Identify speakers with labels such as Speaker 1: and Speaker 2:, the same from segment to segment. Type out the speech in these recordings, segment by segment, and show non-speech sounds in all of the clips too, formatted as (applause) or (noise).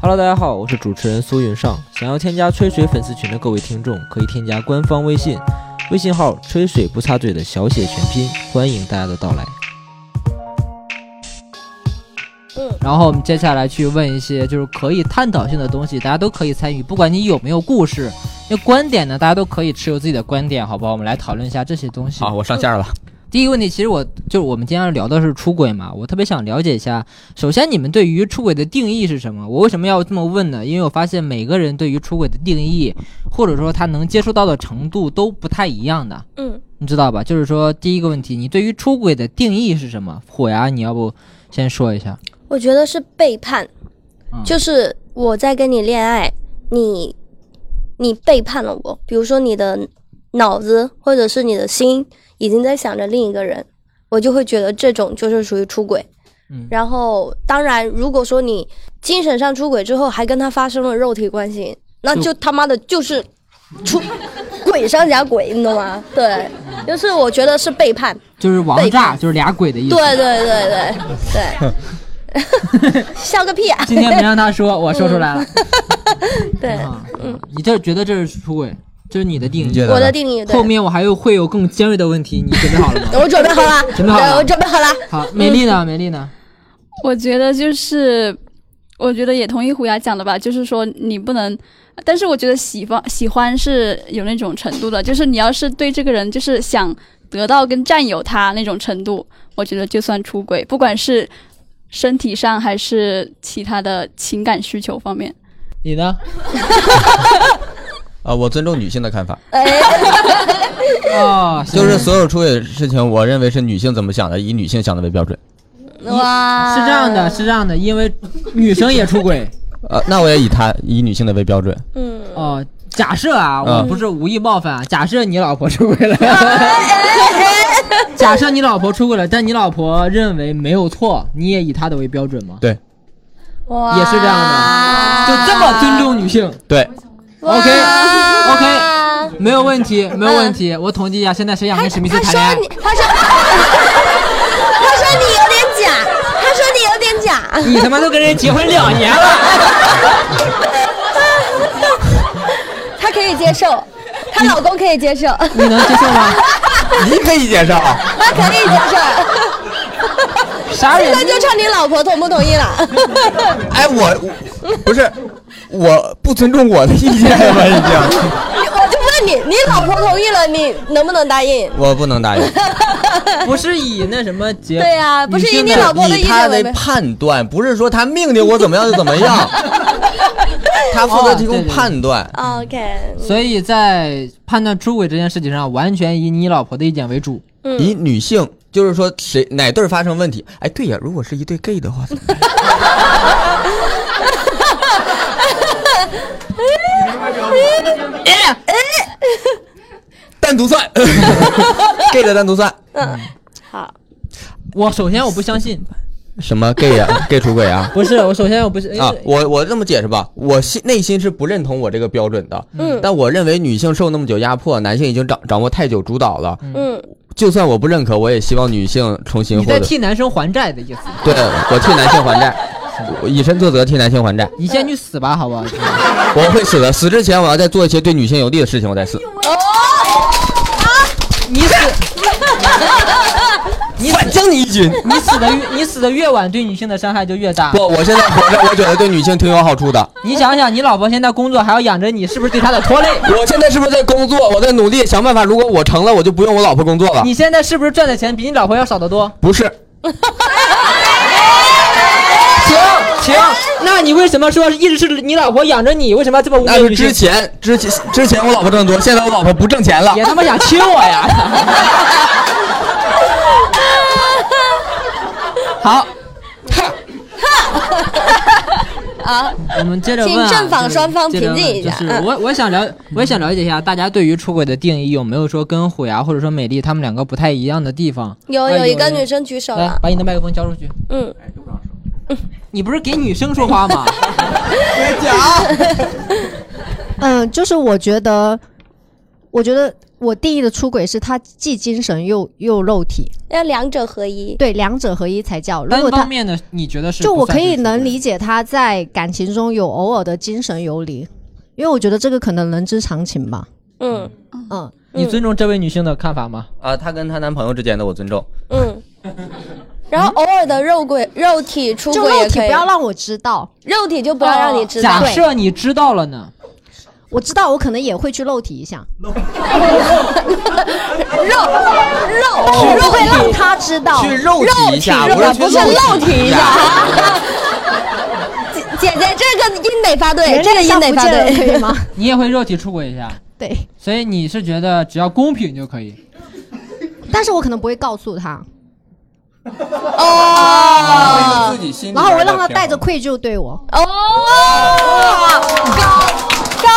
Speaker 1: Hello，大家好，我是主持人苏云上。想要添加吹水粉丝群的各位听众，可以添加官方微信，微信号“吹水不擦嘴”的小写全拼，欢迎大家的到来。
Speaker 2: 然后我们接下来去问一些就是可以探讨性的东西，大家都可以参与，不管你有没有故事。那观点呢，大家都可以持有自己的观点，好不好？我们来讨论一下这些东西。
Speaker 1: 啊
Speaker 3: 好，我上线了。
Speaker 2: 第一个问题，其实我就是我们今天要聊的是出轨嘛，我特别想了解一下，首先你们对于出轨的定义是什么？我为什么要这么问呢？因为我发现每个人对于出轨的定义，或者说他能接受到的程度都不太一样的，
Speaker 4: 嗯，
Speaker 2: 你知道吧？就是说，第一个问题，你对于出轨的定义是什么？虎牙，你要不先说一下？
Speaker 4: 我觉得是背叛，
Speaker 2: 嗯
Speaker 4: 就是我在跟你恋爱，你你背叛了我，比如说你的脑子或者是你的心已经在想着另一个人，我就会觉得这种就是属于出轨。
Speaker 2: 嗯
Speaker 4: 然后当然，如果说你精神上出轨之后还跟他发生了肉体关系，那
Speaker 2: 就
Speaker 4: 就他妈的就是出 (laughs) 鬼上加鬼，你懂吗？对，
Speaker 2: 嗯
Speaker 4: 就是我觉得是背叛。
Speaker 2: 就是王
Speaker 4: 背
Speaker 2: 炸，
Speaker 4: 叛
Speaker 2: 就是俩鬼的意思。
Speaker 4: 对对对对对， (laughs) 笑个屁啊！
Speaker 2: 今天没让他
Speaker 4: (laughs)
Speaker 2: 说，我说出来了。
Speaker 4: 嗯对，嗯
Speaker 2: 啊，你这觉得这是出轨，这是你的定
Speaker 3: 你觉
Speaker 2: 义。
Speaker 3: 得
Speaker 4: 我的定义对
Speaker 2: 后。面我还有会有更尖锐的问题，你准备好了吗？
Speaker 4: 我准备好了，
Speaker 2: 准备好了
Speaker 4: 对，我准备好了。
Speaker 2: 好，美丽呢？美丽
Speaker 4: (laughs)
Speaker 2: 呢？
Speaker 5: 我觉得就是，我觉得也同意虎牙讲的吧，就是说你不能，呃但是我觉得喜欢喜欢是有那种程度的，就是你要是对这个人就是想得到跟占有他那种程度，我觉得就算出轨，不管是身体上还是其他的情感需求方面。
Speaker 2: 你
Speaker 3: (laughs)
Speaker 2: 呢？
Speaker 3: 呃，我尊重女性的看法，
Speaker 4: 哎，
Speaker 2: 哦，行
Speaker 3: 就是所有出轨事情，我认为是女性怎么想的，以女性想的为标准。
Speaker 4: 哇，
Speaker 2: 是这样的，是这样的，因为女生也出轨。
Speaker 3: 呃，那我也以她以女性的为标 (laughs) 准。
Speaker 4: 嗯，
Speaker 2: 哦，假设啊，
Speaker 3: 嗯
Speaker 2: 我不是无意冒犯啊，假设你老婆出轨
Speaker 4: (laughs)
Speaker 2: 了， (laughs) 假设你老婆出轨了，但你老婆认为没有错，你也以她的为标准吗？
Speaker 3: 对
Speaker 4: 哇，
Speaker 2: 也是这样的，就这么尊重女性。
Speaker 3: 对，
Speaker 2: OK OK，没有问题，没有问题。我统计一下，现在谁想跟史密斯
Speaker 4: 嗯
Speaker 2: 谈
Speaker 4: 他
Speaker 2: 恋爱
Speaker 4: 说？你，他说，他说你有点假，他说你有点假，
Speaker 2: 你他妈都跟人结婚两年了，
Speaker 4: (laughs) 他可以接受，她老公可以接受，
Speaker 2: 你能接受吗？
Speaker 3: 你可以介绍。啊
Speaker 4: 他 (laughs) 可以接
Speaker 2: (laughs)
Speaker 4: 受，
Speaker 2: 啥
Speaker 4: 现
Speaker 2: 人
Speaker 4: 在？就差你老婆同不同意了。 (laughs)
Speaker 3: 哎，我我不是，我不尊重我的意见了，已经。
Speaker 4: 我就问你，你老婆同意了，你能不能答应？
Speaker 3: (laughs) 我不能答应，
Speaker 2: 不是以那什么结？
Speaker 4: 对呀不是以
Speaker 2: 女性
Speaker 4: 你老
Speaker 2: 的
Speaker 4: 婆的意
Speaker 3: 以
Speaker 4: 见
Speaker 3: 她
Speaker 4: 为
Speaker 3: 为
Speaker 4: 本
Speaker 3: 判断，不是说她命令我怎么样就怎么样。
Speaker 4: (laughs)
Speaker 3: 她负责提
Speaker 2: 哦对
Speaker 3: 供
Speaker 2: 对对
Speaker 3: 判断，
Speaker 4: OK，
Speaker 2: 所以在判断出轨这件事情上，完全以你老婆的意见为主。
Speaker 4: 嗯
Speaker 3: 以女性就是说谁哪对儿发生问题。哎，对呀，如果是一对 gay 的话，
Speaker 4: (laughs)
Speaker 3: 怎么办单独
Speaker 2: (laughs)
Speaker 3: 算，gay 的单独算。
Speaker 4: 嗯好，
Speaker 2: 嗯我首先我不相信，
Speaker 3: 什么 gay 呀、gay 出轨啊？ (laughs)
Speaker 2: 不是我首先我不是
Speaker 3: 啊，我我这么解释吧，我心内心是不认同我这个标准的，
Speaker 4: 嗯
Speaker 3: 但我认为女性受那么久压迫，男性已经掌掌握太久主导了，
Speaker 4: 嗯，
Speaker 3: 就算我不认可，我也希望女性重新
Speaker 2: 你
Speaker 3: 获
Speaker 2: 在
Speaker 3: 得，
Speaker 2: 替男生还债的意思。
Speaker 4: 嗯
Speaker 3: 对我替男性
Speaker 2: (laughs)
Speaker 3: 还债，我以身作则替男性还债，
Speaker 2: 你先去死吧，好不好？
Speaker 4: 嗯
Speaker 3: 我会死的，死之前我要再做一些对女性有利的事情，我再
Speaker 2: 哎
Speaker 3: 死，
Speaker 2: 哦啊你
Speaker 4: (laughs)
Speaker 2: 死，你
Speaker 3: 反将你一军。
Speaker 2: 你死的越你死的越晚，对女性的伤害就越大
Speaker 3: 不，。我现在活着，我觉得对女性挺有好处的。
Speaker 2: 你想想，你老婆现在工作还要养着你，是不是对她的拖累？
Speaker 3: 我现在是不是在工作？我在努力想办法。如果我成了，我就不用我老婆工作了。
Speaker 2: 你现在是不是赚的钱比你老婆要少得多？
Speaker 3: 不是，
Speaker 2: 停停，那你为什么说一直是你老婆养着你？为什么要这么无
Speaker 3: 那
Speaker 2: 理
Speaker 3: 是
Speaker 2: 取
Speaker 3: 之
Speaker 2: 闹？
Speaker 3: 前之前之前我老婆挣得多，现在我老婆不挣钱了
Speaker 2: 也。他妈想亲我呀！
Speaker 3: (laughs)
Speaker 2: 好，
Speaker 4: 啊，
Speaker 2: 我们接着问、啊，
Speaker 4: 请正反双方
Speaker 2: 就是接着问
Speaker 4: 平静一下嗯
Speaker 2: 就是我我想了，我也想了解一下大家对于出轨的定义有没有说跟虎牙或者说美丽他们两个不太一样的地方？
Speaker 4: 有
Speaker 2: 哎
Speaker 4: 有一个
Speaker 2: 人
Speaker 4: 女生举手
Speaker 2: 来
Speaker 4: 了，
Speaker 2: 把你的麦克风交出去。
Speaker 4: 嗯，
Speaker 2: 你不是给女生说话吗？
Speaker 6: (laughs) 嗯，就是我觉得，我觉得我定义的出轨是他既精神又又肉体，
Speaker 4: 要两者合一。
Speaker 6: 对，两者合一才叫。
Speaker 2: (laughs)
Speaker 6: 如
Speaker 2: 单
Speaker 6: 果他
Speaker 2: 方面的你觉得是
Speaker 6: 就
Speaker 2: 不
Speaker 6: 我
Speaker 2: 算
Speaker 6: 可以
Speaker 2: 是出
Speaker 6: 能
Speaker 2: 轨
Speaker 6: 理解他在感情中有偶尔的精神游离，因为我觉得这个可能人之常情吧。
Speaker 4: 嗯
Speaker 6: 嗯，
Speaker 2: 你尊重这位女性的看法吗？
Speaker 7: 啊，她跟她男朋友之间的我尊重，
Speaker 4: 嗯。然后偶尔的肉轨、肉体出
Speaker 6: 就
Speaker 4: 轨
Speaker 6: 肉
Speaker 4: 也
Speaker 6: 体
Speaker 4: 可
Speaker 6: 不
Speaker 4: 以，
Speaker 6: 要让我知道，
Speaker 4: 哦肉体就不要让你知道
Speaker 2: 哦假。设你知道了呢？
Speaker 6: 我知道我可能也会去肉体一下，
Speaker 4: 肉
Speaker 6: 但我不
Speaker 4: 肉
Speaker 6: 会让他知道。
Speaker 7: 去肉体一下，
Speaker 4: 肉
Speaker 7: 我
Speaker 4: 不
Speaker 7: 去
Speaker 4: 是肉
Speaker 7: 体
Speaker 4: 体一下。姐姐姐，这个音得发对，
Speaker 6: 原
Speaker 4: 这
Speaker 6: 谅
Speaker 4: 个
Speaker 6: 一下
Speaker 4: 音得
Speaker 6: 福
Speaker 4: 发
Speaker 6: 建人可以
Speaker 4: 对。
Speaker 6: 吗？
Speaker 2: 你也会肉体出轨一下，
Speaker 4: (laughs)
Speaker 6: 对，
Speaker 2: 所以你是觉得只要公平就可以？
Speaker 6: 但是我可能不会告诉他，
Speaker 4: 哦
Speaker 7: 自己心里
Speaker 6: 然后我会
Speaker 7: 边的
Speaker 6: 让他
Speaker 7: 平衡
Speaker 6: 带着愧疚对我。
Speaker 4: 哦，高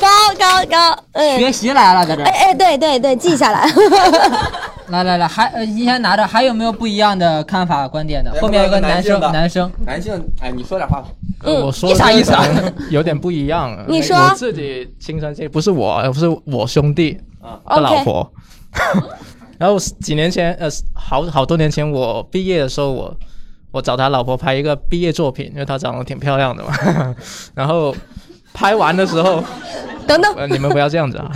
Speaker 4: 高高高高，嗯，
Speaker 2: 学习来了，在这
Speaker 4: 哎
Speaker 2: 儿，
Speaker 4: 哎，对对对，记下来。
Speaker 2: 来来来，还呃，你先拿着，还有没有不一样的看法观点的？
Speaker 7: 来
Speaker 2: 后面有个男生，
Speaker 7: 来来
Speaker 2: 男生，
Speaker 7: 男性，哎，你说点话。
Speaker 4: 嗯
Speaker 8: 我说
Speaker 7: 你
Speaker 8: 的
Speaker 7: 啥意思啊
Speaker 8: 可能有点不一样。
Speaker 4: (laughs) 你
Speaker 8: 那
Speaker 4: 说啊
Speaker 8: 我自己亲身经历，不是我，呃不是我兄弟
Speaker 7: 啊
Speaker 8: 的啊老
Speaker 4: OK，
Speaker 8: 婆。 (laughs) 然后几年前，呃，好好多年前，我毕业的时候，我我找他老婆拍一个毕业作品，因为她长得挺漂亮的嘛。 (laughs) 然后拍完的时候，
Speaker 4: (laughs) 等等，
Speaker 8: 呃，你们不要这样子
Speaker 4: (laughs)
Speaker 8: 啊。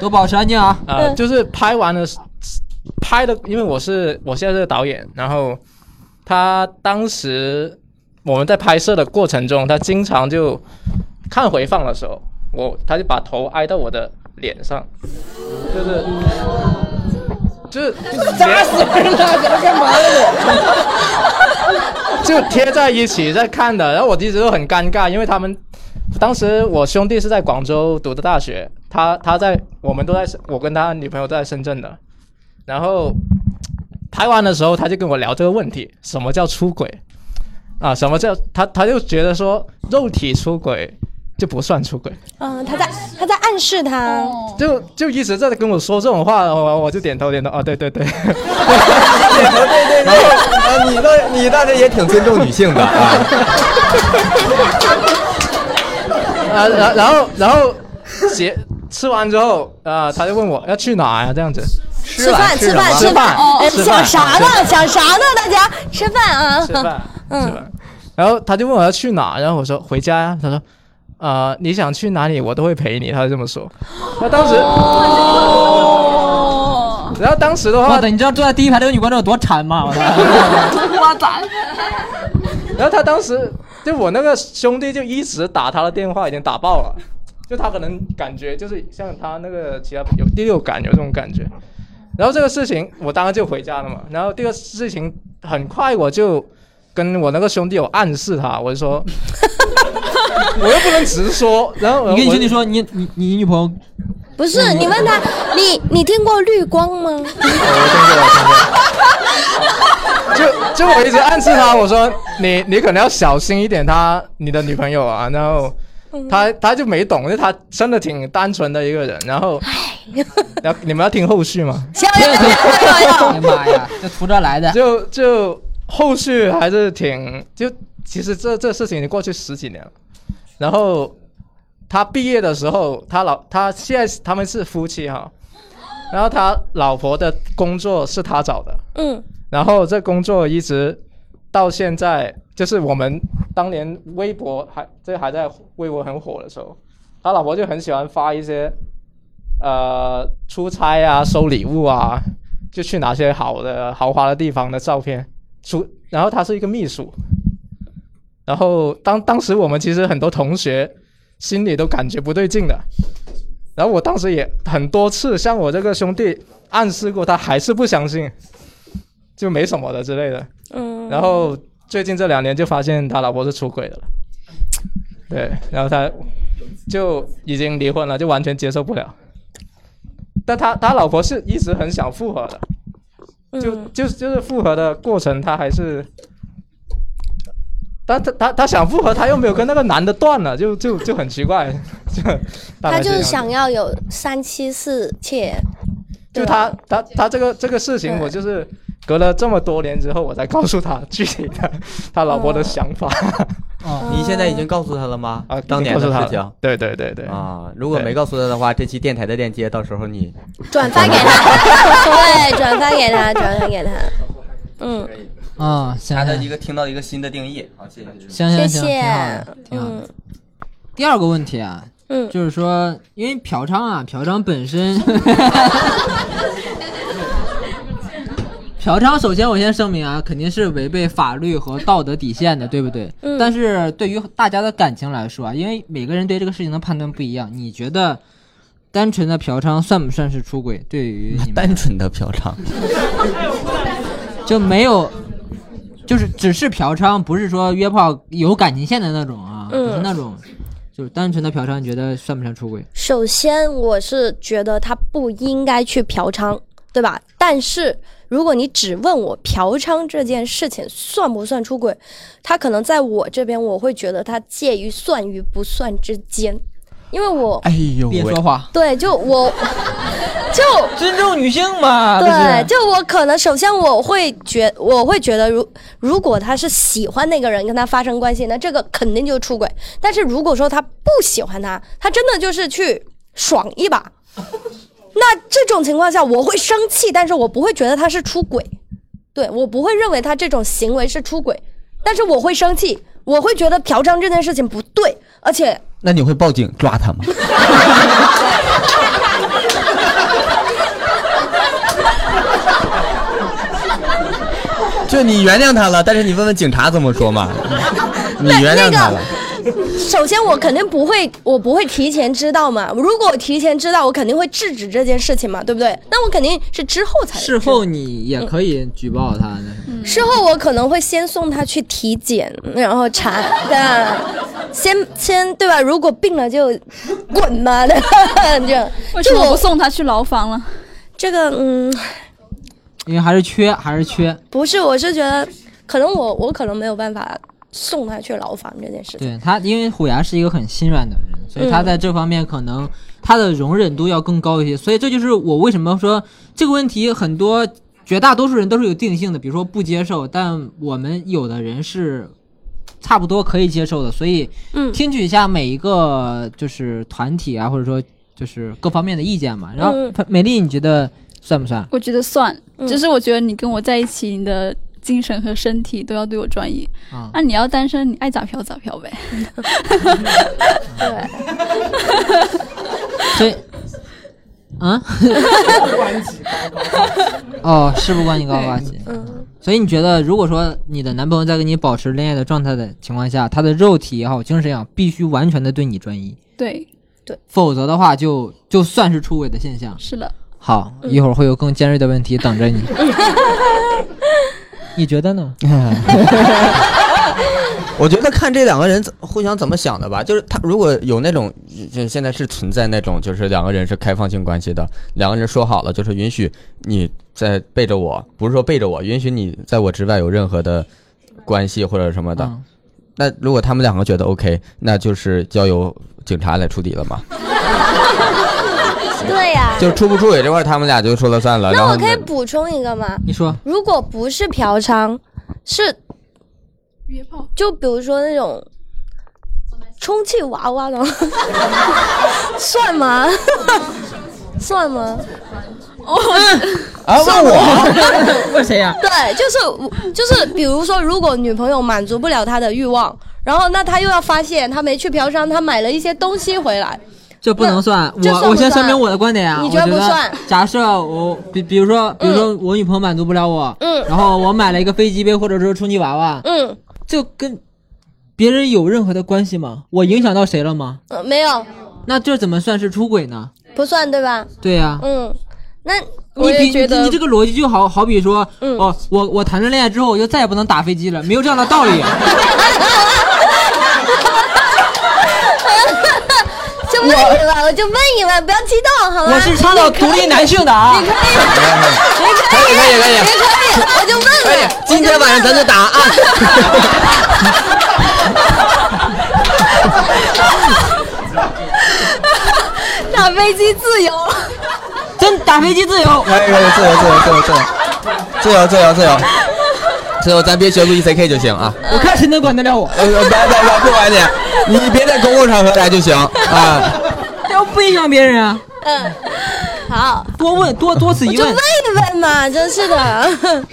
Speaker 2: 都保持安静啊！
Speaker 8: 啊、
Speaker 4: 嗯
Speaker 8: 就是拍完了，拍的，因为我是我现在是个导演，然后他当时我们在拍摄的过程中，他经常就看回放的时候，我他就把头挨到我的脸上，就是就是 (laughs) 扎死人了，干嘛我？就贴在一起在看的，然后我一直都很尴尬，因为他们当时我兄弟是在广州读的大学，他他在我们都在深我跟他女朋友都在深圳的，然后拍完的时候他就跟我聊这个问题，什么叫出轨啊？什么叫他他就觉得说肉体出轨就不算出轨，
Speaker 4: 嗯，他在他在暗示他，
Speaker 7: 哦
Speaker 8: 就就一直在跟我说这种话，我我就点头点头，哦对对对，
Speaker 7: 对对对，你倒你倒是也挺尊重女性的 (laughs) 啊。
Speaker 8: 啊然然后然后结吃完之后啊、他就问我要去哪呀、这样子，
Speaker 4: 吃饭吃饭
Speaker 8: 吃饭
Speaker 4: 哎
Speaker 8: 吃
Speaker 4: 想
Speaker 8: 饭
Speaker 4: 啥呢？想啥呢？大家吃饭
Speaker 8: 吃饭，
Speaker 4: 啊！
Speaker 8: 吃饭。然后他就问我要去哪，然后我说回家呀、他说，呃，你想去哪里，我都会陪你。他就这么说。那当时，
Speaker 5: 哦，
Speaker 8: 然后当时的
Speaker 2: 我
Speaker 8: 话，
Speaker 2: 的，你知道坐在第一排这个女观众有多馋
Speaker 8: (laughs)
Speaker 2: 吗？我操！
Speaker 5: 我咋？
Speaker 8: 然后他当时就我那个兄弟就一直打他的电话，已经打爆了。就他可能感觉就是像他那个其他有第六感有这种感觉。然后这个事情我当然就回家了嘛。然后这个事情很快我就跟我那个兄弟有暗示他，我就
Speaker 2: (laughs)
Speaker 8: 说。我又不能直说，然后我
Speaker 2: 你跟你
Speaker 8: 我
Speaker 2: 兄弟说，你你你女朋友
Speaker 4: 不是你问他，你你听过绿光吗？
Speaker 8: 就就我一直暗示他，我说你你可能要小心一点他，你的女朋友啊，然后他他就没懂，因为他真的挺单纯的一个人，然后然后你 (laughs) 们要听后续吗？
Speaker 4: 行行行行行
Speaker 2: 哎呀妈呀，这图这来的，
Speaker 8: 就就后续还是挺就其实这这事情已经过去十几年了，然后他毕业的时候，他老他现在他们是夫妻哈，然后他老婆的工作是他找的，
Speaker 4: 嗯，
Speaker 8: 然后这工作一直到现在，就是我们当年微博还这还在微博很火的时候，他老婆就很喜欢发一些呃出差啊、收礼物啊，就去哪些好的豪华的地方的照片。出，然后他是一个秘书，然后当当时我们其实很多同学心里都感觉不对劲的。然后我当时也很多次向我这个兄弟暗示过，他还是不相信。就没什么的之类的。
Speaker 4: 嗯
Speaker 8: 然后最近这两年就发现他老婆是出轨的了，
Speaker 4: 嗯
Speaker 8: 对，然后他就已经离婚了，就完全接受不了。但他他老婆是一直很想复合的，就
Speaker 4: 嗯
Speaker 8: 就就是复合的过程，他还是。但他他他想复合，他又没有跟那个男的断了，就就就很奇怪，就大概
Speaker 4: 他
Speaker 8: 是这
Speaker 4: 就
Speaker 8: 样子
Speaker 4: 是想要有三妻四妾，
Speaker 8: 就
Speaker 4: 对吧啊
Speaker 8: 他他他这个这个事情，
Speaker 4: 对
Speaker 8: 我就是隔了这么多年之后，我才告诉他具体的他老
Speaker 4: 嗯
Speaker 8: 婆的想法。
Speaker 3: 哦你现在已经告诉他了吗？
Speaker 8: 啊，
Speaker 3: 当年
Speaker 8: 告诉
Speaker 3: 的
Speaker 8: 他
Speaker 3: 事
Speaker 8: 了
Speaker 3: 情。
Speaker 8: 对对对对，
Speaker 3: 啊，如果
Speaker 8: 对
Speaker 3: 没告诉他的话，这期电台的链接到时候你
Speaker 4: 转发给
Speaker 8: (laughs)
Speaker 4: 他，对，转发给他，转发给他。嗯，
Speaker 2: 啊、行
Speaker 3: 大家
Speaker 2: 行
Speaker 3: 一个听到一个新的定义。好，谢谢。
Speaker 2: 行
Speaker 4: 谢
Speaker 2: 行行，
Speaker 4: 谢
Speaker 2: 挺好的，。挺好的。
Speaker 4: 嗯
Speaker 2: 第二个问题啊，
Speaker 4: 嗯，
Speaker 2: 就是说，因为嫖娼啊，嫖娼本
Speaker 4: (laughs)
Speaker 2: 身，嫖娼首先我先声明啊，肯定是违背法律和道德底线的，对不对？
Speaker 4: 嗯
Speaker 2: 但是对于大家的感情来说啊，因为每个人对这个事情的判断不一样，你觉得单纯的嫖娼算不算是出轨？对于你们
Speaker 3: 单纯的嫖娼，
Speaker 2: 就没有，就是只是嫖娼，不是说约炮有感情线的那种啊，
Speaker 4: 嗯
Speaker 2: 不是那种，就是单纯的嫖娼，你觉得算不算出轨？
Speaker 4: 首先我是觉得他不应该去嫖娼，对吧？但是如果你只问我嫖娼这件事情算不算出轨，他可能在我这边我会觉得他介于算与不算之间，因为我
Speaker 3: 哎呦
Speaker 2: 别说话，
Speaker 4: 对就我 (laughs) 就
Speaker 2: 尊重女性嘛，不
Speaker 4: 对，
Speaker 2: 是？
Speaker 4: 就我可能首先我会觉，我会觉得如如果他是喜欢那个人，跟他发生关系，那这个肯定就是出轨。但是如果说他不喜欢他，他真的就是去爽
Speaker 2: (laughs)
Speaker 4: 一把，那这种情况下我会生气，但是我不会觉得他是出轨，对我不会认为他这种行为是出轨，但是我会生气，我会觉得嫖娼这件事情不对，而且
Speaker 3: 那你会报警抓他吗？就你原谅他了，但是你问问警察怎么说嘛？你原谅他了，
Speaker 4: (laughs) 首先，我肯定不会，我不会提前知道嘛。如果我提前知道，我肯定会制止这件事情嘛，对不对？那我肯定是之后才
Speaker 2: 事后你也可以举报他的，
Speaker 4: 事后我可能会先送他去体检，然后查，对吧？先先对吧？如果病了就滚吧， (laughs) 对吧？
Speaker 5: 为
Speaker 4: 这
Speaker 5: 什
Speaker 4: 这
Speaker 5: 么不
Speaker 4: 我
Speaker 5: 送他去牢房了？
Speaker 4: 这个嗯，
Speaker 2: 因为还是缺，还是缺。
Speaker 4: 不是，我是觉得可能我我可能没有办法送他去牢房这件事情。
Speaker 2: 对他，因为虎牙是一个很心软的人，所以
Speaker 4: 嗯
Speaker 2: 他在这方面可能他的容忍度要更高一些。所以这就是我为什么说这个问题很多绝大多数人都是有定性的，比如说不接受，但我们有的人是差不多可以接受的。所以
Speaker 4: 嗯
Speaker 2: 听取一下每一个就是团体啊，或者说就是各方面的意见嘛。然后
Speaker 4: 嗯
Speaker 2: 美丽，你觉得算不算？
Speaker 5: 我觉得算，
Speaker 4: 嗯
Speaker 5: 就是我觉得你跟我在一起，你的精神和身体都要对我专一。
Speaker 2: 啊
Speaker 5: 那、你要单身，你爱咋嫖咋嫖
Speaker 2: (laughs)
Speaker 5: 呗。
Speaker 4: 对，
Speaker 2: 所以，啊，哦，事不关己高关己。
Speaker 4: 嗯
Speaker 2: 所以你觉得，如果说你的男朋友在跟你保持恋爱的状态的情况下，他的肉体也好，精神也好，必须完全的对你专一，
Speaker 5: 对，
Speaker 2: 否则的话就就算是出轨的现象。
Speaker 5: 是的，
Speaker 2: 好，一会儿会有更尖锐的问题等着你。你觉得
Speaker 3: (laughs)
Speaker 2: 呢？
Speaker 3: 哎我觉得看这两个人怎互相怎么想的吧。就是他如果有那种，就现在是存在那种，就是两个人是开放性关系的，两个人说好了，就是允许你在背着我，不是说背着我，允许你在我之外有任何的关系或者什么的。
Speaker 2: 嗯
Speaker 3: 那如果他们两个觉得 OK，那就是交由
Speaker 4: (laughs)
Speaker 3: 警察来处理了嘛。
Speaker 4: 对呀、
Speaker 3: 就出不出轨这块儿，他们俩就说了算了。然
Speaker 4: 那
Speaker 3: 后
Speaker 4: 我可以补充一个吗？
Speaker 2: 你说
Speaker 4: 如果不是嫖娼，是
Speaker 5: 约炮
Speaker 4: 就比如说那种充气娃娃的， (laughs) 算吗？ (laughs) 算吗？哦
Speaker 2: (laughs)
Speaker 3: 啊，问我
Speaker 2: 问谁呀、
Speaker 4: 对，就是就是，比如说，如果女朋友满足不了他的欲望，然后那他又要发现他没去嫖娼，他买了一些东西回来，
Speaker 2: 这不能算。
Speaker 4: 这
Speaker 2: 我
Speaker 4: 算
Speaker 2: 我
Speaker 4: 不
Speaker 2: 先声
Speaker 4: 算
Speaker 2: 明我的观点啊，
Speaker 4: 你
Speaker 2: 我
Speaker 4: 觉
Speaker 2: 觉
Speaker 4: 得不算？
Speaker 2: 假设我比比如说比如说我女朋友满足不了我，
Speaker 4: 嗯
Speaker 2: 然后我买了一个飞机杯或者说充气娃娃，
Speaker 4: 嗯，
Speaker 2: 这跟别人有任何的关系吗？我影响到谁了吗？
Speaker 4: 呃没有，
Speaker 2: 那这怎么算是出轨呢？
Speaker 4: 不算对吧？
Speaker 2: 对呀、
Speaker 4: 嗯，那
Speaker 2: 你
Speaker 4: 我
Speaker 2: 比
Speaker 4: 也觉
Speaker 2: 你
Speaker 4: 得
Speaker 2: 你这个逻辑就好好比说，
Speaker 4: 嗯
Speaker 2: 哦，我我谈了恋爱之后我就再也不能打飞机了，没有这样的道理。
Speaker 4: 啊就问一问，我就问一问，不要激动好吗？
Speaker 2: 我是倡导独立男性的啊，
Speaker 3: 可以可以可以
Speaker 4: 你可以，我就问
Speaker 3: 可以
Speaker 4: 问，，
Speaker 3: 今天晚上咱就打
Speaker 4: (laughs)
Speaker 3: 啊！
Speaker 4: 打
Speaker 5: (laughs)
Speaker 4: 飞机自由了。
Speaker 2: 真打飞机自由。
Speaker 3: 可以可以，自由自由自由自由。自由自由自由，自由，咱别学路易 C K 就行啊。
Speaker 2: 我看谁能管得了我。
Speaker 3: 呃，不不不不管你，你别在公共场合来就行啊。
Speaker 2: (laughs) 要不影响别人啊，
Speaker 4: 嗯，好，
Speaker 2: 多问多多此一
Speaker 4: 就问
Speaker 2: 问。
Speaker 4: 一问嘛，真是的。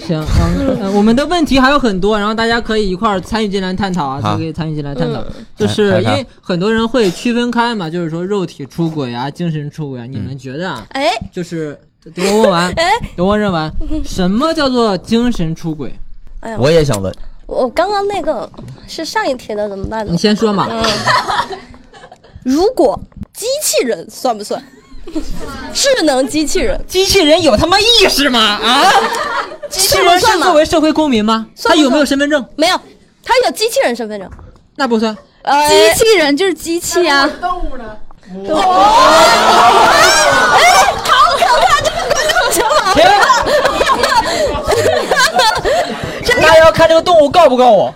Speaker 2: 行，嗯、 (laughs) 呃我们的问题还有很多，然后大家可以一块儿参与进来探讨啊，
Speaker 3: 好
Speaker 2: 都可以参与进来探讨。
Speaker 4: 嗯
Speaker 2: 就是
Speaker 3: 哎
Speaker 2: 因
Speaker 3: 看
Speaker 2: 为很多人会区分开嘛，就是说肉体出轨啊、精神出轨啊，你们觉得啊，
Speaker 4: 哎，
Speaker 2: 就是等我问
Speaker 4: (laughs)
Speaker 2: 完，等我问完，什么叫做精神出轨？
Speaker 4: 哎呀，
Speaker 3: 我也想问，
Speaker 4: 我刚刚那个是上一题的，怎么办呢
Speaker 2: 你？先说嘛。
Speaker 4: 嗯如果机器人算
Speaker 2: (laughs)
Speaker 4: 不算？智能机器人
Speaker 2: 机器人有他妈意识吗？
Speaker 4: (laughs)
Speaker 2: 啊，机器人是
Speaker 4: 算吗
Speaker 2: 作为社会公民吗？
Speaker 4: 算
Speaker 2: 他
Speaker 4: 不
Speaker 2: 有没有
Speaker 4: 算
Speaker 2: 身份证？
Speaker 4: 没有，它有机器人身份证。
Speaker 2: 那不算。
Speaker 4: 呃
Speaker 5: 机器人就是机
Speaker 2: (laughs)
Speaker 5: 器啊，
Speaker 2: 哎 (laughs) 停！那要看这个动物告不告我。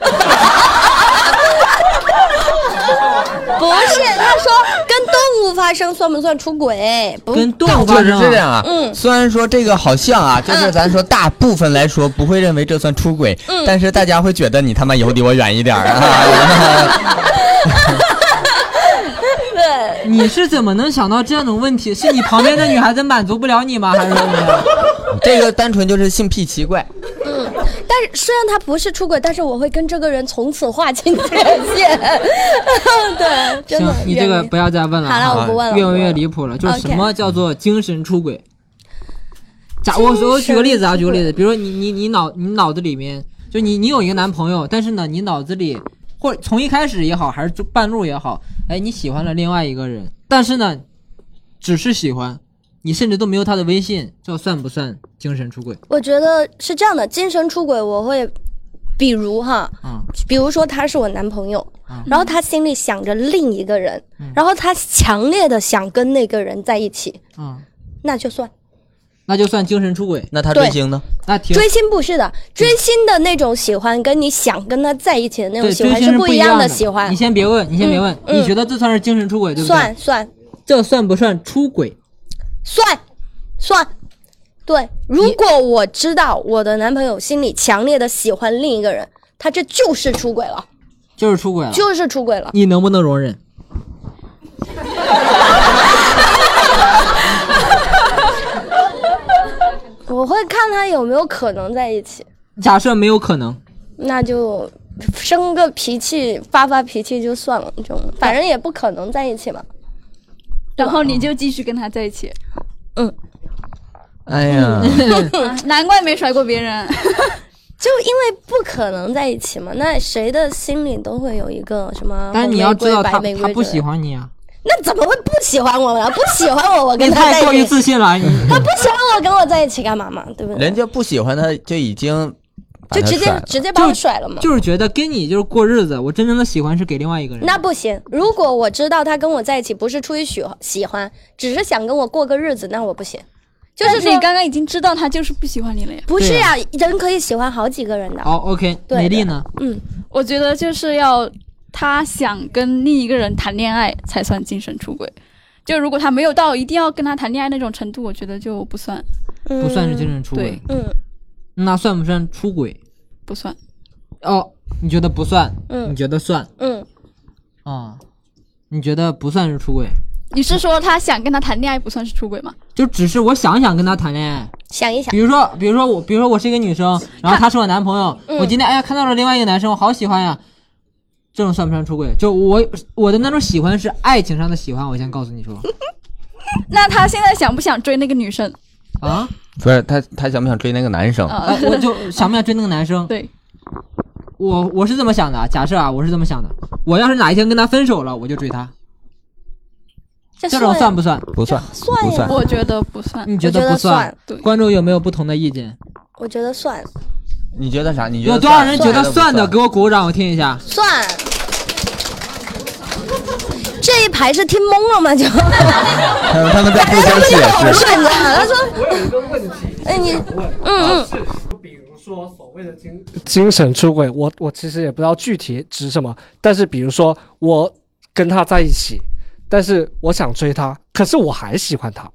Speaker 4: 不是，他说跟动物发生算不算出轨？不，
Speaker 2: 跟动物
Speaker 3: 就
Speaker 2: 发
Speaker 3: 是
Speaker 2: 生
Speaker 3: 这
Speaker 2: 啊
Speaker 3: 样啊。
Speaker 4: 嗯
Speaker 3: 虽然说这个好像啊，就是咱说大部分来说不会认为这算出轨，但是大家会觉得你他妈以后离我远一点儿啊。
Speaker 4: (laughs) 对，
Speaker 2: 你是怎么能想到这样的问题？是你旁边的女孩子满足不了你吗？还是怎么样？
Speaker 3: 这个单纯就是性癖奇怪。
Speaker 4: 嗯，但是虽然他不是出轨，但是我会跟这个人从此划清界限。 (laughs) 对，真
Speaker 2: 行
Speaker 4: 的，。
Speaker 2: 你这个
Speaker 4: 愿意
Speaker 2: 不要再问了
Speaker 4: 好
Speaker 2: 啊，
Speaker 4: 了，我不问了，
Speaker 2: 越问越
Speaker 4: 我不问了
Speaker 2: 离谱了。就是
Speaker 4: OK
Speaker 2: 什么叫做精神出轨？假我我举个例子啊，举个例子，比如说你你你脑你脑子里面就你你有一个男朋友，但是呢，你脑子里或者从一开始也好，还是就半路也好，哎，你喜欢了另外一个人，但是呢，只是喜欢，你甚至都没有他的微信，这算不算精神出轨
Speaker 4: 我觉得是这样的，精神出轨我会，比如哈，
Speaker 2: 啊？
Speaker 4: 比如说他是我男朋友，
Speaker 2: 啊
Speaker 4: 然后他心里想着另一个人，
Speaker 2: 嗯
Speaker 4: 然后他强烈的想跟那个人在一起，
Speaker 2: 啊，
Speaker 4: 那就算
Speaker 2: 那就算精神出轨。
Speaker 3: 那他
Speaker 4: 对
Speaker 3: 追星呢？
Speaker 2: 那挺
Speaker 4: 追星不是
Speaker 2: 嗯
Speaker 4: 的，追星的那种喜欢跟你想跟他在一起的那种
Speaker 2: 对
Speaker 4: 喜
Speaker 2: 追
Speaker 4: 欢
Speaker 2: 星
Speaker 4: 不
Speaker 2: 一
Speaker 4: 样
Speaker 2: 的
Speaker 4: 喜欢
Speaker 2: 你，先别问，你先别问，
Speaker 4: 嗯
Speaker 2: 你觉得这算是精神出轨对不对？
Speaker 4: 算算
Speaker 2: 这算不算出轨？
Speaker 4: 算算，对。如果我知道我的男朋友心里强烈的喜欢另一个人，他这就是出轨了，
Speaker 2: 就是出轨了。
Speaker 4: 就是出轨了。
Speaker 2: 嗯你能不能容忍？
Speaker 4: 我会看他有没有可能在一起，
Speaker 2: 假设没有可
Speaker 4: 嗯
Speaker 2: 能，
Speaker 4: 那就生个脾气发发脾气就算了，就反正也不可能在一起
Speaker 2: 嗯
Speaker 4: 嘛。
Speaker 5: 然后你就继续跟他在一起，
Speaker 3: 哎呀，
Speaker 5: 啊 (laughs) 难怪没甩过别人。
Speaker 4: (laughs) 就因为不可能在一起嘛，那谁的心里都会有一个什么
Speaker 2: 但是你要知道他
Speaker 4: 红玫瑰
Speaker 2: 他
Speaker 4: 白玫
Speaker 2: 不
Speaker 4: 瑰之类
Speaker 2: 喜
Speaker 4: 的，
Speaker 2: 欢你啊，
Speaker 4: 那怎么会不喜欢我呢？不喜欢我，我
Speaker 2: 你
Speaker 4: 跟他在
Speaker 2: 太过于 (laughs)
Speaker 4: 一起，
Speaker 2: 自信了。
Speaker 3: (laughs)
Speaker 2: 你
Speaker 4: 他不喜欢我，跟我在一起干嘛嘛？对不对
Speaker 3: 人？家不喜欢他就已经把
Speaker 4: 就
Speaker 3: 他
Speaker 4: 直接
Speaker 3: 甩了
Speaker 4: 直接把我甩了嘛？
Speaker 2: 就是觉得跟你就是过日子，我真正的喜欢是给另外一个人。
Speaker 4: 那不行，如果我知道他跟我在一起不是出于喜喜欢，只是想跟我过个日子，那我不行。就是
Speaker 5: 但是
Speaker 4: 说
Speaker 5: 你刚刚已经知道他就是不喜欢你了呀。
Speaker 4: 不是
Speaker 2: 对
Speaker 4: 呀、人可以喜欢好几个人的。
Speaker 2: 好，OK，
Speaker 4: 对
Speaker 2: 美丽呢？
Speaker 5: 嗯我觉得就是要他想跟另一个人谈恋爱才算精神出轨。就如果他没有到一定要跟他谈恋爱那种程度，我觉得就不算，
Speaker 4: 嗯
Speaker 2: 不算是精神出轨
Speaker 5: 对，
Speaker 4: 嗯
Speaker 2: 那算不算出轨？
Speaker 5: 不算。
Speaker 2: 哦，你觉得不算？你
Speaker 4: 嗯
Speaker 2: 觉得算
Speaker 4: 嗯，
Speaker 2: 啊？你觉得不算是出轨？
Speaker 5: 你是说他想跟他谈恋爱不算是出轨吗？
Speaker 2: 就只是我想想跟他谈恋爱，
Speaker 4: 想一想，
Speaker 2: 比如说，比如说我，比如说我是一个女生，然后他是我男朋友，
Speaker 4: 嗯
Speaker 2: 我今天哎呀看到了另外一个男生，我好喜欢呀，这种算不算出轨？就我我的那种喜欢是爱情上的喜欢，我先告诉你说
Speaker 5: 那他现在想不想追那个女生？
Speaker 2: 啊，
Speaker 3: 不是他，他想不想追那个男生？
Speaker 5: 啊、
Speaker 2: 哎我就想不想追那个男生？
Speaker 5: 对，
Speaker 2: 我我是这么想的啊，假设啊，我是这么想的，我要是哪一天跟他分手了，我就追他，
Speaker 4: 这
Speaker 2: 这种算不算？
Speaker 3: 不算，
Speaker 4: 算呀
Speaker 3: 不算。
Speaker 5: 我觉得不算。
Speaker 2: 你
Speaker 4: 我觉
Speaker 2: 得不
Speaker 4: 得算？，
Speaker 5: 对，
Speaker 2: 观众有没有不同的意见？
Speaker 4: 我觉得算
Speaker 3: 你觉得啥？你觉
Speaker 2: 有
Speaker 3: 得
Speaker 2: 多少人觉得
Speaker 3: 不
Speaker 2: 算的？给我鼓掌，我听一下。
Speaker 4: 算。这一排是听懵了吗？就
Speaker 3: 嗯他们在
Speaker 4: 反
Speaker 3: 互相
Speaker 4: 正他们就
Speaker 3: 解释。
Speaker 9: (laughs)
Speaker 4: 好顺着，他说，哎你，嗯嗯，
Speaker 9: 比如说所谓的精精神出轨，我我其实也不知道具体指什么，但是比如说我跟他在一起，但是我想追他，可是我还喜欢他，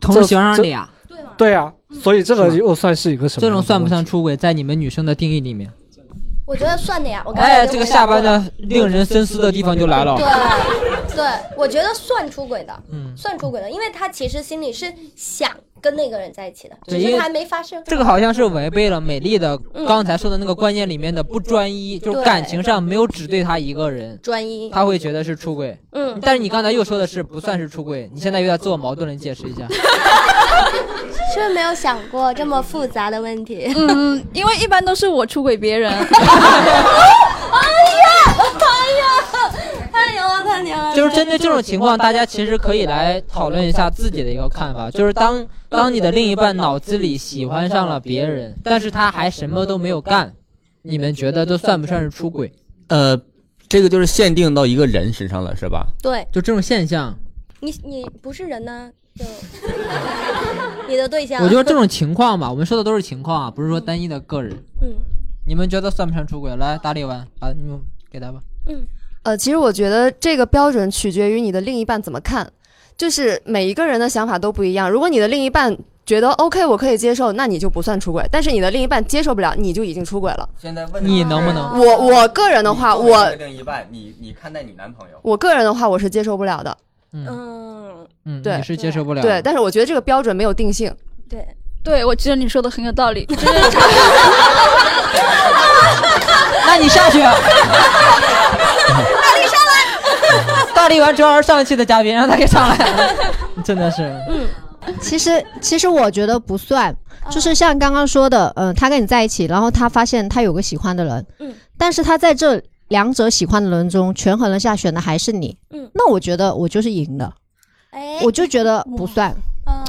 Speaker 2: 同时喜欢上俩，
Speaker 9: 对啊，所以这个又算是一个什么？
Speaker 2: 这种算不算？出轨，在你们女生的定义里面？
Speaker 4: 我觉得算的呀，我刚才
Speaker 2: 哎，
Speaker 4: 已经
Speaker 2: 这个
Speaker 4: 回答
Speaker 2: 下
Speaker 4: 过
Speaker 2: 巴
Speaker 4: 了
Speaker 2: 呢，令人深思的地方就来了。
Speaker 4: 对，对，我觉得算出轨的，
Speaker 2: 嗯
Speaker 4: 算出轨的，因为他其实心里是想跟那个人在一起的，
Speaker 2: 对
Speaker 4: 只
Speaker 2: 因
Speaker 4: 是
Speaker 2: 为
Speaker 4: 还没发生。
Speaker 2: 这个好像是违背了美丽的
Speaker 4: 嗯
Speaker 2: 刚才说的那个观念里面的不专一，就是
Speaker 4: 对
Speaker 2: 感情上没有只对他一个人，
Speaker 4: 专一，
Speaker 2: 他会觉得是出轨。
Speaker 4: 嗯，
Speaker 2: 但是你刚才又说的是不算是出轨，你现在有点自我矛盾了，你解释一下。
Speaker 4: 是没有想过这么复杂的问题。
Speaker 5: 嗯，因为一般都是我出
Speaker 4: (laughs)
Speaker 5: 轨别
Speaker 4: 哎
Speaker 5: 人，
Speaker 4: 太牛了，太牛了！
Speaker 2: 就是针对这种情况，大家其实可以来讨论一下自己的一个看法，就是当当你的另一半脑子里喜欢上了别人，但是他还什么都没有干，你们觉得这算不算是出轨？
Speaker 3: 呃，这个就是限定到一个人身上了，是吧？
Speaker 4: 对
Speaker 2: 就这种现象，
Speaker 4: 你，你不是人呐，就你的对象。
Speaker 2: 我觉得这种情况吧，我们说的都是情况啊，不是说单一的个人。
Speaker 4: 嗯，
Speaker 2: 你们觉得算不算出轨？来，打理完把你们给他吧。
Speaker 10: 呃，其实我觉得这个标准取决于你的另一半怎么看，就是每一个人的想法都不一样。如果你的另一半觉得 OK，我可以接受，那你就不算出轨；但是你的另一半接受不了，你就已经出轨了。
Speaker 3: 现在问
Speaker 2: 你能不能？
Speaker 10: 我我个人的话，我
Speaker 3: 另一半，你你看待你男朋友，
Speaker 10: 我个人的话，我是接受不了的。
Speaker 2: 嗯
Speaker 4: 嗯，
Speaker 2: 嗯，
Speaker 10: 对
Speaker 2: 你是接受不了。
Speaker 10: 对，，但是我觉得这个标准没有定性。
Speaker 4: 对，
Speaker 5: 对我觉得你说的很有
Speaker 4: (laughs)
Speaker 5: 道理，就是
Speaker 2: 那你下去。啊大力上 (laughs) 来。大力完正好是上一期的嘉宾，让他给上来。 (laughs) 真的是，
Speaker 6: 其实，其实我觉得不算，就是像刚刚说的，嗯、他跟你在一起，然后他发现他有个喜欢的人，
Speaker 4: 嗯
Speaker 6: 但是他在这两者喜欢的人中权衡了下，选的还是你，
Speaker 4: 嗯
Speaker 6: 那我觉得我就是赢的，
Speaker 4: 哎，
Speaker 6: 我就觉得不算。
Speaker 4: 啊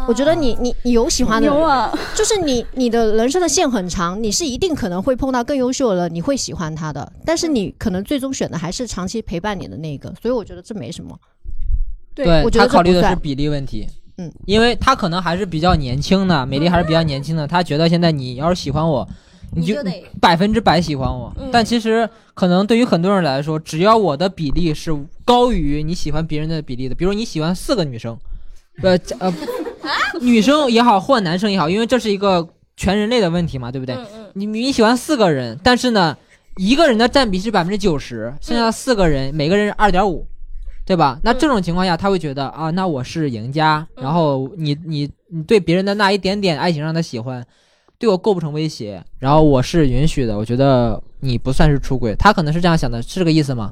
Speaker 6: 我觉得你你你有喜欢的
Speaker 5: 牛
Speaker 6: 人，
Speaker 5: 啊！
Speaker 6: 就是你你的人生的线很长，你是一定可能会碰到更优秀的人，你会喜欢他的，但是你可能最终选的还是长期陪伴你的那个，所以我觉得这没什么。
Speaker 5: 对
Speaker 2: 对
Speaker 6: 我觉
Speaker 2: 他
Speaker 6: 得
Speaker 2: 考
Speaker 6: 这
Speaker 2: 虑
Speaker 6: 不
Speaker 2: 的是
Speaker 6: 算
Speaker 2: 比例问题。
Speaker 6: 嗯，
Speaker 2: 因为他可能还是比较年轻的，美丽还是比较年轻的，他觉得现在你要是喜欢我，你
Speaker 4: 你
Speaker 2: 就
Speaker 4: 就得
Speaker 2: 百分之百喜欢我。
Speaker 4: 嗯
Speaker 2: 但其实可能对于很多人来说，只要我的比例是高于你喜欢别人的比例的，比如你喜欢四个女生，呃这呃，
Speaker 4: 啊
Speaker 2: (laughs) 女生也好或男生也好，因为这是一个全人类的问题嘛，对不对？
Speaker 4: 嗯嗯
Speaker 2: 你你喜欢四个人，但是呢，一个人的占比是百分之九十，剩下的四个人、每个人二点五，对吧？那这种情况下，他会觉得啊，那我是赢家，
Speaker 4: 嗯
Speaker 2: 然后你你你对别人的那一点点爱情让他喜欢，对我构不成威胁，然后我是允许的，我觉得你不算是出轨，他可能是这样想的，是
Speaker 3: 嗯
Speaker 2: 这个意思吗？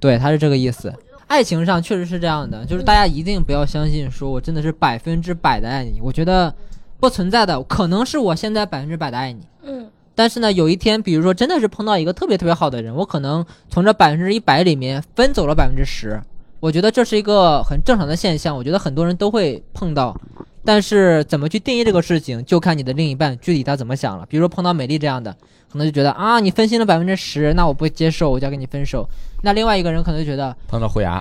Speaker 2: 对，他是这个意思。爱情上确实是这样的，就是大家一定不要相信，说我真的是百分之百的爱你，我觉得不存在的，可能是我现在百分之百的爱你。
Speaker 4: 嗯
Speaker 2: 但是呢，有一天，比如说真的是碰到一个特别特别好的人，我可能从这百分之一百里面分走了百分之十，我觉得这是一个很正常的现象，我觉得很多人都会碰到。但是怎么去定义这个事情，就看你的另一半具体他怎么想了。比如说碰到美丽这样的，可能就觉得啊，你分心了百分之十，那我不接受，我就要跟你分手。那另外一个人可能就觉得，
Speaker 3: 碰到虎牙，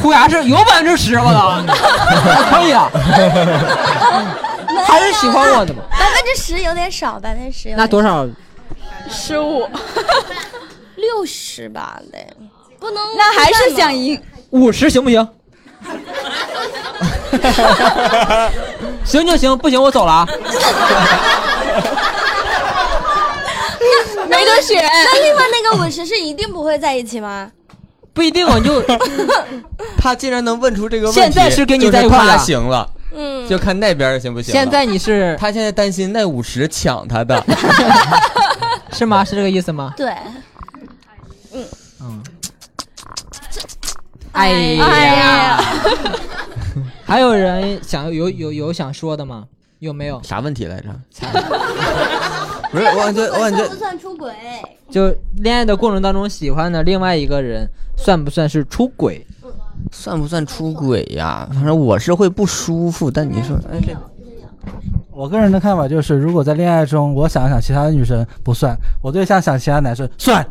Speaker 2: 虎牙是有百分之十，我操，可以啊，还是喜欢我的嘛？
Speaker 4: 百分之十有点少，百分之十有点
Speaker 2: 那多少？
Speaker 5: 十五，
Speaker 4: (laughs) 六十吧得，不能
Speaker 5: 那还是想赢，
Speaker 2: 五十行不
Speaker 3: (laughs)
Speaker 2: 行？行就行，不行我走了啊！
Speaker 5: 没得选。
Speaker 4: 那另外那个五十是一定不会在一起吗？
Speaker 2: 不一定我就 (laughs)
Speaker 3: 他竟然能问出这个问题，
Speaker 2: 现在是跟你在一
Speaker 3: 就是
Speaker 2: 块儿
Speaker 3: 他
Speaker 2: 了
Speaker 3: 行了，
Speaker 4: 嗯，
Speaker 3: 就看那边儿行不行了。
Speaker 2: 现在你是
Speaker 3: 他现在担心那五十抢他的，
Speaker 2: 是吗？是这个意思吗？
Speaker 4: 对，
Speaker 2: 嗯。
Speaker 4: 哎
Speaker 2: 呀， (laughs) 还有人想有有有想说的吗？有没有？
Speaker 3: 啥问题来着？ (laughs) 不是，我感觉我感觉
Speaker 4: 算出轨？ (laughs)
Speaker 2: 就恋爱的过程当中喜欢的另外一个人，算不算是出轨？
Speaker 3: 算不算出轨呀？反正我是会不舒服，但你说，哎，这
Speaker 11: 我个人的看法就是，如果在恋爱中，我想想其他的女生不算，我对象想其他男生算，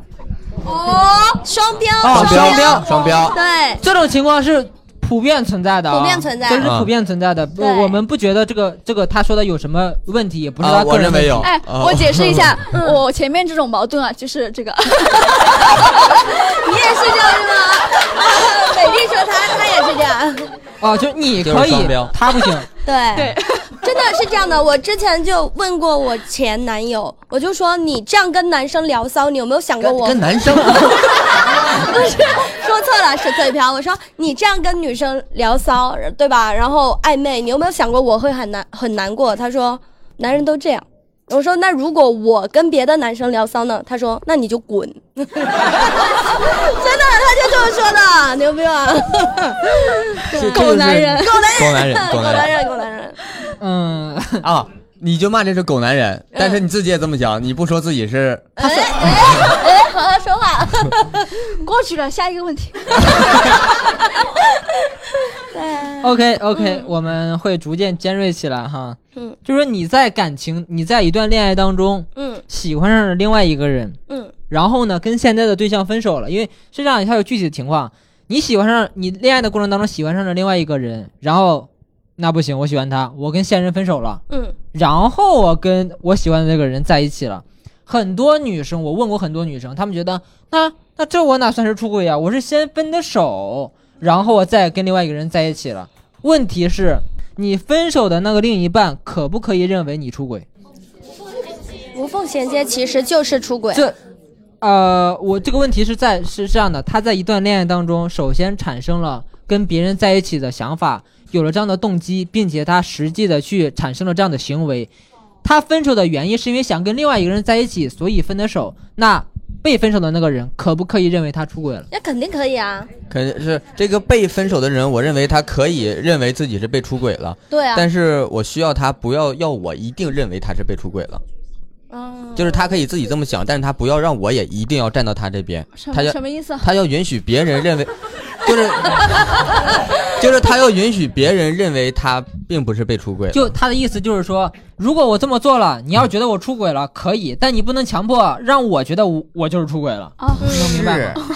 Speaker 4: 哦，双标，
Speaker 3: 双
Speaker 4: 标，哦
Speaker 3: 标，双标，
Speaker 4: 对，
Speaker 2: 这种情况是普遍存在的啊、
Speaker 4: 普遍存在
Speaker 2: 这是
Speaker 3: 啊
Speaker 2: 普遍存在的。不
Speaker 4: 对
Speaker 2: 我们不觉得这个这个他说的有什么问题，也不是
Speaker 3: 啊，
Speaker 2: 他个
Speaker 3: 我
Speaker 2: 人
Speaker 3: 认
Speaker 2: 问
Speaker 3: 为
Speaker 2: 题。
Speaker 3: 有。
Speaker 5: 哎，
Speaker 3: 啊
Speaker 2: 哦
Speaker 5: 我解释一下，我前面这种矛盾啊，就是这个，
Speaker 4: 你也是这样是吗？美丽说她，她也是这样。
Speaker 2: (laughs) 哦，就你
Speaker 3: 就是
Speaker 2: 可以
Speaker 3: 双标，
Speaker 2: 他不
Speaker 4: (laughs)
Speaker 2: 行。
Speaker 4: 对对，真的是这样的。我之前就问过我前男友，我就说你这样跟男生聊骚，你有没有想过我？
Speaker 3: 跟男生
Speaker 4: (laughs) 不是说错了，是嘴瓢。我说你这样跟女生聊骚，对吧？然后暧昧，你有没有想过我会很难很难过？他说男人都这样。我说那如果我跟别的男生聊骚呢？他说那你就滚。真的， (laughs) 他就这么说的，牛逼吧？
Speaker 3: 是
Speaker 4: 狗男人，
Speaker 3: 这
Speaker 4: 狗男人，
Speaker 3: 就是狗男人，
Speaker 4: 狗
Speaker 3: 狗
Speaker 4: 男
Speaker 3: 男人
Speaker 4: 人，狗男人。
Speaker 2: 嗯
Speaker 3: 啊，你就骂这是狗男人，但是你自己也这么讲，你不说自己是
Speaker 4: 哎，好好说话。
Speaker 5: 过去了，下一个问题。
Speaker 2: OK OK，、我们会逐渐尖锐起来哈。
Speaker 4: 嗯
Speaker 2: 就说你在感情，你在一段恋爱当中，
Speaker 4: 嗯
Speaker 2: 喜欢上了另外一个人，
Speaker 4: 嗯
Speaker 2: 然后呢，跟现在的对象分手了，因为是这样，它有具体的情况。你喜欢上你恋爱的过程当中喜欢上了另外一个人，然后那不行，我喜欢他，我跟现任分手了，
Speaker 4: 嗯
Speaker 2: 然后我跟我喜欢的那个人在一起了。很多女生，我问过很多女生，她们觉得那那这我哪算是出轨啊？我是先分的手，然后我再跟另外一个人在一起了。问题是，你分手的那个另一半可不可以认为你出轨？
Speaker 4: 无缝衔接其实就是出轨。
Speaker 2: 这，呃，我这个问题是在是这样的，他在一段恋爱当中，首先产生了跟别人在一起的想法，有了这样的动机，并且他实际的去产生了这样的行为。他分手的原因是因为想跟另外一个人在一起，所以分的手。那被分手的那个人可不可以认为他出轨了？
Speaker 4: 那肯定可以啊，
Speaker 3: 肯定是这个被分手的人，我认为他可以认为自己是被出轨了，
Speaker 4: 对啊
Speaker 3: 但是我需要他不要要我一定认为他是被出轨了，
Speaker 4: 嗯，
Speaker 3: 就是他可以自己这么想，但是他不要让我也一定要站到他这边，
Speaker 5: 什
Speaker 3: 他
Speaker 5: 么
Speaker 3: 要
Speaker 5: 什么意思啊？
Speaker 3: 他要允许别人
Speaker 5: (laughs)
Speaker 3: 认为，就是就是他要允许别人认为他并不是被出轨了，
Speaker 2: 就他的意思就是说，如果我这么做了，你要觉得我出轨了，可以，但你不能强迫让我觉得我我就是出轨了。
Speaker 5: 啊，
Speaker 2: 能明白
Speaker 3: 是
Speaker 2: 吗？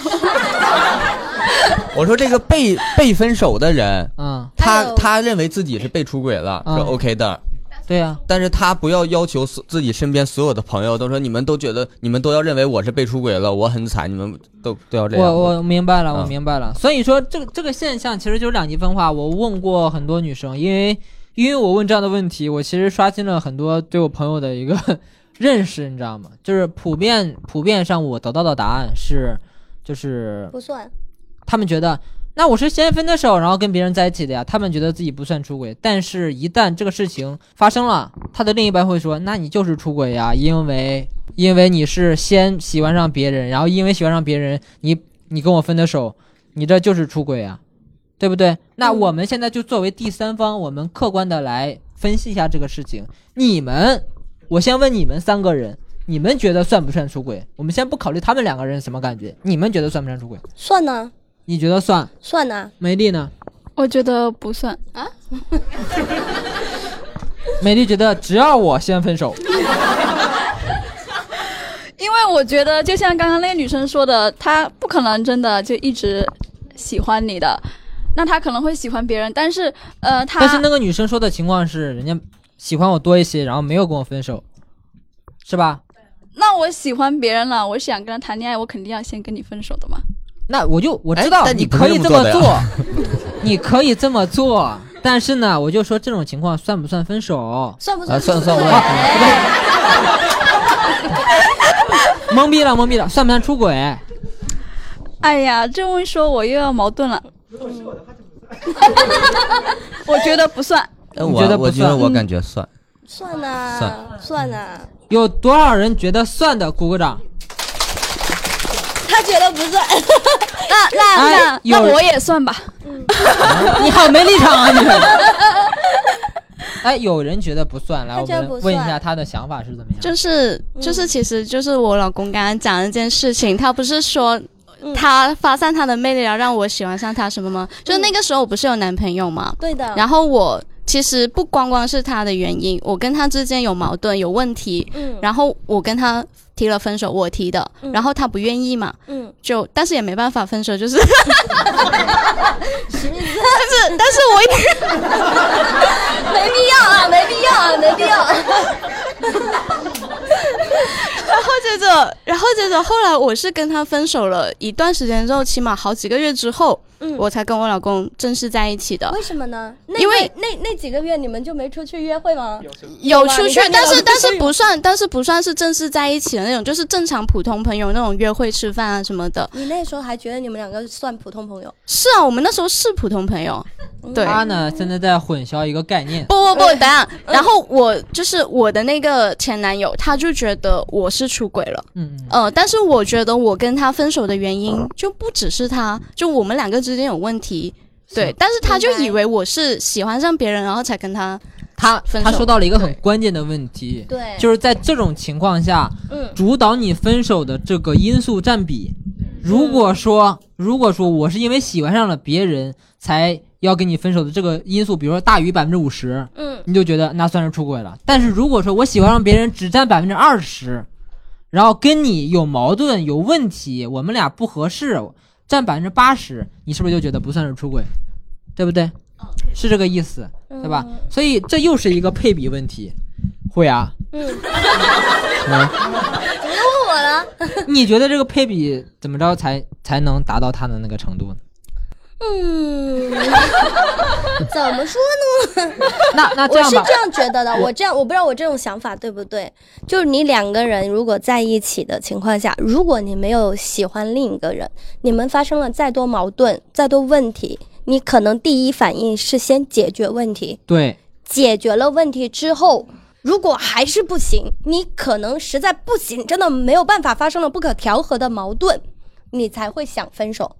Speaker 3: 我说这个被被分手的人，
Speaker 2: 嗯，
Speaker 3: 他
Speaker 4: 还有
Speaker 3: 他认为自己是被出轨了，
Speaker 2: 嗯
Speaker 3: 是 OK 的，
Speaker 2: 对啊呀、
Speaker 3: 但是他不要要求所自己身边所有的朋友都说你们都觉得你们都要认为我是被出轨了，我很惨，你们都都要这样。
Speaker 2: 我 (laughs) 我明白了，我
Speaker 3: 嗯
Speaker 2: 明白了。所以说，这个这个现象其实就是两极分化。我问过很多女生，因为因为我问这样的问题，我其实刷新了很多对我朋友的一个 (laughs) 认识，你知道吗？就是普遍普遍上我得到的答案是，就是
Speaker 4: 不算。
Speaker 2: 他们觉得。那我是先分的手，然后跟别人在一起的呀。他们觉得自己不算出轨，但是一旦这个事情发生了，他的另一半会说：“那你就是出轨呀，因为因为你是先喜欢上别人，然后因为喜欢上别人，你你跟我分的手，你这就是出轨啊，对不对？那我们现在就作为第三方，我们客观的来分析一下这个事情。你们，我先问你们三个人，你们觉得算不算出轨？我们先不考虑他们两个人什么感觉，你们觉得算不算出轨？
Speaker 4: 算呢，
Speaker 2: 你觉得算？
Speaker 4: 算呢，
Speaker 2: 美丽呢？
Speaker 5: 我觉得不算啊，
Speaker 2: 美丽觉得只要我先分手，
Speaker 5: 因为我觉得就像刚刚那个女生说的，她不可能真的就一直喜欢你的，那她可能会喜欢别人，但是呃，她
Speaker 2: 但是那个女生说的情况是，人家喜欢我多一些，然后没有跟我分手，是吧？
Speaker 5: 那我喜欢别人了，我想跟他谈恋爱，我肯定要先跟你分手的嘛。
Speaker 2: 那我就我
Speaker 3: 哎
Speaker 2: 知道
Speaker 3: 但
Speaker 2: 你
Speaker 3: 你不
Speaker 2: 可
Speaker 3: 是
Speaker 2: 以
Speaker 3: 这
Speaker 2: 这
Speaker 3: 么
Speaker 2: 么
Speaker 3: 做的呀
Speaker 2: (laughs) 做，你可以这么做，但是呢，我就说这种情况算不算分手？啊
Speaker 4: 算不
Speaker 3: 啊，
Speaker 4: 算？
Speaker 3: 算算我
Speaker 2: (laughs) 懵逼了，懵逼了，算不算出轨？
Speaker 5: 哎呀，这么一说我又要矛盾了。 (laughs) 我觉得不算，
Speaker 3: 哎
Speaker 2: 你觉得
Speaker 3: 我
Speaker 2: 不
Speaker 3: 我觉得
Speaker 2: 算
Speaker 3: 我感觉算，
Speaker 4: 算呢，算啊呢。
Speaker 2: 有多少人觉得算的？鼓个掌！
Speaker 4: 他觉得不算，
Speaker 5: (laughs) 那那那、
Speaker 2: 哎
Speaker 5: 那
Speaker 2: 有
Speaker 5: 我也算吧。
Speaker 2: (laughs) 你好没立场啊你！ (laughs) 哎，有人觉得不算，来
Speaker 4: 他
Speaker 2: 我
Speaker 4: 觉得不
Speaker 2: 们
Speaker 4: 算
Speaker 2: 问一下他的想法是怎么样？
Speaker 12: 就是
Speaker 4: 嗯
Speaker 12: 就是，其实就是我老公刚刚讲的那件事情，他不是说
Speaker 4: 嗯
Speaker 12: 他发散他的魅力，然后让我喜欢上他什么吗？就是那个时候我不是有男朋友嘛，
Speaker 4: 对的。
Speaker 12: 然后我其实不光光是他的原因，我跟他之间有矛盾有问题，
Speaker 4: 嗯，
Speaker 12: 然后我跟他提了分手，我提的，
Speaker 4: 嗯
Speaker 12: 然后他不愿意嘛，
Speaker 4: 嗯，
Speaker 12: 就但是也没办法分手，就是
Speaker 4: (laughs)
Speaker 12: (laughs) ，但是但是我一 (laughs) 定
Speaker 4: 没啊必要啊，没必要啊，没必要。
Speaker 12: 然后就结果，然后结果后来我是跟他分手了一段时间之后，起码好几个月之后，
Speaker 4: 嗯
Speaker 12: 我才跟我老公正式在一起的。
Speaker 4: 为什么呢？那
Speaker 12: 因为
Speaker 4: 那那那几个月你们就没出去约会吗？
Speaker 12: 有
Speaker 4: 吗
Speaker 12: 出
Speaker 4: 你
Speaker 12: 去
Speaker 4: 看，你
Speaker 12: 但
Speaker 4: 老
Speaker 12: 是
Speaker 4: 公
Speaker 12: 但是不算，但是不算是正式在一起的那种，就是正常普通朋友那种约会、吃饭啊什么的。
Speaker 4: 你那时候还觉得你们两个算普通朋友？
Speaker 12: 是啊，我们那时候是普通朋友，对。
Speaker 2: 他呢，现在在混淆一个概念。
Speaker 12: 不不不，等下，
Speaker 2: 嗯
Speaker 12: 然后我就是我的那个前男友，他就觉得我是出轨了，
Speaker 2: 嗯
Speaker 12: 呃，但是我觉得我跟他分手的原因就不只是他，就我们两个之间有问题，对，但是他就以为我是喜欢上别人，然后才跟他
Speaker 2: 他
Speaker 12: 分手，
Speaker 2: 他说到了一个很关键的问题，
Speaker 12: 对
Speaker 2: 就是在这种情况下，
Speaker 4: 嗯
Speaker 2: 主导你分手的这个因素占比，如果说如果说我是因为喜欢上了别人才要跟你分手的这个因素，比如说大于百分之五十，
Speaker 4: 嗯
Speaker 2: 你就觉得那算是出轨了。但是如果说我喜欢上别人只占百分之二十，然后跟你有矛盾有问题，我们俩不合适，占百分之八十，你是不是就觉得不算是出轨，对不对？是这个意思，对吧？所以这又是一个配比问题。会啊，
Speaker 4: 嗯， (laughs)
Speaker 2: 嗯
Speaker 4: 别问我了。
Speaker 2: (laughs) 你觉得这个配比怎么着才才能达到他的那个程度呢？
Speaker 4: (laughs) 嗯，怎么说 (laughs) 呢？
Speaker 2: 那那这
Speaker 4: 我
Speaker 2: 样
Speaker 4: 是
Speaker 2: 吧
Speaker 4: 这样觉得的，
Speaker 2: 我
Speaker 4: 我这样我不知道我这种想法对不对。就是你两个人如果在一起的情况下，如果你没有喜欢另一个人，你们发生了再多矛盾、再多问题，你可能第一反应是先解决问题，
Speaker 2: 对，
Speaker 4: 解决了问题之后，如果还是不行，你可能实在不行，真的没有办法，发生了不可调和的矛盾，你才会想分手。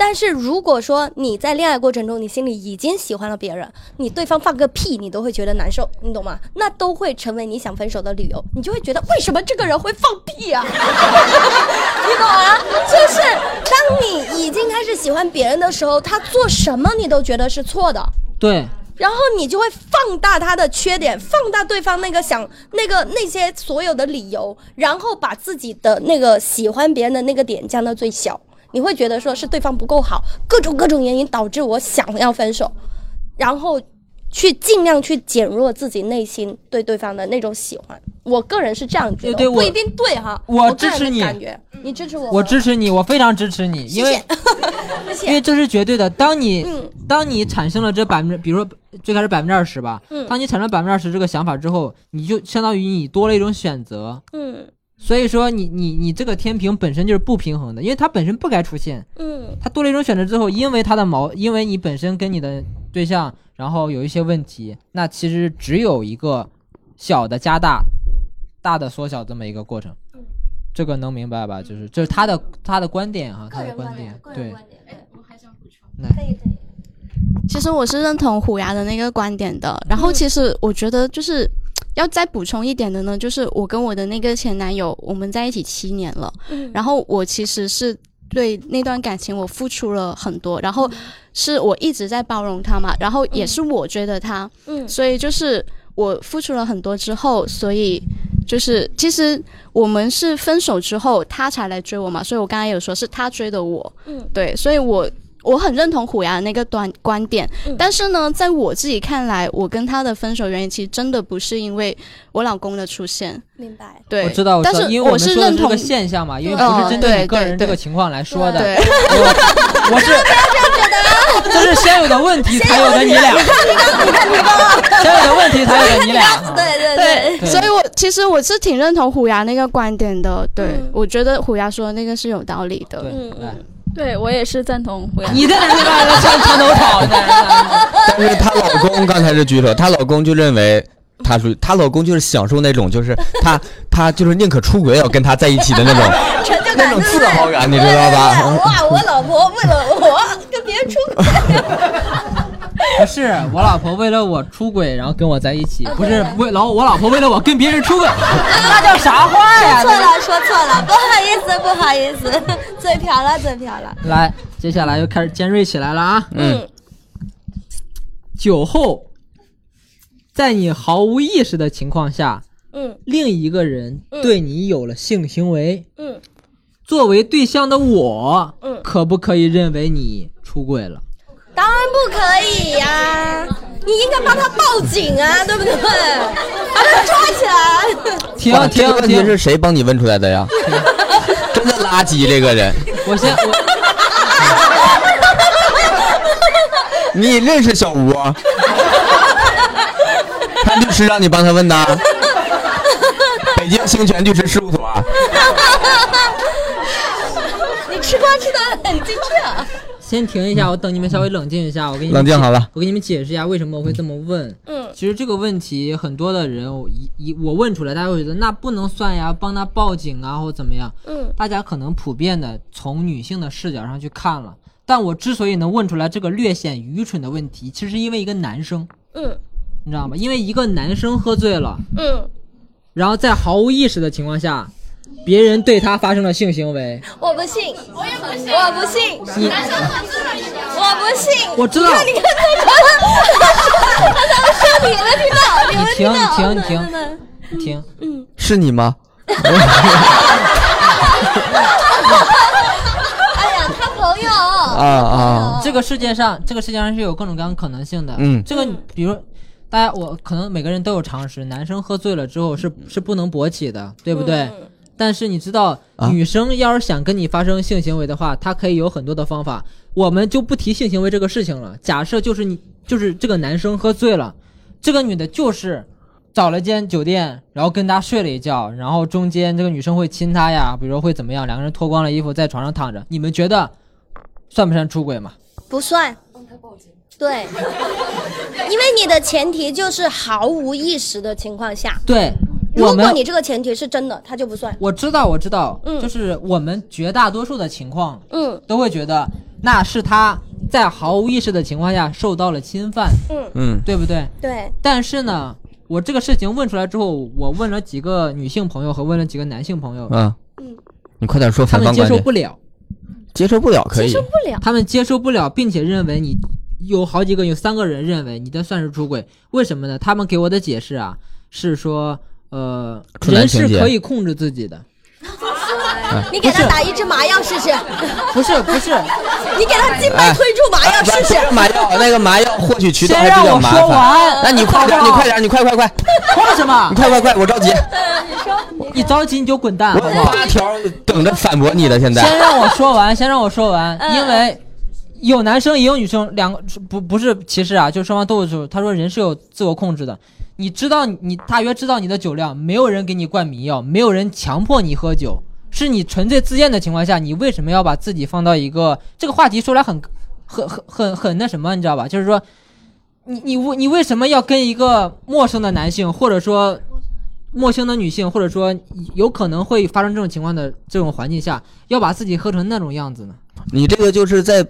Speaker 4: 但是如果说你在恋爱过程中，你心里已经喜欢了别人，你对方放个屁，你都会觉得难受，你懂吗？那都会成为你想分手的理由，你就会觉得为什么这个人会放屁啊？ (laughs) 你懂啊？就是当你已经开始喜欢别人的时候，他做什么你都觉得是错的。
Speaker 2: 对，
Speaker 4: 然后你就会放大他的缺点，放大对方那个想那个那些所有的理由，然后把自己的那个喜欢别人的那个点降到最小。你会觉得说是对方不够好，各种各种原因导致我想要分手，然后去尽量去减弱自己内心对对方的那种喜欢。我个人是这样觉得，
Speaker 2: 对对
Speaker 4: 不
Speaker 2: 我
Speaker 4: 一定对哈。
Speaker 2: 我
Speaker 4: 个人
Speaker 2: 支持
Speaker 4: 的
Speaker 2: 你
Speaker 4: 感觉，你支持我吗，
Speaker 2: 我支持你，我非常支持你，因为
Speaker 4: 谢谢
Speaker 2: 因为这是绝对的。当你、
Speaker 4: 嗯
Speaker 2: 当你产生了这百分之，比如说最开始百分之二十吧，
Speaker 4: 嗯
Speaker 2: 当你产生百分之二十这个想法之后，你就相当于你多了一种选择。
Speaker 4: 嗯
Speaker 2: 所以说你，你你这个天平本身就是不平衡的，因为它本身不该出现。
Speaker 4: 嗯
Speaker 2: 它多了一种选择之后，因为它的矛，因为你本身跟你的对象，然后有一些问题，那其实只有一个小的加大，大的缩小这么一个过程。这个能明白吧？就是这是他的他的观点哈，他的观点对。
Speaker 12: 其实我是认同虎牙的那个观点的。然
Speaker 4: 嗯
Speaker 12: 后其实我觉得就是要再补充一点的呢，就是我跟我的那个前男友，我们在一起七年了，
Speaker 4: 嗯
Speaker 12: 然后我其实是。对那段感情，我付出了很
Speaker 4: 嗯
Speaker 12: 多，然后是我一直在包容他嘛，然后也是我追的他，
Speaker 4: 嗯
Speaker 12: 所以就是我付出了很多之后，所以就是其实我们是分手之后他才来追我嘛，所以我刚才有说是他追的我，
Speaker 4: 嗯，
Speaker 12: 对，所以我我很认同虎牙的那个端观点，
Speaker 4: 嗯
Speaker 12: 但是呢，在我自己看来，我跟他的分手原因其实真的不是因为我老公的出现，
Speaker 4: 明白？
Speaker 12: 对，
Speaker 2: 我知道，我知
Speaker 12: 但
Speaker 2: 道
Speaker 12: 是
Speaker 2: 因为我们
Speaker 12: 是
Speaker 2: 说的
Speaker 12: 认
Speaker 2: 是这
Speaker 12: 同
Speaker 2: 个
Speaker 12: (laughs)
Speaker 2: 现象嘛，因为
Speaker 12: 嗯
Speaker 2: 不是针
Speaker 12: 对
Speaker 2: 你个
Speaker 12: 对
Speaker 2: 人这个情况来说的，
Speaker 12: 对
Speaker 2: (laughs) 我我是 (laughs) 这是啊先有的问题，才有的你俩， (laughs) 先有的问题，才有的你俩。
Speaker 4: (laughs) 对对
Speaker 12: 对，
Speaker 2: 对
Speaker 12: 所以我其实我是挺认同虎牙那个观点的，对、
Speaker 4: 嗯
Speaker 12: 我觉得虎牙说的那个是有道理的，
Speaker 4: (laughs)
Speaker 2: 嗯
Speaker 5: 嗯，对我也是赞同回来。
Speaker 2: 你在哪里把人墙墙头跑呢？
Speaker 3: 但是她老公刚才是举手，她老公就认为她属于她老公就是享受那种就是她她就是宁可出轨也要跟她在一起的那种
Speaker 4: (laughs) 成就
Speaker 3: 那
Speaker 4: 感
Speaker 3: 种
Speaker 4: 对
Speaker 3: (laughs)
Speaker 4: 不
Speaker 3: 自
Speaker 4: 对
Speaker 3: 豪感，你知道吧？
Speaker 4: 哇，
Speaker 3: (laughs)
Speaker 4: 我老婆为了我跟别人出轨，
Speaker 2: 不是我老婆为了我出轨，然后跟我在一起，不
Speaker 4: 哦对啊
Speaker 2: 是为老我老婆为了我跟别人出轨，那叫啥话呀？
Speaker 4: 说错了，说错了， (laughs) 不好意思，不好意思， (laughs) 嘴瓢了，嘴瓢了。
Speaker 2: 来，接下来又开始尖锐起来了啊！
Speaker 4: 嗯，
Speaker 2: 酒后，在你毫无意识的情况下，
Speaker 4: 嗯
Speaker 2: 另一个人
Speaker 4: 嗯
Speaker 2: 对你有了性行为，
Speaker 4: 嗯，
Speaker 2: 作为对象的我，
Speaker 4: 嗯
Speaker 2: 可不可以认为你出轨了？
Speaker 4: 当然不可以呀、你应该帮他报警啊，对不对？把他抓起来。
Speaker 2: 停
Speaker 3: 哇这个问题是谁帮你问出来的呀？ (laughs) 真的垃圾这个人，
Speaker 2: 我先我
Speaker 4: (laughs)
Speaker 3: (laughs) 你认识小吴啊？他律师让你帮他问的啊，北京兴全律师事务所啊。
Speaker 4: 你吃瓜吃的很精确啊。
Speaker 2: 先停一下，我等你们稍微冷静一下，我给你们
Speaker 3: 嗯冷静
Speaker 2: 解
Speaker 3: 好了
Speaker 2: 我给你们解释一下为什么我会这么问。
Speaker 4: 嗯，
Speaker 2: 其实这个问题很多的人，我一一我问出来，大家会觉得那不能算呀，帮他报警啊，或怎么样。
Speaker 4: 嗯
Speaker 2: 大家可能普遍的从女性的视角上去看了。但我之所以能问出来这个略显愚蠢的问题，其实是因为一个男生，
Speaker 4: 嗯
Speaker 2: 你知道吗？因为一个男生喝醉了，
Speaker 4: 嗯，
Speaker 2: 然后在毫无意识的情况下，别人对他发生了性行为，
Speaker 4: 我不信，我也不信，我不信，
Speaker 2: 你
Speaker 4: 我不信，
Speaker 2: 我知道
Speaker 4: 你看，你看他，他说你们听到，们听到，
Speaker 2: 你停你停嗯
Speaker 4: 等等等
Speaker 2: 停，
Speaker 3: 是你吗？
Speaker 4: 哎呀，他朋
Speaker 3: (laughs)
Speaker 4: 友，
Speaker 3: 啊啊！
Speaker 2: 这个世界上，这个世界上是有各种各样可能性的。
Speaker 3: 嗯
Speaker 2: 这个比如，大家我可能每个人都有常识，男生喝醉了之后是是不能勃起的，对不对？但是你知道，女生要是想跟你发生性行为的话，她可以有很多的方法。我们就不提性行为这个事情了。假设就是你，就是这个男生喝醉了，这个女的就是找了间酒店，然后跟他睡了一觉，然后中间这个女生会亲他呀，比如说会怎么样，两个人脱光了衣服在床上躺着，你们觉得算不算出轨嘛？
Speaker 4: 不算。对，因为你的前提就是毫无意识的情况下。
Speaker 2: 对，
Speaker 4: 如
Speaker 2: 我们
Speaker 4: 果你这个前提是真的，他就不算。
Speaker 2: 我知道，我知道，
Speaker 4: 嗯
Speaker 2: 就是我们绝大多数的情况
Speaker 4: 嗯
Speaker 2: 都会觉得那是他在毫无意识的情况下受到了侵犯，
Speaker 4: 嗯
Speaker 3: 嗯
Speaker 2: 对不对？
Speaker 4: 对，
Speaker 2: 但是呢，我这个事情问出来之后，我问了几个女性朋友和问了几个男性朋友，
Speaker 3: 嗯，你快点说
Speaker 2: 他
Speaker 3: 反
Speaker 2: 们
Speaker 3: 方
Speaker 2: 接
Speaker 3: 观
Speaker 2: 受
Speaker 3: 点
Speaker 2: 不，了，
Speaker 3: 接受不了可以，
Speaker 4: 不了，
Speaker 2: 他们接受不了，并且认为你有好几个有三个人认为你这算是出轨，为什么呢？他们给我的解释啊是说，呃，
Speaker 3: 处男
Speaker 2: 人
Speaker 3: 情
Speaker 2: 是
Speaker 3: 节
Speaker 2: 可以控制自己的，
Speaker 3: 哎
Speaker 4: 你给
Speaker 2: 不
Speaker 4: 他
Speaker 2: 是
Speaker 4: 打一支麻药试试，
Speaker 2: 不是不是。
Speaker 4: (laughs) 你给他静脉
Speaker 3: 哎
Speaker 4: 推注麻药试试。
Speaker 3: 不是麻药，那个麻药获取渠道
Speaker 2: 先
Speaker 3: 还
Speaker 2: 让
Speaker 3: 比较
Speaker 2: 我
Speaker 3: 麻
Speaker 2: 说
Speaker 3: 烦。
Speaker 2: 完，
Speaker 3: 那你快点，你快点，你
Speaker 2: (laughs)
Speaker 3: 快快快，
Speaker 2: 快什么
Speaker 3: 你？快快快，我着急，
Speaker 2: 你着急你就滚蛋，
Speaker 3: 我
Speaker 2: 好不
Speaker 3: 有
Speaker 2: 好？
Speaker 3: 八条等着反驳你的，现
Speaker 2: 先
Speaker 3: 在
Speaker 2: 让我说完，先让我说完，因为有男生也有女生，两个不不是歧视啊，就双方都有这种。他说人是有自我控制的，你知道你大约知道你的酒量，没有人给你灌迷药，没有人强迫你喝酒，是你纯粹自愿的情况下，你为什么要把自己放到一个这个话题说来很很很很很那什么，你知道吧？就是说。你你为你为什么要跟一个陌生的男性，或者说陌生的女性，或者说有可能会发生这种情况的这种环境下，要把自己喝成那种样子呢？
Speaker 3: 你这个就是在。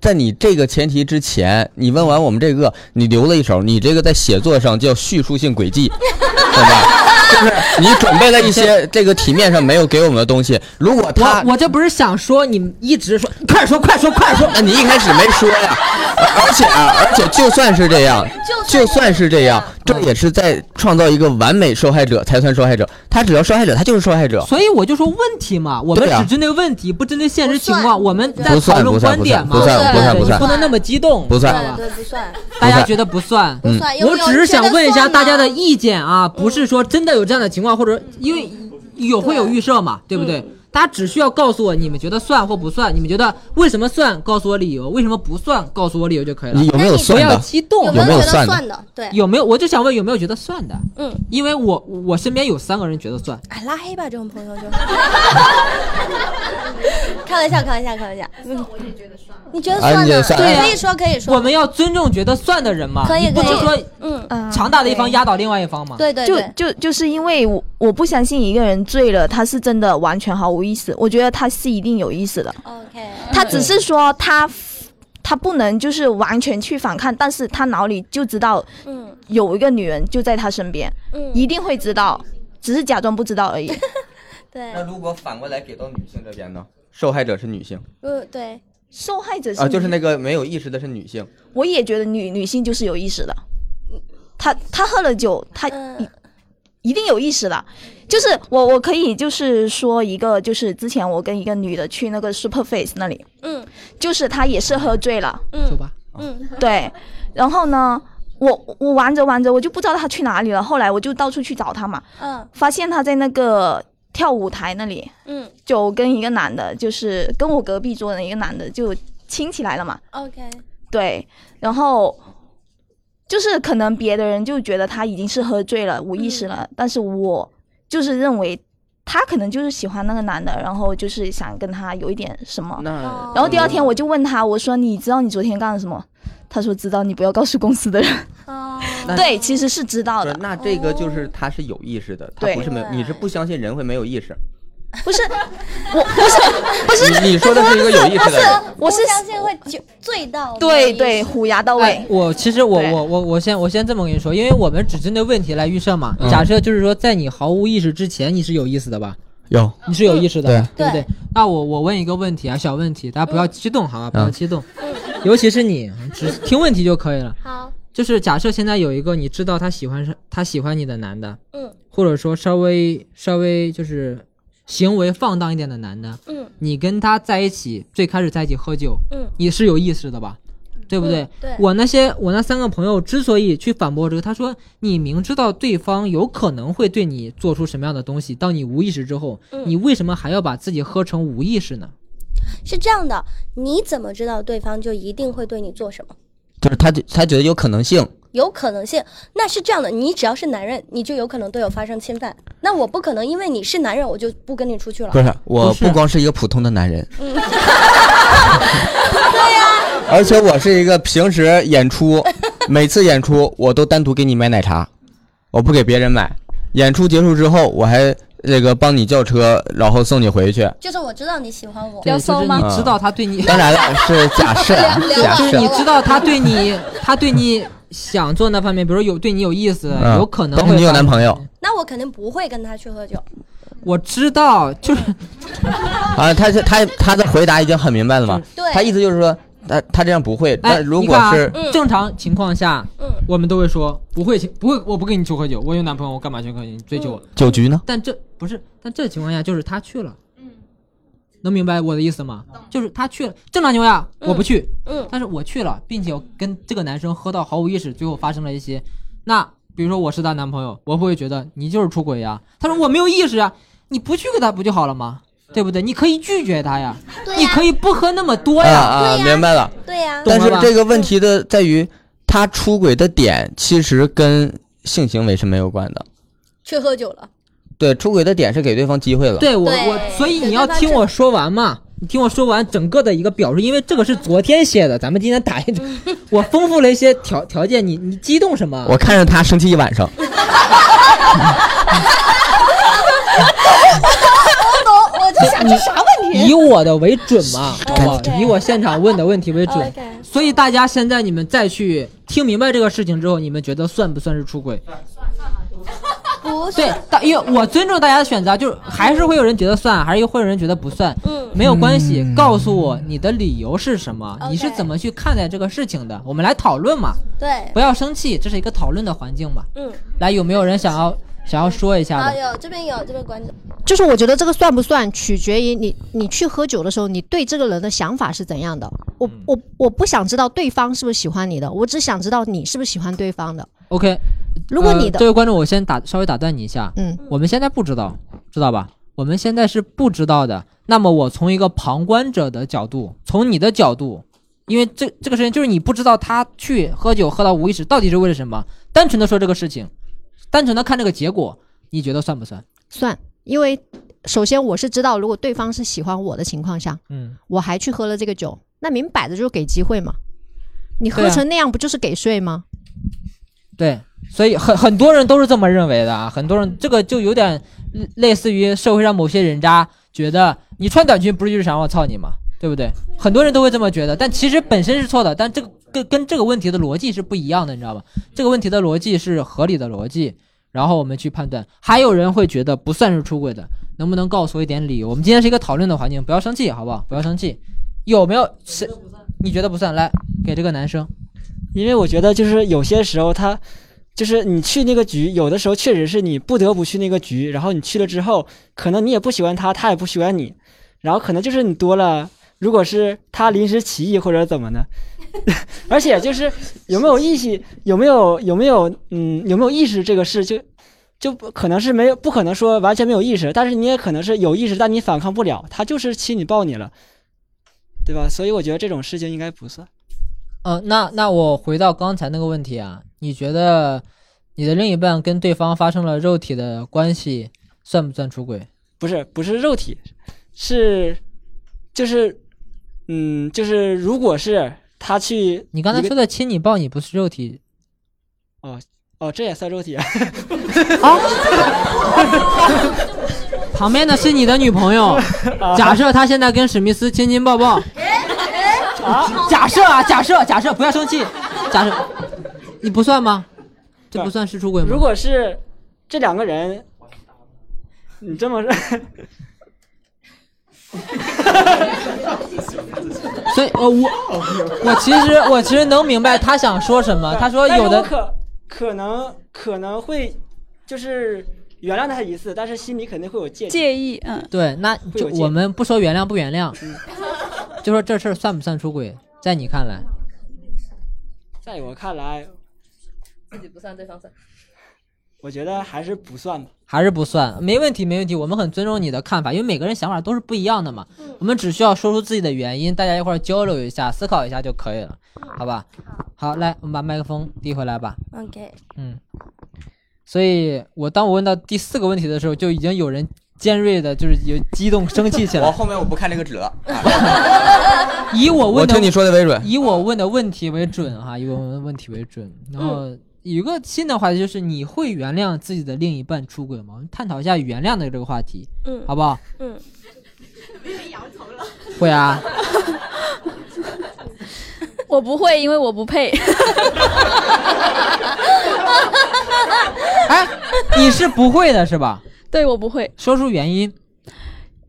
Speaker 3: 在你这个前提之前，你问完我们这个，你留了一手，你这个在写作上叫叙述性轨迹，对吧？就是你准备了一
Speaker 2: (laughs)
Speaker 3: 些这个题面上没有给我们的东西。如果他
Speaker 2: 我我这不是想说你一直说，快说快说快 (laughs) 说，
Speaker 3: 那你一开始没说呀，而而且啊，而且就算是这样，就算是这样，这也是在创造一个完美受害者才算受害者。他只要受害者，他就是受害者。
Speaker 2: 所以我就说问题嘛，我们
Speaker 3: 对啊
Speaker 2: 只针对问题，不针对现实情况，我们在
Speaker 3: 不算
Speaker 2: 讨论
Speaker 3: 不算
Speaker 2: 观点嘛，
Speaker 3: 不算
Speaker 2: 对
Speaker 3: 不算
Speaker 2: 对
Speaker 3: 不算
Speaker 2: 你不能那么激动，
Speaker 3: 不算
Speaker 2: 知道吧
Speaker 4: 对，不算，
Speaker 2: 大
Speaker 3: 不
Speaker 2: 家
Speaker 3: 算
Speaker 2: 觉得不算，
Speaker 3: 嗯
Speaker 4: 不算。因为
Speaker 2: 我只是想问一下大家的意见
Speaker 4: 嗯
Speaker 2: 啊，不是说真的有这样的情况，或者因为有会有预设
Speaker 4: 嗯
Speaker 2: 嘛，对不对？大家只需要告诉我你们觉得算或不算，你们觉得为什么算，告诉我理由；为什么不算，告诉我理由就可以了。
Speaker 3: 你有没有
Speaker 2: 不
Speaker 3: 算
Speaker 2: 要
Speaker 3: 的？
Speaker 2: 激动，
Speaker 4: 有
Speaker 3: 有没有
Speaker 4: 有觉得
Speaker 3: 算的
Speaker 4: 算的？对，
Speaker 2: 有没有？我就想问有没有觉得算的？
Speaker 4: 嗯，
Speaker 2: 因为我我身边有三个人觉得算，
Speaker 4: 哎，拉黑吧，这种朋友就。 (laughs) 开玩笑，开玩笑，开玩笑。嗯，我也觉得算。你觉得
Speaker 3: 啊
Speaker 4: 算
Speaker 3: 你觉得
Speaker 4: 呢？
Speaker 3: 算
Speaker 2: 啊
Speaker 4: 可以说，可以说。
Speaker 2: 我们要尊重觉得算的人嘛，
Speaker 4: 可以
Speaker 2: 你不
Speaker 4: 可以
Speaker 2: 是说呃
Speaker 4: 嗯，
Speaker 2: 强大的一方压倒另外一方嘛？
Speaker 4: (laughs) 对对
Speaker 13: 就
Speaker 4: 对，
Speaker 13: 就就是因为我我不相信一个人醉了，他是真的完全毫无意识。我觉得他是一定有意识的。
Speaker 4: OK，
Speaker 13: 他只是说他他不能就是完全去反抗，但是他脑里就知道
Speaker 4: 嗯
Speaker 13: 有一个女人就在他身边，
Speaker 4: 嗯
Speaker 13: 一定会知道，只是假装不知道
Speaker 4: (laughs)
Speaker 13: 而已。
Speaker 4: 对，
Speaker 3: 那如果反过来给到女性这边呢？受害者是女性
Speaker 4: 嗯对，
Speaker 13: 受害者是
Speaker 3: 啊，就是
Speaker 13: 女
Speaker 3: 那个没有意识的是女性。
Speaker 13: 我也觉得女女性就是有意识的，她她喝了酒，她一一定有意识的。就是我我可以就是说一个，就是之前我跟一个女的去那个 Super Face 那里，
Speaker 4: 嗯
Speaker 13: 就是她也是喝醉了，
Speaker 4: 嗯，
Speaker 2: 酒吧，
Speaker 3: 啊。
Speaker 13: 嗯，对。然后呢，我我玩着玩着，我就不知道他去哪里了。后来我就到处去找他嘛，
Speaker 4: 嗯
Speaker 13: 发现他在那个跳舞台那里，
Speaker 4: 嗯
Speaker 13: 就跟一个男的，就是跟我隔壁桌的一个男的就亲起来了嘛。
Speaker 4: ，OK，
Speaker 13: 对，然后就是可能别的人就觉得他已经是喝醉了、无意识了，但是我就是认为他可能就是喜欢那个男的，然后就是想跟他有一点什么。
Speaker 3: 那
Speaker 13: 然后第二天我就问他，我说你知道你昨天干了什么？他说知道，你不要告诉公司的人。
Speaker 3: 那
Speaker 13: 对，其实是知道的。
Speaker 3: 那这个就是他是有意识的，他
Speaker 13: 对
Speaker 3: 不是没有，你是不相信人会没有意识。
Speaker 13: 不 (laughs) 是，我不是不是
Speaker 3: 你你说的是一个有意思的人。
Speaker 13: 我是
Speaker 4: 相信会酒醉到没有
Speaker 13: 对
Speaker 4: 意识
Speaker 13: 对，虎牙到位。
Speaker 2: 我其实我
Speaker 13: 对
Speaker 2: 我我我先我先这么跟你说，因为我们只针对问题来预设嘛。
Speaker 3: 嗯
Speaker 2: 假设就是说，在你毫无意识之前，你是有意识的吧？
Speaker 3: 有，嗯
Speaker 2: 你是有意识的吧，
Speaker 3: 对
Speaker 2: 不对？那我我问一个问题啊，小问题，大家不要激动，好吧？不要
Speaker 3: 嗯
Speaker 2: 激动，尤其是你，只听问题就可以了。
Speaker 4: 好，
Speaker 2: 就是假设现在有一个你知道他喜欢上他喜欢你的男的，
Speaker 4: 嗯
Speaker 2: 或者说稍微稍微就是行为放荡一点的男的，
Speaker 4: 嗯
Speaker 2: 你跟他在一起，最开始在一起喝酒，
Speaker 4: 嗯
Speaker 2: 你是有意识的吧？对不对？
Speaker 4: 嗯对
Speaker 2: 我那些我那三个朋友之所以去反驳这个，他说你明知道对方有可能会对你做出什么样的东西，当你无意识之后，
Speaker 4: 嗯
Speaker 2: 你为什么还要把自己喝成无意识呢？
Speaker 4: 是这样的，你怎么知道对方就一定会对你做什么？
Speaker 3: 就是他觉他觉得有可能性，
Speaker 4: 有可能性，那是这样的，你只要是男人，你就有可能对我发生侵犯。那我不可能因为你是男人，我就不跟你出去了。
Speaker 3: 不是我不光是一个普通的男人， (laughs)
Speaker 4: 嗯，对呀、
Speaker 3: 而且我是一个平时演出，每次演出我都单独给你买奶茶，我不给别人买。演出结束之后，我还那个帮你叫车，然后送你回去。
Speaker 4: 就是我知道你喜欢我，啊
Speaker 2: 对就是你知道他对你，
Speaker 3: 当然了，是
Speaker 2: (laughs)
Speaker 3: 假设，啊
Speaker 4: (laughs)
Speaker 3: 假
Speaker 2: 就是
Speaker 3: 设
Speaker 2: 你。知道他对你，他对你想做那方面，比如说有对你有意思，
Speaker 3: 嗯
Speaker 2: 有可能
Speaker 3: 但
Speaker 2: 会
Speaker 3: 是你有
Speaker 2: 发
Speaker 3: 男朋友
Speaker 4: 那我肯定不会跟他去喝酒。 (laughs)
Speaker 2: 我知道，就是
Speaker 3: 啊？他是他他的回答已经很明白了嘛？
Speaker 4: 嗯对嗯
Speaker 3: 他意思就是说，他他这样不会。
Speaker 2: 哎，
Speaker 3: 但如
Speaker 2: 你
Speaker 3: 果
Speaker 2: 看啊
Speaker 3: 是
Speaker 2: 正常情况下，我们都会说不会，不会，我不跟你去喝酒，我有男朋友，我干嘛去跟你追求我？
Speaker 3: 酒局呢？
Speaker 2: 但这不是，但这情况下就是他去了，能明白我的意思吗？就是他去了，正常情况下我不去，
Speaker 4: 嗯，
Speaker 2: 但是我去了，并且我跟这个男生喝到毫无意识，最后发生了一些，那比如说我是他男朋友，我会不会觉得你就是出轨呀？他说我没有意识啊，你不去给他不就好了吗？对不对？你可以拒绝他呀，你可以不喝那么多
Speaker 3: 啊
Speaker 2: 呀，
Speaker 3: 啊，明白了。
Speaker 4: 对呀、嗯
Speaker 3: 但是这个问题的在于，他出轨的点其实跟性行为是没有关的。
Speaker 4: 去喝酒了，
Speaker 3: 对，出轨的点是给对方机会了。
Speaker 2: 对我我，所以你要听我说完嘛，你听我说完整个的一个表述，因为这个是昨天写的，咱们今天打一，我丰富了一些条条件，你你激动什么？
Speaker 3: 我看着他生气一晚上。
Speaker 4: 我懂，我就想这啥问题？哦
Speaker 2: 以我的为准嘛，好不好？以我现场问的问题为准
Speaker 4: OK。
Speaker 2: 所以大家现在你们再去听明白这个事情之后，你们觉得算不算是出轨？
Speaker 4: 不
Speaker 2: 对，大因为我尊重大家的选择，就是还是会有人觉得算，还是会有人觉得不算，
Speaker 4: 嗯
Speaker 2: 没有关系。告诉我你的理由是什么，你是怎么去看待这个事情的，我们来讨论嘛，
Speaker 4: 对，
Speaker 2: 不要生气，这是一个讨论的环境嘛。
Speaker 4: 嗯，
Speaker 2: 来，有没有人想要想要说一下
Speaker 4: 啊
Speaker 2: 的？
Speaker 4: 有这边有这边观众，
Speaker 6: 就是我觉得这个算不算，取决于你你去喝酒的时候，你对这个人的想法是怎样的。我
Speaker 2: 嗯
Speaker 6: 我我不想知道对方是不是喜欢你的，我只想知道你是不是喜欢对方的。
Speaker 2: OK，
Speaker 6: 如果你的
Speaker 2: 呃、这位观众，我先打稍微打断你一下，
Speaker 6: 嗯，
Speaker 2: 我们现在不知道，知道吧？我们现在是不知道的。那么我从一个旁观者的角度，从你的角度，因为这这个事情就是你不知道他去喝酒喝到无意识到底是为了什么，单纯的说这个事情，单纯的看这个结果，你觉得算不算？
Speaker 6: 算，因为首先我是知道，如果对方是喜欢我的情况下，
Speaker 2: 嗯，
Speaker 6: 我还去喝了这个酒，那明摆着就是给机会嘛。你
Speaker 2: 对
Speaker 6: 喝
Speaker 2: 啊
Speaker 6: 成那样，不就是给睡吗？
Speaker 2: 对，所以很很多人都是这么认为的啊，很多人这个就有点类似于社会上某些人渣觉得你穿短裙不是就是想我操你吗？对不对？很多人都会这么觉得，但其实本身是错的，但这个跟跟这个问题的逻辑是不一样的，你知道吧？这个问题的逻辑是合理的逻辑，然后我们去判断。还有人会觉得不算是出轨的，能不能告诉我一点理由？我们今天是一个讨论的环境，不要生气，好不好？不要生气。有没有谁？你觉得不算？来，给这个男生。
Speaker 14: 因为我觉得就是有些时候他，就是你去那个局，有的时候确实是你不得不去那个局，然后你去了之后，可能你也不喜欢他，他也不喜欢你，然后可能就是你多了，如果是他临时起意或者怎么的， (laughs) 而且就是有没有意识，有没有有没有嗯有没有意识这个事，就就不可能是没有，不可能说完全没有意识，但是你也可能是有意识，但你反抗不了，他就是欺你抱你了，对吧？所以我觉得这种事情应该不算。
Speaker 2: 呃，那那我回到刚才那个问题啊，你觉得你的另一半跟对方发生了肉体的关系，算不算出轨？
Speaker 14: 不是不是肉体，是就是嗯就是如果是他去
Speaker 2: 你刚才
Speaker 14: 一个
Speaker 2: 说的亲你抱你不是肉体，
Speaker 14: 哦哦这也算肉体啊？
Speaker 2: 啊旁边的是你的女
Speaker 14: (laughs)
Speaker 2: 朋友。
Speaker 14: 啊
Speaker 2: 假设她现在跟史密斯亲亲抱抱，假设啊，假设假设不要生气，假设你不算吗？这不算是出轨吗？
Speaker 14: (laughs) 如果是这两个人，你这
Speaker 2: (laughs)
Speaker 14: 么说，
Speaker 2: 所以呃我我其实我其实能明白他想说什么，他说
Speaker 14: 但是
Speaker 2: 有
Speaker 14: 我
Speaker 2: 的
Speaker 14: 可可能可能会就是原谅他一次，但是心里肯定会有戒
Speaker 5: 介意，嗯，
Speaker 14: (laughs)
Speaker 2: 对，那
Speaker 14: 会
Speaker 2: 就
Speaker 14: 有戒嗯
Speaker 2: 我们不说原谅不原谅， (laughs) 就说这事儿算不算出轨？在你看来，
Speaker 14: 在我看来，
Speaker 15: 自己不算，对方算。
Speaker 14: 我觉得还是不算吧。
Speaker 2: 还是不算，没问题，没问题，我们很尊重你的看法，因为每个人想法都是不一样的嘛。
Speaker 14: 嗯
Speaker 2: 我们只需要说出自己的原因，大家一块儿交流一下，思考一下就可以了，好吧？好，来，我们把麦克风递回来吧。
Speaker 4: OK，
Speaker 2: 嗯，所以我当我问到第四个问题的时候，就已经有人尖锐的，就是有激动、生气起来。
Speaker 3: 我后面我不看这个纸了。
Speaker 2: (laughs) 以我问的，
Speaker 3: 我听你说的为准
Speaker 2: 以我问的问题为准哈，以我问的问题为准。然后有一个新的话题就是，你会原谅自己的另一半出轨吗？我们探讨一下原谅的这个话题，
Speaker 4: 嗯
Speaker 2: 好不好？
Speaker 4: 嗯，
Speaker 2: 会啊，
Speaker 5: (laughs) 我不会，因为我不配。
Speaker 2: 哎，你是不会的是吧？
Speaker 5: 对我不会，
Speaker 2: 说出原因。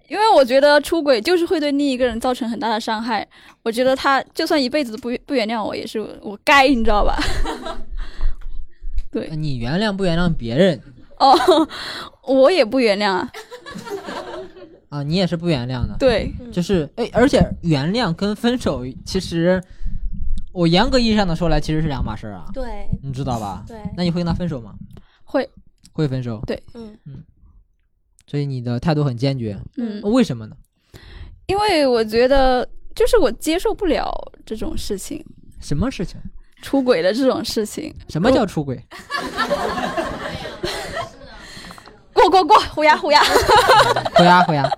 Speaker 5: 因为我觉得出轨就是会对另一个人造成很大的伤害。我觉得他就算一辈子都不不原谅我，也是我该，你知道吧？ (laughs) 对，
Speaker 2: 你原谅不原谅别人
Speaker 5: 哦，我也不原谅啊。
Speaker 2: 啊？你也是不原谅的。
Speaker 5: 对，
Speaker 4: 嗯
Speaker 2: 就是哎，而且原谅跟分手其实，我严格意义上的说来，其实是两码事儿啊。
Speaker 4: 对，
Speaker 2: 你知道吧？
Speaker 4: 对
Speaker 2: 那你会跟他分手吗？
Speaker 5: 会，
Speaker 2: 会分手。
Speaker 5: 对，
Speaker 4: 嗯
Speaker 2: 嗯。所以你的态度很坚决。
Speaker 5: 嗯
Speaker 2: 为什么呢？
Speaker 5: 因为我觉得就是我接受不了这种事情，
Speaker 2: 什么事情？
Speaker 5: 出轨的这种事情。
Speaker 2: 什么叫出轨？
Speaker 5: 过过过，虎牙虎牙。
Speaker 2: 回答回啊答。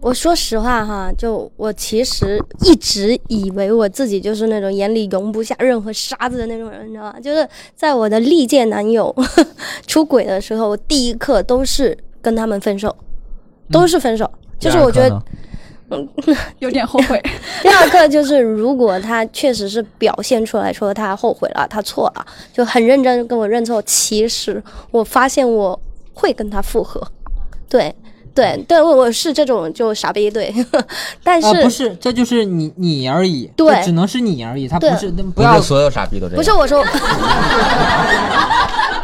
Speaker 4: 我说实话哈，就我其实一直以为我自己就是那种眼里容不下任何沙子的那种人，你知道吗？就是在我的历届男友 (laughs) 出轨的时候，我第一刻都是跟他们分手，都是分手。就是我觉得，嗯，
Speaker 5: 有点后悔。
Speaker 4: (laughs) 第二课就是，如果他确实是表现出来说他后悔了，他错了，就很认真跟我认错。其实我发现我会跟他复合，对对对，我我是这种就傻逼对， (laughs) 但是、
Speaker 2: 啊，不是，这就是你你而已，
Speaker 4: 对
Speaker 2: 这只能是你而已，他不
Speaker 4: 对
Speaker 2: 是，不要，
Speaker 3: 所有傻逼都这样。
Speaker 4: 不是我说，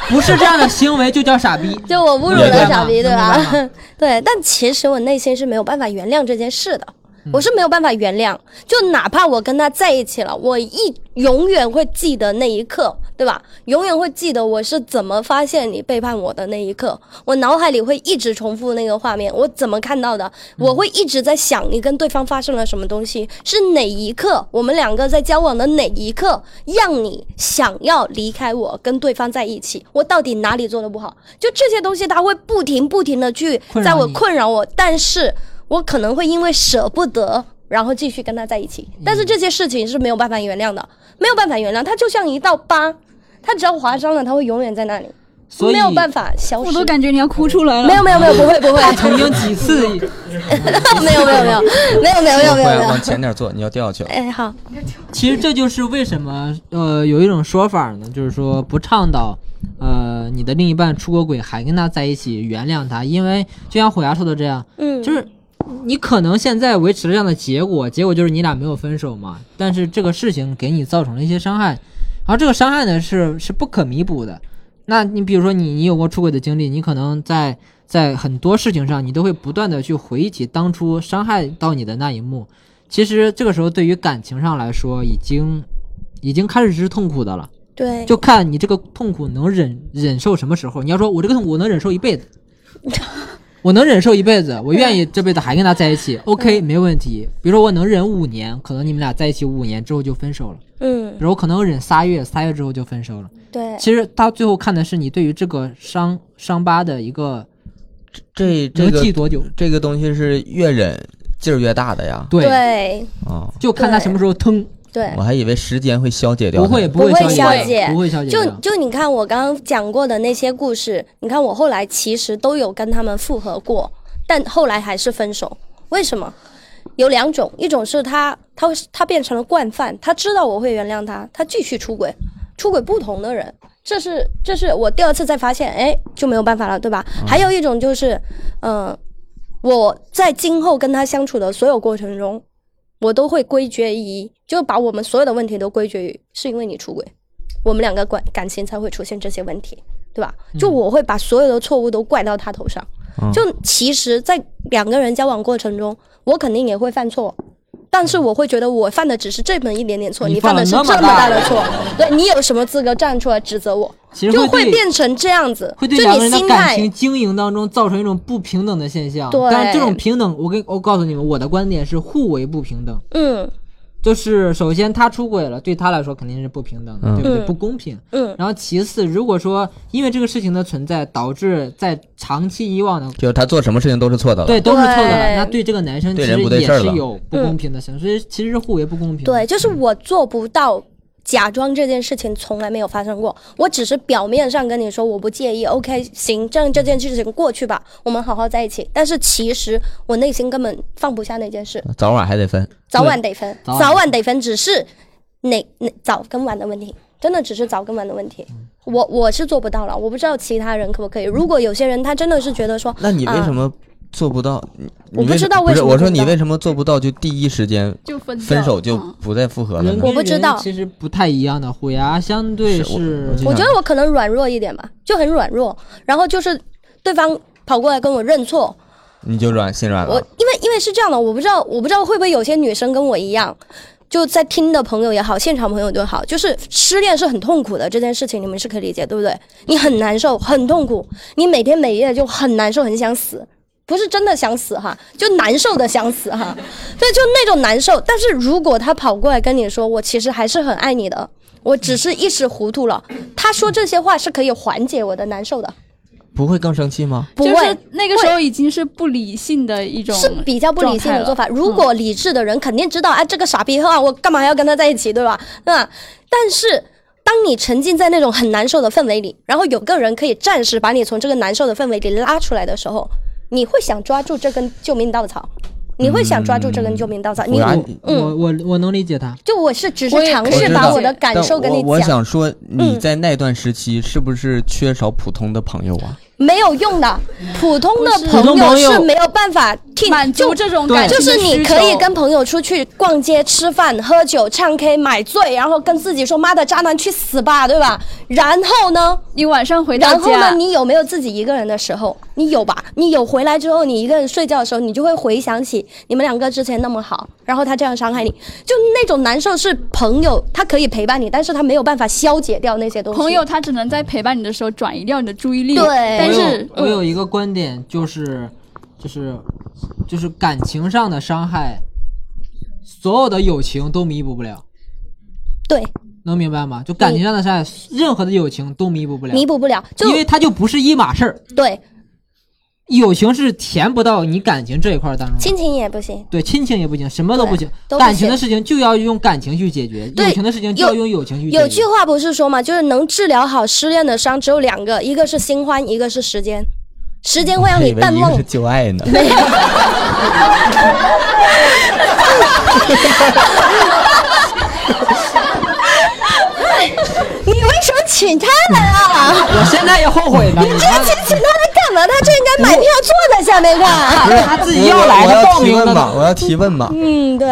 Speaker 2: 不是这样的行为就叫傻逼。
Speaker 4: 就我侮辱
Speaker 2: 明白
Speaker 4: 了
Speaker 2: 吗
Speaker 4: 傻逼对
Speaker 2: 明白
Speaker 4: 吧？对，但其实我内心是没有办法原谅这件事的。
Speaker 2: 嗯
Speaker 4: 我是没有办法原谅，就哪怕我跟他在一起了，我一永远会记得那一刻，对吧？永远会记得我是怎么发现你背叛我的那一刻，我脑海里会一直重复那个画面，我怎么看到的？
Speaker 2: 嗯
Speaker 4: 我会一直在想你跟对方发生了什么东西，是哪一刻，我们两个在交往的哪一刻，让你想要离开我，跟对方在一起，我到底哪里做的不好？就这些东西，他会不停不停的去
Speaker 2: 困扰
Speaker 4: 在我
Speaker 2: 你
Speaker 4: 困扰我，但是。我可能会因为舍不得，然后继续跟他在一起。但
Speaker 5: 嗯
Speaker 4: 是这些事情是没有办法原谅的，没有办法原谅。它就像一道疤，它只要划伤了，它会永远在那里，
Speaker 2: 所以
Speaker 4: 没有办法消失。
Speaker 5: 我都感觉你要哭出来了。
Speaker 4: 没有没有没有，不会不
Speaker 5: (laughs)
Speaker 4: 会，
Speaker 2: 曾经几次，(laughs)
Speaker 4: (laughs) (laughs) 没有没有没
Speaker 3: (laughs)
Speaker 4: 有没有没有没有没有没有
Speaker 3: 往。前点坐，你要掉下去了。
Speaker 4: 哎，好，
Speaker 2: 其实这就是为什么，呃，有一种说法呢，就是说不倡导，呃，你的另一半出过轨还跟他在一起，原谅他，因为就像虎牙说的这样，
Speaker 4: 嗯，
Speaker 2: 就是你可能现在维持了这样的结果，结果就是你俩没有分手嘛，但是这个事情给你造成了一些伤害，然后这个伤害呢是是不可弥补的。那你比如说你你有过出轨的经历，你可能在在很多事情上你都会不断的去回忆起当初伤害到你的那一幕，其实这个时候对于感情上来说，已经已经开始是痛苦的了。
Speaker 4: 对， (laughs)
Speaker 2: 就看你这个痛苦能忍忍受什么时候。你要说我这个痛苦我能忍受一辈
Speaker 4: (laughs)
Speaker 2: 子，我能忍受一辈子，我愿意这辈子还跟他在一起，OK 没问题。比如说我能忍五年，可能你们俩在一起五年之后就分手了。
Speaker 4: 嗯，
Speaker 2: 然后可能忍仨月，仨月之后就分手了。
Speaker 4: 对，
Speaker 2: 其实他最后看的是你对于这个伤伤疤的一个
Speaker 3: 这这
Speaker 2: 能
Speaker 3: 个
Speaker 2: 记多久？
Speaker 3: 这个东西是越忍劲儿越大的呀。
Speaker 2: 对
Speaker 4: 对
Speaker 3: 哦，
Speaker 2: 就看他什么时候腾。
Speaker 4: 对，
Speaker 3: 我还以为时间会消解掉它，
Speaker 2: 不会
Speaker 4: 不会消
Speaker 2: 解，不会消解
Speaker 4: 就
Speaker 2: 掉，
Speaker 4: 就你看我刚刚讲过的那些故事，你看我后来其实都有跟他们复合过，但后来还是分手。为什么？有两种，一种是他他他变成了惯犯，他知道我会原谅他，他继续出轨，出轨不同的人，这是这是我第二次再发现，哎，就没有办法了，对吧？还有一种就是，嗯、我在今后跟他相处的所有过程中，我都会归结于，就把我们所有的问题都归结于是因为你出轨，我们两个感感情才会出现这些问题，对吧？
Speaker 2: 嗯
Speaker 4: 就我会把所有的错误都怪到他头上。
Speaker 16: 嗯
Speaker 4: 就其实，在两个人交往过程中，我肯定也会犯错。但是我会觉得我犯的只是这么一点点错，
Speaker 2: 你
Speaker 4: 你犯的是
Speaker 2: 犯
Speaker 4: 这
Speaker 2: 了那么
Speaker 4: 么
Speaker 2: 大
Speaker 4: 大
Speaker 2: 的
Speaker 4: 的错，对你有什么资格站出来指责我？
Speaker 2: 其实
Speaker 4: 就
Speaker 2: 会对
Speaker 4: 会变成这样子，
Speaker 2: 会对
Speaker 4: 就
Speaker 2: 两个
Speaker 4: 你
Speaker 2: 人的
Speaker 4: 心
Speaker 2: 感
Speaker 4: 态
Speaker 2: 情经营当中造成一种不平等的现象。
Speaker 4: 对
Speaker 2: 但这种平等，我跟我告诉你们，我的观点是互为不平等。
Speaker 4: 嗯，
Speaker 2: 就是首先他出轨了，对他来说肯定是不平等的，
Speaker 16: 嗯
Speaker 2: 对不对？
Speaker 16: 嗯
Speaker 2: 不公平。
Speaker 4: 嗯。
Speaker 2: 然后其次，如果说因为这个事情的存在，导致在长期以往的
Speaker 3: 就是他做什么事情都是错的了，
Speaker 2: 对都是错的了，那对这个男生其
Speaker 3: 对
Speaker 2: 实
Speaker 3: 人不对
Speaker 2: 也
Speaker 3: 事儿
Speaker 2: 是
Speaker 3: 了
Speaker 2: 有不公平的行为，所以其实是互为不公平。
Speaker 3: 嗯
Speaker 4: 嗯对，就是我做不到假装这件事情从来没有发生过，我只是表面上跟你说我不介意，OK，行，这样这件事情过去吧，我们好好在一起。但是其实我内心根本放不下那件事，
Speaker 3: 早晚还得分，
Speaker 4: 早晚得分，
Speaker 3: 嗯早晚
Speaker 4: 早晚得分，只是哪哪早跟晚的问题，真的只是早跟晚的问题。
Speaker 3: 嗯
Speaker 4: 我我是做不到了，我不知道其他人可不可以。如果有些人他真的是觉得说，
Speaker 3: 那你为
Speaker 4: 啊
Speaker 3: 什么做不到？你
Speaker 4: 我
Speaker 3: 你
Speaker 4: 不知道
Speaker 3: 为
Speaker 4: 为
Speaker 3: 什
Speaker 4: 什
Speaker 3: 么不是
Speaker 4: 么
Speaker 3: 我说
Speaker 4: 做不
Speaker 3: 你
Speaker 4: 到嗯
Speaker 3: 为什么做不到就第一时间
Speaker 2: 就分掉
Speaker 3: 分手就不再复合了
Speaker 2: 人
Speaker 3: 呢？
Speaker 2: 跟
Speaker 4: 我不知
Speaker 2: 人
Speaker 4: 道
Speaker 2: 其实不太一样的。虎牙相对是，
Speaker 4: 我觉得我可能软弱一点吧，就很软弱。然后就是对方跑过来跟我认错，
Speaker 3: 你就软心软
Speaker 4: 我
Speaker 3: 了。
Speaker 4: 因为因为是这样的，我不知道我不知道会不会有些女生跟我一样，就在听的朋友也好，现场朋友都好，就是失恋是很痛苦的这件事情，你们是可以理解，对不对？你很难受，很痛苦，你每天每夜就很难受，很想死。不是真的想死哈，就难受的想死哈，对，就那种难受。但是如果他跑过来跟你说，我其实还是很爱你的，我只是一时糊涂了，他说这些话是可以缓解我的难受的。
Speaker 3: 不会更生气吗？
Speaker 4: 不
Speaker 5: 就
Speaker 4: 会
Speaker 5: 是那个时候已经是 (laughs) 不理性的一种，
Speaker 4: 是比较不理性的做法。如果理智的人肯定知
Speaker 5: 嗯
Speaker 4: 道，哎，这个傻逼的话，我干嘛还要跟他在一起，对吧？那但是。当你沉浸在那种很难受的氛围里，然后有个人可以暂时把你从这个难受的氛围里拉出来的时候，你会想抓住这根救命稻草，你会想抓住这根救命稻草。你
Speaker 2: 我
Speaker 4: 嗯，
Speaker 2: 我我能理解他。
Speaker 4: 就我是只
Speaker 2: 我
Speaker 4: 是
Speaker 2: 也
Speaker 4: 尝
Speaker 3: 我
Speaker 4: 试
Speaker 3: 知
Speaker 4: 把
Speaker 3: 道
Speaker 4: 我的感
Speaker 3: 但
Speaker 4: 受跟你
Speaker 3: 我我
Speaker 4: 讲，嗯
Speaker 3: 想说，你在那段时期是不是缺少普通的朋友啊？
Speaker 4: 没有用的。普通的
Speaker 3: 普通朋友
Speaker 4: 是没有办法替满
Speaker 5: 足这种感情
Speaker 4: 就
Speaker 5: 的
Speaker 4: 是
Speaker 5: 需
Speaker 4: 你
Speaker 5: 求
Speaker 4: 可以跟朋友出去逛街、吃饭、喝酒、唱 K、买醉，然后跟自己说“妈的，渣男去死吧”，对吧？然后呢，
Speaker 5: 你晚上回到
Speaker 4: 然后呢
Speaker 5: 家，
Speaker 4: 你有没有自己一个人的时候？你有吧？你有回来之后，你一个人睡觉的时候，你就会回想起你们两个之前那么好，然后他这样伤害你，就那种难受是朋友他可以陪伴你，但是他没有办法消解掉那些东西。
Speaker 5: 朋友他只能在陪伴你的时候转移掉你的注意力，
Speaker 4: 对
Speaker 5: 但是嗯
Speaker 2: 我有我有一个观点就是，就是就是感情上的伤害，所有的友情都弥补不了。
Speaker 4: 对，嗯
Speaker 2: 能明白吗？就感情上的伤害，任何的友情都弥补不了，
Speaker 4: 弥补不了，就
Speaker 2: 因为它就不是一码事儿。
Speaker 4: 对，
Speaker 2: 友情是填不到你感情这一块儿当中的。
Speaker 4: 亲情也不行。
Speaker 2: 对亲情也不行，什么都不行。
Speaker 4: 都不
Speaker 2: 感情的
Speaker 4: 行
Speaker 2: 事情就要用感情去解决，
Speaker 4: 对
Speaker 2: 友情的事情就
Speaker 4: 有
Speaker 2: 要用友情去解决。
Speaker 4: 有句话不是说嘛，就是能治疗好失恋的伤只有两个，一个是新欢，一个是时间。时间会让
Speaker 3: 我
Speaker 2: 哦
Speaker 4: 你
Speaker 3: 以为
Speaker 4: 淡
Speaker 3: 一
Speaker 4: 忘
Speaker 3: 个是旧爱呢。
Speaker 4: (laughs) 你为什么请他们啊？
Speaker 2: 我现在也后悔呢
Speaker 4: 你这个请请他来干嘛？他这应该买票坐在下面看。
Speaker 3: 不是我我要提问
Speaker 4: 的。
Speaker 3: 嘛，我要提问嘛。
Speaker 4: 嗯，对，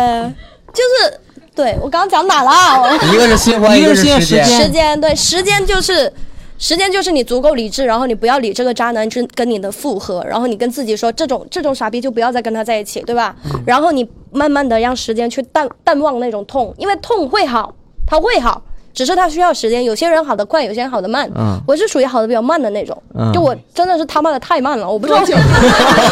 Speaker 4: 就是对我刚刚讲哪了啊？我
Speaker 3: 一个是新欢一个是
Speaker 2: 一个是
Speaker 3: 时间
Speaker 4: 时间对时间就是时间就是你足够理智，然后你不要理这个渣男跟跟你的复合，然后你跟自己说这种这种傻逼就不要再跟他在一起，对吧？然后你慢慢的让时间去淡淡忘那种痛，因为痛会好，它会好。只是它需要时间，有些人好的快，有些人好的慢。
Speaker 1: 嗯
Speaker 4: 我是属于好的比较慢的那种，
Speaker 1: 嗯
Speaker 4: 就我真的是他妈的太慢了，我不知道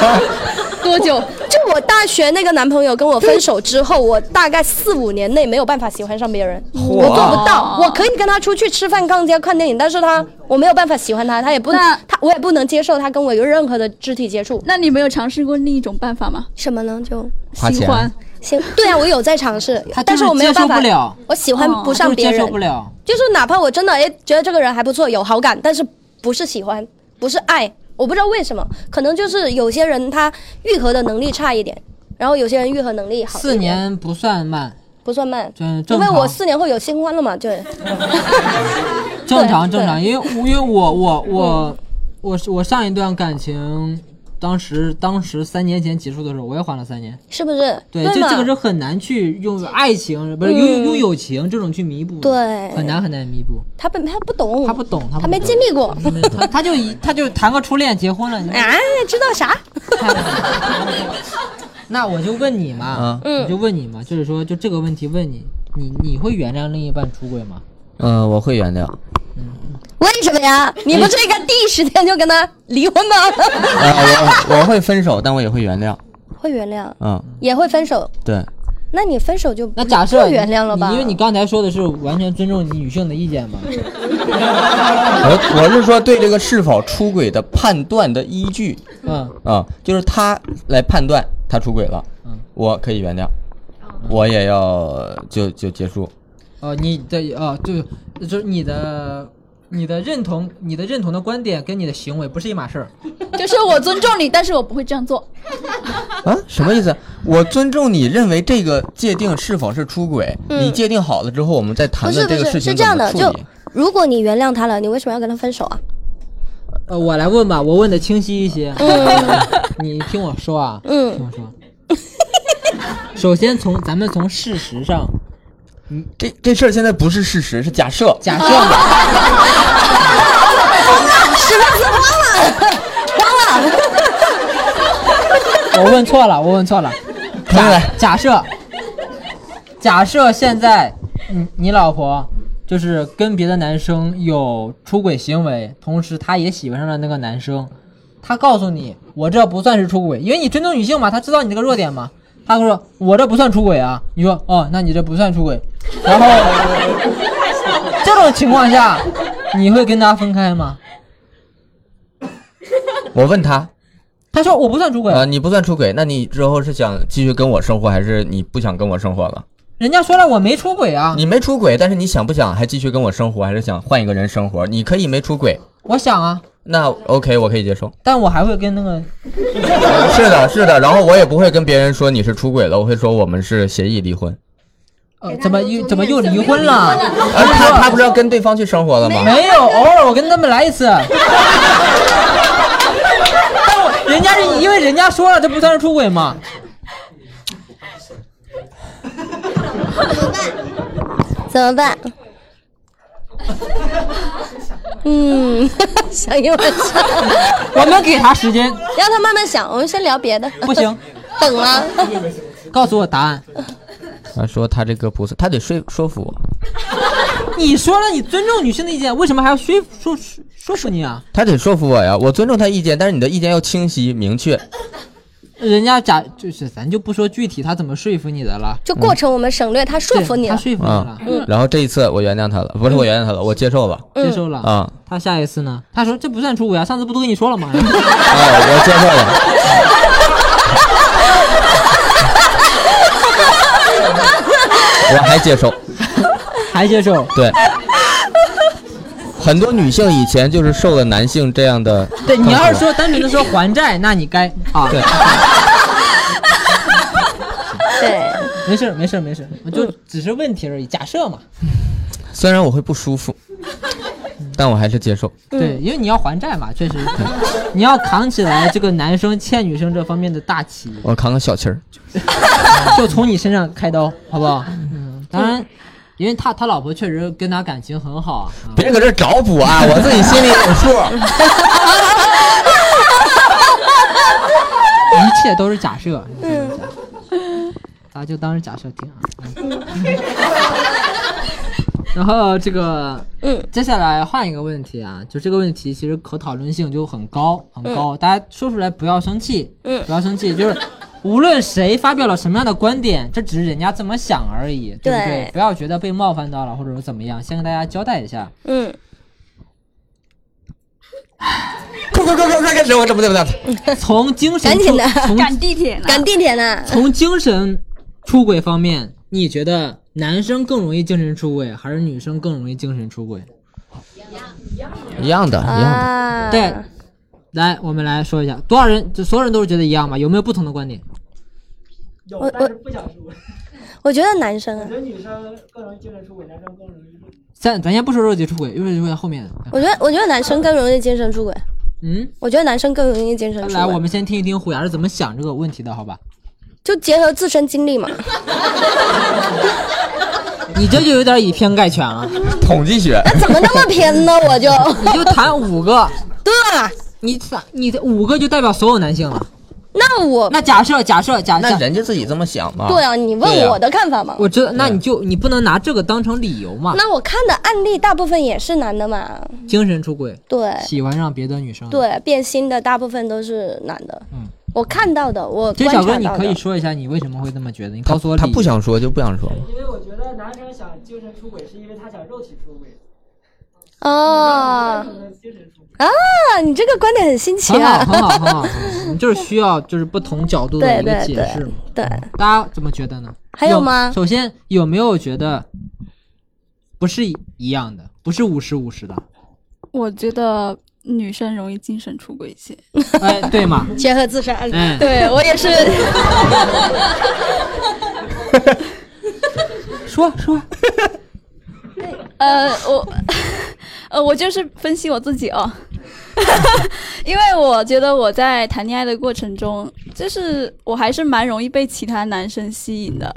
Speaker 4: (laughs) 多久？就我大学那个男朋友跟我分手之后，我大概四五年内没有办法喜欢上别人，
Speaker 1: 啊
Speaker 4: 我做不到。我可以跟他出去吃饭、逛街、看电影，但
Speaker 2: 嗯
Speaker 4: 是他我没有办法喜欢他，他也不能，他我也不能接受他跟我有任何的肢体接触。
Speaker 5: 那你没有尝试过另一种办法吗？
Speaker 4: 什么呢？就
Speaker 3: 花钱
Speaker 5: 新欢。
Speaker 4: 行，对啊，我有在
Speaker 2: (laughs)
Speaker 4: 尝试，
Speaker 2: 就
Speaker 4: 但
Speaker 2: 是
Speaker 4: 我没有办法，
Speaker 2: 接受不了哦
Speaker 4: 我喜欢不上
Speaker 2: 就是
Speaker 4: 别
Speaker 2: 接
Speaker 4: 人，
Speaker 2: 受不了。
Speaker 4: 就是哪怕我真的哎觉得这个人还不错，有好感，但是不是喜欢，不是爱，我不知道为什么，可能就是有些人他愈合的能力差一点，然后有些人愈合能力好一点。
Speaker 2: 四年不算慢，
Speaker 4: 不算慢，
Speaker 2: 正
Speaker 4: 因
Speaker 2: 正
Speaker 4: 为
Speaker 2: 常
Speaker 4: 我四年后有新欢了嘛，对，
Speaker 2: 正常
Speaker 4: 对嗯
Speaker 2: 正常，因为因为我我我我是我上一段感情，当时当时三年前结束的时候，我也缓了三年。
Speaker 4: 是不是？
Speaker 2: 对，就
Speaker 4: 嘛
Speaker 2: 这个是很难去用爱情，不是用
Speaker 4: 嗯
Speaker 2: 用友情这种去弥补的，
Speaker 4: 对
Speaker 2: 很难很难弥补。
Speaker 4: 他不他不懂，他不
Speaker 2: 懂，
Speaker 4: 他没经历过，
Speaker 2: 他他就
Speaker 4: (laughs)
Speaker 2: 一他就谈个初恋结婚了，
Speaker 4: 啊，知道啥？
Speaker 2: 那我就问你嘛，
Speaker 4: 嗯
Speaker 2: 我就问你嘛，就是说就这个问题问你，你你会原谅另一半出轨吗？
Speaker 3: 嗯，我会原谅。
Speaker 4: 为什么呀？你
Speaker 2: 哎
Speaker 4: 不是应该第一时间就跟他离婚
Speaker 2: (laughs)
Speaker 4: 吗？
Speaker 2: 啊
Speaker 3: 呃，我我会分手，但我也会原谅。
Speaker 4: 会原谅，
Speaker 3: 嗯，
Speaker 4: 也会分手，
Speaker 3: 对，
Speaker 4: 那你分手就那
Speaker 2: 假设
Speaker 4: 原谅了吧？
Speaker 2: 你因为你刚才说的是完全尊重女性的意见嘛，
Speaker 3: 我我是说对这个是否出轨的判断的依据
Speaker 2: 嗯
Speaker 3: 啊、就是他来判断他出轨了，我可以原谅，我也要就就结束。
Speaker 2: 哦，你的哦，对，就是你的你的认同，你的认同的观点跟你的行为不是一码事儿。
Speaker 5: 就是我尊重你，但是我不会这样做。
Speaker 3: 啊，什么意思？我尊重你认为这个界定是否是出轨，
Speaker 4: 嗯
Speaker 3: 你界定好了之后，我们再谈
Speaker 4: 不是
Speaker 3: 论
Speaker 4: 不
Speaker 3: 这个
Speaker 4: 是
Speaker 3: 事情
Speaker 4: 是这
Speaker 3: 怎
Speaker 4: 样
Speaker 3: 么
Speaker 4: 的，
Speaker 3: 处
Speaker 4: 就
Speaker 3: 理。
Speaker 4: 如果你原谅他了，你为什么要跟他分手啊？
Speaker 2: (laughs) 呃，我来问吧，我问的清晰一些。
Speaker 4: 嗯
Speaker 2: (laughs) 你听我说啊，
Speaker 4: 嗯，
Speaker 2: (laughs) 首先从咱们从事实上，
Speaker 3: 嗯，这这事儿现在不是事实，是假设，
Speaker 2: 假设嘛。
Speaker 4: 十八次慌了，慌了。
Speaker 2: (laughs) 我问错了，我问错了。假假设，假设现在你你老婆就是跟别的男生有出轨行为，同时她也喜欢上了那个男生，她告诉你我这不算是出轨，因为你尊重女性嘛，她知道你这个弱点嘛，她会说我这不算出轨啊，你说哦，那你这不算出轨，然后这种情况下你会跟她分开吗？
Speaker 3: (laughs) 我问他，
Speaker 2: 他说我不算出轨
Speaker 3: 啊、你不算出轨，那你之后是想继续跟我生活，还是你不想跟我生活了？
Speaker 2: 人家说了我没出轨啊，
Speaker 3: 你没出轨，但是你想不想还继续跟我生活，还是想换一个人生活？你可以没出轨，
Speaker 2: 我想啊，
Speaker 3: 那 OK，我可以接受。
Speaker 2: 但我还会跟那个
Speaker 3: 是的，是的，然后我也不会跟别人说你是出轨了，我会说我们是协议离婚。
Speaker 2: 呃，怎么又怎么又离婚了？
Speaker 3: (laughs) 而呃他
Speaker 2: (laughs)
Speaker 3: 他不是要跟对方去生活了吗？
Speaker 2: 没有，偶尔我跟他们来一次。人家是因为人家说了，这不算是出轨嘛？
Speaker 4: (laughs) 怎么办？嗯， (laughs) 想一晚上，
Speaker 2: 我们给他时间，
Speaker 4: (laughs) 让他慢慢想。我们先聊别的。
Speaker 2: 不行，
Speaker 4: (laughs) 等啊。
Speaker 2: 告诉我答案。
Speaker 3: 他说他这个不是，他得说说服我，
Speaker 2: 你说了你尊重女性的意见，为什么还要说说说说服你啊？
Speaker 3: 他得说服我呀。我尊重他意见，但是你的意见要清晰明确。
Speaker 2: 人家假就是咱就不说具体他怎么说服你的了，嗯
Speaker 4: 就过程我们省略，他说服你了，他
Speaker 2: 说服
Speaker 3: 啊、
Speaker 4: 嗯
Speaker 3: 然后这一次我原谅他了，不是我原谅他了，我接受了，
Speaker 2: 嗯接受了
Speaker 3: 啊、
Speaker 2: 他下一次呢？他说这不算出轨啊，上次不都跟你说了吗？ (laughs)
Speaker 3: 啊我接受了。我还接受，
Speaker 2: (laughs) 还接受，
Speaker 3: 对。很多女性以前就是受了男性这样的痛苦，
Speaker 2: (laughs) 对你要是说单纯的说还债，那你该啊，
Speaker 3: 对，
Speaker 4: 对，
Speaker 2: 没事儿没事儿没事儿，我
Speaker 3: 嗯
Speaker 2: 就只是问题而已，假设嘛。
Speaker 3: 虽然我会不舒服，但我还是接受。
Speaker 2: 对，因为你要还债嘛，确实，你要扛起来这个男生欠女生这方面的大旗，
Speaker 3: 我扛个小旗儿，
Speaker 2: 就从你身上开刀，好不好？嗯，当然，因为他他老婆确实跟他感情很好啊。
Speaker 3: 别搁这找补啊，我自己心里有数。
Speaker 2: 一
Speaker 3: (laughs)
Speaker 2: 切都是假设，
Speaker 4: 嗯，
Speaker 2: 大家就当是假设听啊。然后这个，
Speaker 4: 嗯，
Speaker 2: 接下来换一个问题啊，就这个问题其实可讨论性就很高很高，大家说出来不要生气，
Speaker 4: 嗯
Speaker 2: 不要生气，就是无论谁发表了什么样的观点，这只是人家这么想而已，对不
Speaker 4: 对
Speaker 2: 对？不要觉得被冒犯到了或者说怎么样，先跟大家交代一下。
Speaker 4: 嗯，
Speaker 3: 快快快快快开始，我怎么怎么怎么。
Speaker 2: 从精神
Speaker 4: 赶紧
Speaker 2: 出
Speaker 4: 的，
Speaker 2: 从
Speaker 4: 地铁呢，赶地铁呢，
Speaker 2: (laughs) 从精神出轨方面，你觉得男生更容易精神出轨，还是女生更容易精神出轨？
Speaker 3: 一样的，一样的。
Speaker 4: 啊，
Speaker 2: 对，来，我们来说一下，多少人，就所有人都是觉得一样吗？有没有不同的观点？
Speaker 4: 我我
Speaker 14: 不想说，
Speaker 4: 我觉得男生啊，
Speaker 14: 得女生更容易精神出轨，男生更容易。
Speaker 2: 咱咱先不说肉体出轨，肉体出轨后面的。
Speaker 4: 我觉得我觉得男生更容易精神出轨，
Speaker 2: 嗯，
Speaker 4: 我觉得男生更容易精神出
Speaker 2: 来，我
Speaker 4: 轨，
Speaker 2: 们先听一听虎牙是怎么想这个问题的，好吧？
Speaker 4: 就结合自身经历嘛，
Speaker 2: 你这就有点以偏概全了，
Speaker 3: 统计学。
Speaker 4: 怎么那么偏呢？我就
Speaker 2: (laughs) 你就谈五个，
Speaker 4: (laughs) 对，
Speaker 2: 你咋你这五个就代表所有男性了？
Speaker 4: 那我
Speaker 2: 那假设假设假设，
Speaker 3: 那人家自己这么想嘛。
Speaker 4: 对啊，你
Speaker 3: 对
Speaker 4: 问
Speaker 3: 啊
Speaker 4: 我的看法嘛，
Speaker 2: 我知道，那你就你不能拿这个当成理由嘛？
Speaker 4: 那我看的案例大部分也是男的嘛，
Speaker 2: 精神出轨，
Speaker 4: 对
Speaker 2: 喜欢上别的女生，，
Speaker 4: 对，变心的大部分都是男的，
Speaker 2: 嗯，
Speaker 4: 我看到的，我
Speaker 2: 其实小
Speaker 4: 观
Speaker 2: 哥，
Speaker 4: 察
Speaker 2: 你
Speaker 4: 到
Speaker 2: 可以
Speaker 4: 的，
Speaker 2: 说一下你为什么会这么觉得？你
Speaker 3: 他
Speaker 2: 告诉我理
Speaker 3: 他
Speaker 2: 由
Speaker 3: 不想说就不想说
Speaker 2: (laughs)
Speaker 3: 嘛。
Speaker 14: 因为我觉得男生想精神出轨，是因为他想肉体出轨。呃
Speaker 4: 哦，啊，你这个观点很新奇
Speaker 2: 很好，
Speaker 4: 啊，
Speaker 3: (laughs)
Speaker 2: 很好，很好，很好你就是需要就是不同角度的一
Speaker 4: 对
Speaker 2: 个
Speaker 4: 对
Speaker 2: 解释嘛。
Speaker 4: (laughs) 对，
Speaker 2: 大家怎么觉得呢？
Speaker 4: 还有吗
Speaker 2: 首先有没有觉得不是一样的，不是五十五十的？
Speaker 5: 我觉得女生容易精神出轨一些。
Speaker 2: 哎，对嘛？
Speaker 4: 结合自身案例
Speaker 2: 哎，
Speaker 5: 对我也是，
Speaker 2: (laughs) 说说，
Speaker 5: 呃，我， (laughs) 呃，我就是分析我自己哦， (laughs) 因为我觉得我在谈恋爱的过程中，就是我还是蛮容易被其他男生吸引的。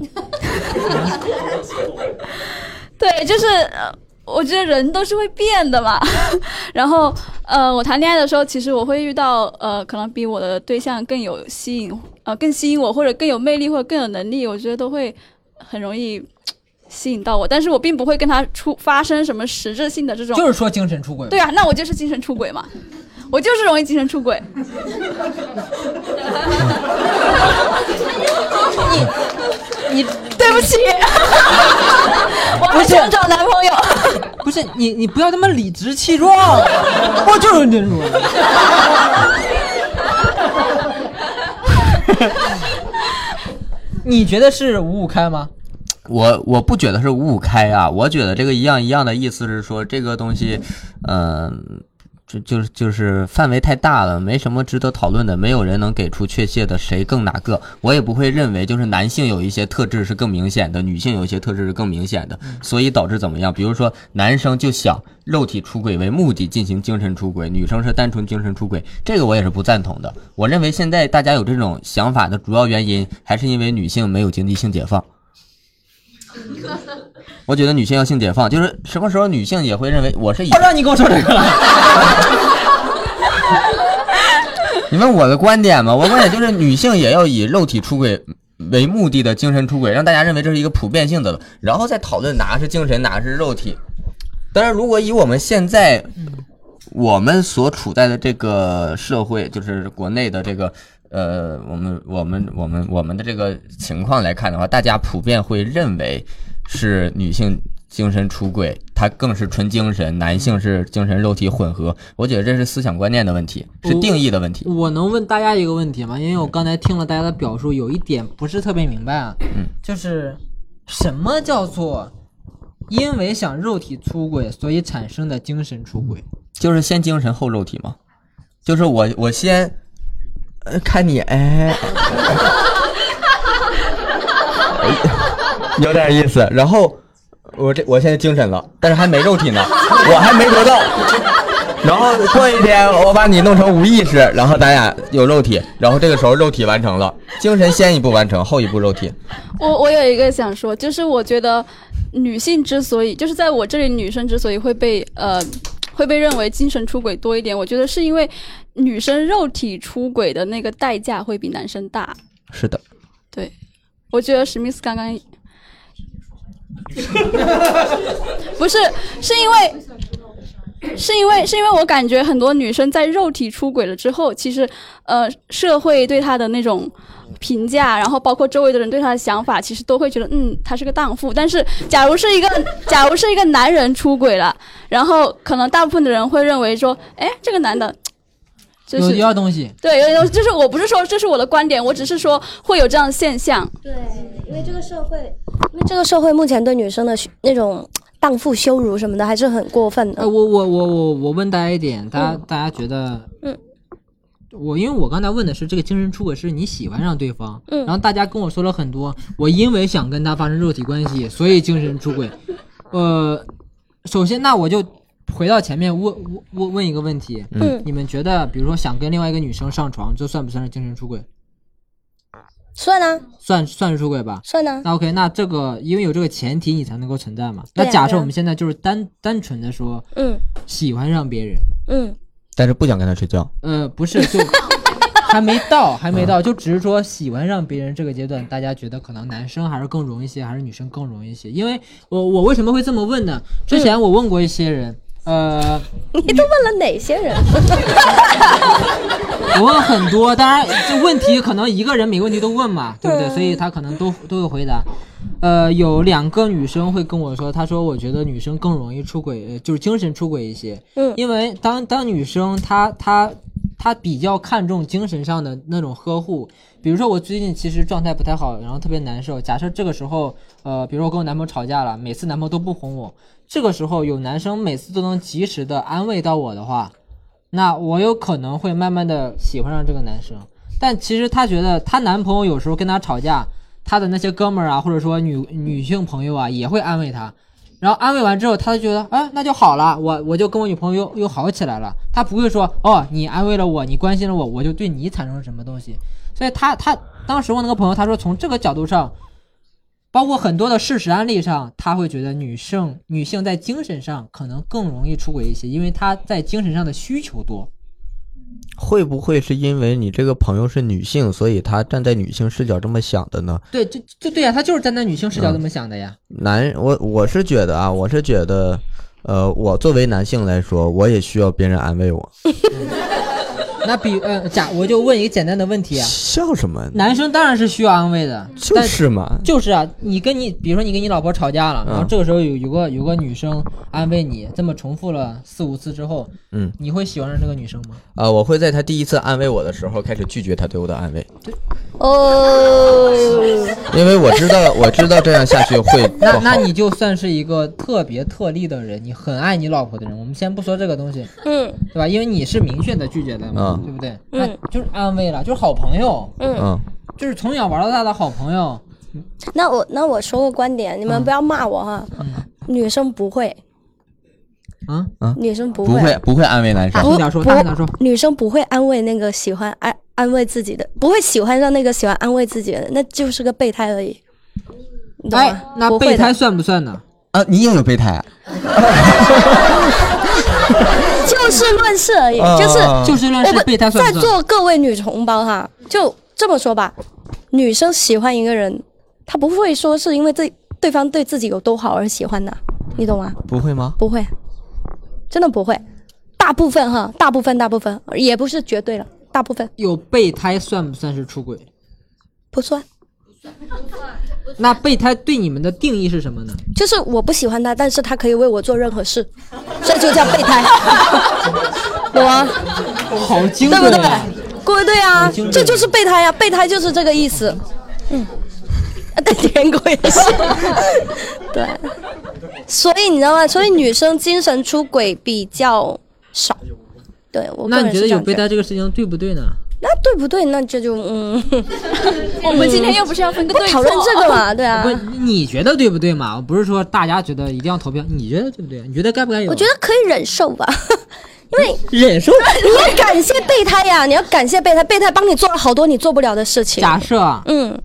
Speaker 5: 对，就是呃我觉得人都是会变的嘛。 (laughs) 然后呃，我谈恋爱的时候，其实我会遇到呃，可能比我的对象更有吸引，呃，更吸引我，或者更有魅力，或者更有能力，我觉得都会很容易。吸引到我，但是我并不会跟他出发生什么实质性的这种，
Speaker 2: 就是说精神出轨。
Speaker 5: 对啊，那我就是精神出轨嘛，我就是容易精神出轨。
Speaker 2: 你
Speaker 5: 对不
Speaker 2: (laughs)
Speaker 5: 起，我还想找男朋友。
Speaker 2: (laughs) 不是你，你不要这么理直气
Speaker 5: (laughs)
Speaker 2: 壮，我就是真说。你觉得是五五开吗？
Speaker 3: 我我不觉得是五五开啊，我觉得这个一样一样的意思是说这个东西，嗯、就就是就是范围太大了，没什么值得讨论的，没有人能给出确切的谁更哪个。我也不会认为就是男性有一些特质是更明显的，女性有一些特质是更明显的，所以导致怎么样？比如说男生就想肉体出轨为目的进行精神出轨，女生是单纯精神出轨，这个我也是不赞同的。我认为现在大家有这种想法的主要原因还是因为女性没有经济性解放。我觉得女性要性解放，就是什么时候女性也会认为我是以
Speaker 2: 我让你跟我说这个了。 (laughs)
Speaker 3: 你问我的观点吗？我观点就是女性也要以肉体出轨为目的的精神出轨，让大家认为这是一个普遍性的了，然后再讨论哪个是精神，哪个是肉体。但是如果以我们现在我们所处在的这个社会，就是国内的这个呃，我们我们我们我们的这个情况来看的话，大家普遍会认为是女性精神出轨，她更是纯精神，男性是精神肉体混合。我觉得这是思想观念的问题，是定义的问题。
Speaker 2: 我能问大家一个问题吗？因为我刚才听了大家的表述，有一点不是特别明白啊，
Speaker 3: 嗯
Speaker 2: 就是什么叫做因为想肉体出轨，所以产生的精神出轨？
Speaker 3: 就是先精神后肉体嘛，就是我我先。呃看你哎， (laughs) 有点意思。然后我这我现在精神了，但是还没肉体呢， (laughs) 我还没得到。然后过一天我把你弄成无意识，然后咱俩有肉体，然后这个时候肉体完
Speaker 5: (laughs)
Speaker 3: 成了，精神先一步完成，后一步肉体。
Speaker 5: 我我有一个想说，就是我觉得女性之所以就是在我这里，女生之所以会被呃会被认为精神出轨多一点，我觉得是因为女生肉体出轨的那个代价会比男生大。
Speaker 3: 是的，
Speaker 5: 对，我觉得史密斯刚刚不是是因为。是因为是因为我感觉很多女生在肉体出轨了之后，其实呃社会对她的那种评价，然后包括周围的人对她的想法，其实都会觉得嗯她是个荡妇。但是假如是一个假如是一个男人出轨了，然后可能大部分的人会认为说，哎这个男的。就
Speaker 2: 有
Speaker 5: 是
Speaker 2: 要东西，
Speaker 5: 对，有点东西就是我不是说这是我的观点，我只是说会有这样的现象。
Speaker 4: 对，因为这个社会，因为这个社会目前对女生的羞那种荡妇羞辱什么的还是很过分的
Speaker 2: 呃，。我我我我我问大家一点，大家、
Speaker 4: 嗯
Speaker 2: 大家觉得，
Speaker 4: 嗯，
Speaker 2: 我因为我刚才问的是这个精神出轨是你喜欢上对方，
Speaker 4: 嗯
Speaker 2: 然后大家跟我说了很多，我因为想跟他发生肉体关系，所以精神出轨。呃，首先那我就回到前面问问问问一个问题，
Speaker 4: 嗯
Speaker 2: 你们觉得比如说想跟另外一个女生上床，这算不算是精神出轨？
Speaker 4: 算啊，
Speaker 2: 算算是出轨吧？
Speaker 4: 算啊。
Speaker 2: 那 OK，那这个因为有这个前提，你才能够存在嘛。那
Speaker 4: 对呀
Speaker 2: 假设
Speaker 4: 对呀啊
Speaker 2: 我们现在就是单单纯的说
Speaker 4: 嗯
Speaker 2: 喜欢上别人，
Speaker 4: 嗯，
Speaker 3: 但是不想跟他睡觉。
Speaker 2: 呃，不是，就还没到，还没到，就只是说喜欢上别人这个阶段，大家觉得可能男生还是更容易一些，还是女生更容易一些？因为我我为什么会这么问呢？之前我问过一些人，呃，
Speaker 4: 你都问了哪些人？
Speaker 2: (laughs) 我问很多，当然这问题可能一个人每个问题都问
Speaker 4: (laughs)
Speaker 2: 嘛，对不对？
Speaker 1: 嗯
Speaker 2: 所以他可能都都有回答。呃，有两个女生会跟我说，她说我觉得女生更容易出轨，呃就是精神出轨一些。
Speaker 4: 嗯，
Speaker 2: 因为当当女生她她她比较看重精神上的那种呵护，比如说我最近其实状态不太好，然后特别难受。假设这个时候，呃，比如说我跟我男朋友吵架了，每次男朋友都不哄我，这个时候有男生每次都能及时的安慰到我的话，那我有可能会慢慢的喜欢上这个男生。但其实她觉得她男朋友有时候跟她吵架，她的那些哥们儿啊，或者说女女性朋友啊，也会安慰她。然后安慰完之后，她就觉得，哎，那就好了，我我就跟我女朋友又又好起来了。她不会说，哦，你安慰了我，你关心了我，我就对你产生了什么东西。所以她她当时我那个朋友，她说从这个角度上，包括很多的事实案例上，她会觉得女性女性在精神上可能更容易出轨一些，因为她在精神上的需求多。
Speaker 3: 会不会是因为你这个朋友是女性，所以她站在女性视角这么想的呢？
Speaker 2: 对，就就对呀、她就是站在女性视角这么想的呀。
Speaker 3: 男，我我是觉得啊，我是觉得，呃，我作为男性来说，我也需要别人安慰我。
Speaker 2: 那比呃，假我就问一个简单的问题啊，
Speaker 3: 笑什么？
Speaker 2: 男生当然是需要安慰的，
Speaker 3: 就
Speaker 2: 但
Speaker 3: 是嘛嗯
Speaker 2: 就是啊，你跟你比如说你跟你老婆吵架了，然后这个时候有有个有个女生安慰你，这么重复了四五次之后，
Speaker 3: 嗯，
Speaker 2: 你会喜欢上这个女生吗？
Speaker 3: 啊、我会在他第一次安慰我的时候开始拒绝他对我的安慰，
Speaker 4: 哦，
Speaker 3: 因为我知道，我知道这样下去会不
Speaker 2: 那
Speaker 3: 好。
Speaker 2: 那你就算是一个特别特例的人，你很爱你老婆的人，我们先不说这个东西，
Speaker 4: 嗯，
Speaker 2: 对吧？因为你是明确的拒绝的嘛，
Speaker 3: 嗯
Speaker 2: 对不对？
Speaker 4: 嗯
Speaker 2: 那就是安慰了，就是好朋友，
Speaker 4: 嗯，
Speaker 2: 就是从小玩到大的好朋友。
Speaker 4: 那我那我说个观点，你们不要骂我哈。
Speaker 2: 嗯
Speaker 4: 女生不会，
Speaker 2: 啊
Speaker 3: 啊，
Speaker 4: 女生不啊
Speaker 3: 不会不会安慰男生，
Speaker 4: 不不，女生不会安慰那个喜欢安安慰自己的，不会喜欢上那个喜欢安慰自己的，那就是个备胎而已。你懂吗
Speaker 2: 哎，那
Speaker 4: 不会
Speaker 2: 备胎
Speaker 4: 的
Speaker 2: 算不算呢？
Speaker 3: 啊，你也有备胎？
Speaker 4: (laughs) 就事论事而已，
Speaker 2: 啊
Speaker 4: 就是
Speaker 2: 就事论事
Speaker 4: 我们
Speaker 2: 备胎算
Speaker 4: 在
Speaker 2: 不算
Speaker 4: 座各位女同胞哈，就这么说吧，女生喜欢一个人，她不会说是因为对对方对自己有多好而喜欢的，你懂吗？
Speaker 3: 不会吗？
Speaker 4: 不会，真的不会。大部分哈，大部分大部分也不是绝对了，大部分
Speaker 2: 有备胎算不算是出轨？
Speaker 4: 不算。
Speaker 2: 那备胎对你们的定义是什么呢？
Speaker 4: 就是我不喜欢他，但是他可以为我做任何事，这就叫备
Speaker 2: (laughs)
Speaker 4: 胎， (laughs) 懂吗？
Speaker 2: 好精
Speaker 4: 对不
Speaker 2: 准
Speaker 4: 对
Speaker 2: 啊！
Speaker 4: 对对啊
Speaker 2: 好精，准
Speaker 4: 这就是备胎呀、啊备胎就是这个意思。嗯， (laughs) 啊对，舔狗也
Speaker 2: (laughs)
Speaker 4: 是，对。所以你知道吗？所以女生精神出轨比较少。对我个
Speaker 2: 那
Speaker 4: 人
Speaker 2: 你觉得
Speaker 4: 是这
Speaker 2: 有
Speaker 4: 样
Speaker 2: 备
Speaker 4: 觉得
Speaker 2: 胎这个事情对不对呢？
Speaker 4: 那对不对？那这就嗯，
Speaker 2: (laughs)
Speaker 5: 我们今天又不是要分个
Speaker 4: 不
Speaker 5: 对
Speaker 4: 讨论
Speaker 5: 错
Speaker 4: 这个嘛，对
Speaker 2: 哦
Speaker 4: 啊
Speaker 2: 不。，你觉得对不对嘛？我不是说大家觉得一定要投票，你觉得对不对？你觉得该不该有？
Speaker 4: 我觉得可以忍受吧，因为
Speaker 2: 忍受。
Speaker 4: (laughs) 你要感谢备胎呀、你要感谢备胎，备胎帮你做了好多你做不了的事情。
Speaker 2: 假设啊，
Speaker 4: 嗯，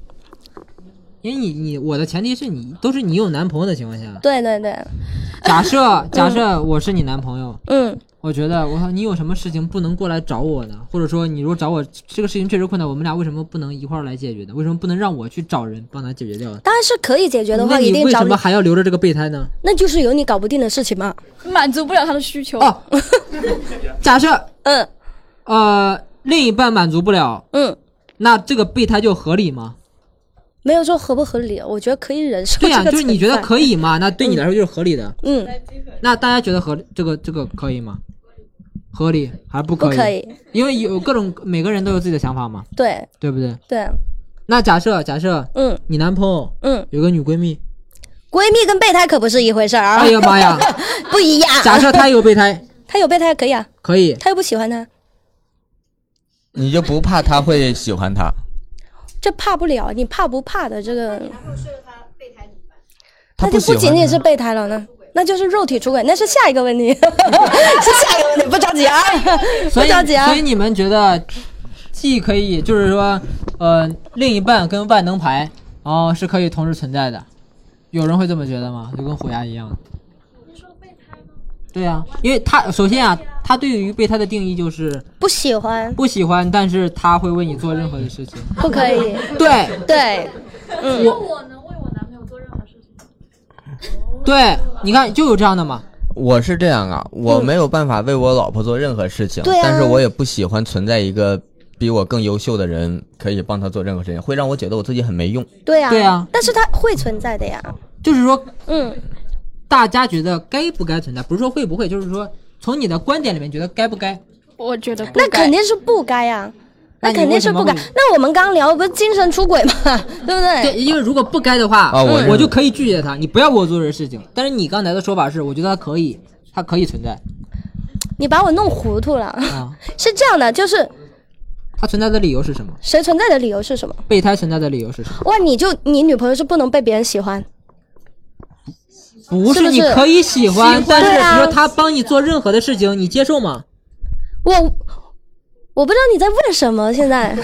Speaker 2: 因为你你我的前提是你都是你有男朋友的情况下，
Speaker 4: 对对对，
Speaker 2: (laughs) 假设假设我是你男朋友，
Speaker 4: 嗯，
Speaker 2: 我觉得我靠你有什么事情不能过来找我呢？或者说你如果找我这个事情确实困难，我们俩为什么不能一块儿来解决呢？为什么不能让我去找人帮他解决掉呢？
Speaker 4: 当然是可以解决的
Speaker 2: 那
Speaker 4: 话，一
Speaker 2: 你
Speaker 4: 定
Speaker 2: 为
Speaker 4: 找
Speaker 2: 什
Speaker 4: 你
Speaker 2: 么，还要留着这个备胎呢？
Speaker 4: 那就是有你搞不定的事情嘛，
Speaker 5: 满足不了他的需求。
Speaker 2: 哦，假设
Speaker 4: 嗯
Speaker 2: 呃另一半满足不了，
Speaker 4: 嗯，
Speaker 2: 那这个备胎就合理吗？
Speaker 4: 没有说合不合理，我觉得可以忍受。
Speaker 2: 对呀、
Speaker 4: 这个
Speaker 2: 就是你觉得
Speaker 4: 存在
Speaker 2: 可以嘛？那对你来说就是合理的。
Speaker 4: 嗯，
Speaker 2: 那大家觉得合理这个这个可以吗？合理还是不可以？
Speaker 4: 不可以
Speaker 2: 因为有各种每个人都有自己的想法嘛，
Speaker 4: 对
Speaker 2: 对不对？
Speaker 4: 对，
Speaker 2: 那假设假设，
Speaker 4: 嗯，
Speaker 2: 你男朋友
Speaker 4: 嗯
Speaker 2: 有个女闺
Speaker 4: (laughs)
Speaker 2: 蜜，
Speaker 4: 闺蜜跟备胎可不是一回事儿啊！
Speaker 2: 哎呀妈呀，
Speaker 4: (laughs) 不一样。
Speaker 2: 假设他有备胎，
Speaker 4: 他有备胎可以啊，
Speaker 2: 可以，
Speaker 4: 他又不喜欢他，
Speaker 3: 你就不怕他会喜欢他？
Speaker 4: 这怕不了，你怕不怕的这个？
Speaker 3: 他
Speaker 4: 那就
Speaker 3: 喜
Speaker 4: 不
Speaker 3: 欢
Speaker 4: 仅仅是备胎了呢，那就是肉体出轨，那是下一个问
Speaker 2: (laughs)
Speaker 4: 题，是下一个问题，不着急啊，
Speaker 2: 所
Speaker 4: 不
Speaker 2: 以
Speaker 4: 着急啊
Speaker 2: 所以。你们觉得既可以就是说，呃，另一半跟万能牌哦是可以同时存在的，有人会这么觉得吗？就跟虎牙一样。对啊，因为他首先啊，他对于备胎的定义就是
Speaker 4: 不喜欢，
Speaker 2: 不喜欢，但是他会为你做任何的事情。
Speaker 4: 不可以。
Speaker 2: 对
Speaker 4: 对，嗯，
Speaker 2: 对，你看就有这样的嘛。
Speaker 3: 我是这样啊，我没有办法为我老婆做任何事情，
Speaker 2: 对啊
Speaker 3: 但是我也不喜欢存在一个比我更优秀的人可以帮她做任何事情，会让我觉得我自己很没用。
Speaker 4: 对呀，
Speaker 2: 对啊
Speaker 4: 但是它会存在的呀，
Speaker 2: 就是说，
Speaker 4: 嗯，
Speaker 2: 大家觉得该不该存在，不是说会不会，就是说从你的观点里面觉得该不该。
Speaker 5: 我觉得
Speaker 4: 那肯定是不该呀，
Speaker 2: 那
Speaker 4: 那
Speaker 2: 你
Speaker 4: 肯定是不该
Speaker 2: 为什么会。
Speaker 4: 那我们刚聊不是精神出轨嘛， (laughs) 对不对？
Speaker 2: 对，因为如果不该的话，
Speaker 3: 啊我认为
Speaker 2: 我就可以拒绝他，你不要为我做这事情。但是你刚才的说法是，我觉得他可以，他可以存在，
Speaker 4: 你把我弄糊涂了。
Speaker 2: 啊
Speaker 4: (laughs) 是这样的，就是
Speaker 2: 他存在的理由是什么？
Speaker 4: 谁存在的理由是什么？
Speaker 2: 备胎存在的理由是什么？
Speaker 4: 哇，你就你女朋友是不能被别人喜欢，
Speaker 2: 不
Speaker 4: 是不
Speaker 2: 你
Speaker 4: 是
Speaker 2: 可以喜欢，
Speaker 4: 喜欢
Speaker 2: 但是
Speaker 4: 对啊
Speaker 2: 比如说他帮你做任何的事情，你接受吗？
Speaker 4: 我我不知道你在问什么
Speaker 2: (laughs)
Speaker 4: 现在。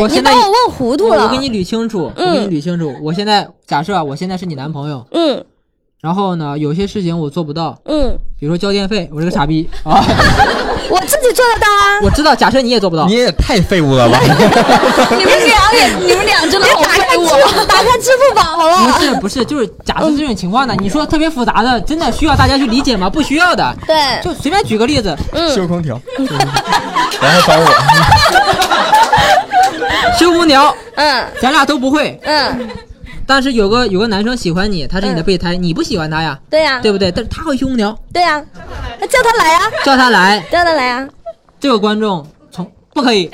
Speaker 2: 我
Speaker 4: 对你
Speaker 2: 现在
Speaker 4: 把我问糊涂了。
Speaker 2: 我给你捋清楚，我给你捋清楚。我现在假设啊，我现在是你男朋友，
Speaker 4: 嗯
Speaker 2: 然后呢，有些事情我做不到，
Speaker 4: 嗯，
Speaker 2: 比如说交电费，我是个傻逼啊，
Speaker 4: 我自己做得到啊。
Speaker 2: 我知道。假设你也做不到，你
Speaker 3: 也太废物了吧？
Speaker 4: (laughs)
Speaker 5: 你们俩也，你们俩真的好废物啊。
Speaker 4: 打开支付宝好嗯
Speaker 2: 不
Speaker 4: 了。
Speaker 2: 是不是，就是假设这种情况呢，你说特别复杂的，真的需要大家去理解吗？不需要的。
Speaker 4: 对嗯
Speaker 2: 就随便举个例子，
Speaker 3: 修空调，然后找我，
Speaker 2: (laughs) 修空调，
Speaker 4: 嗯，
Speaker 2: 咱俩都不会，
Speaker 4: 嗯，
Speaker 2: 但是有个有个男生喜欢你，他是你的备胎，你不喜欢他呀，
Speaker 4: 对呀
Speaker 2: 对不对？但是他会修空调，
Speaker 4: 对呀，那叫他来啊，
Speaker 2: 叫他来，
Speaker 4: 叫他来啊。
Speaker 2: 这个观众从不可以，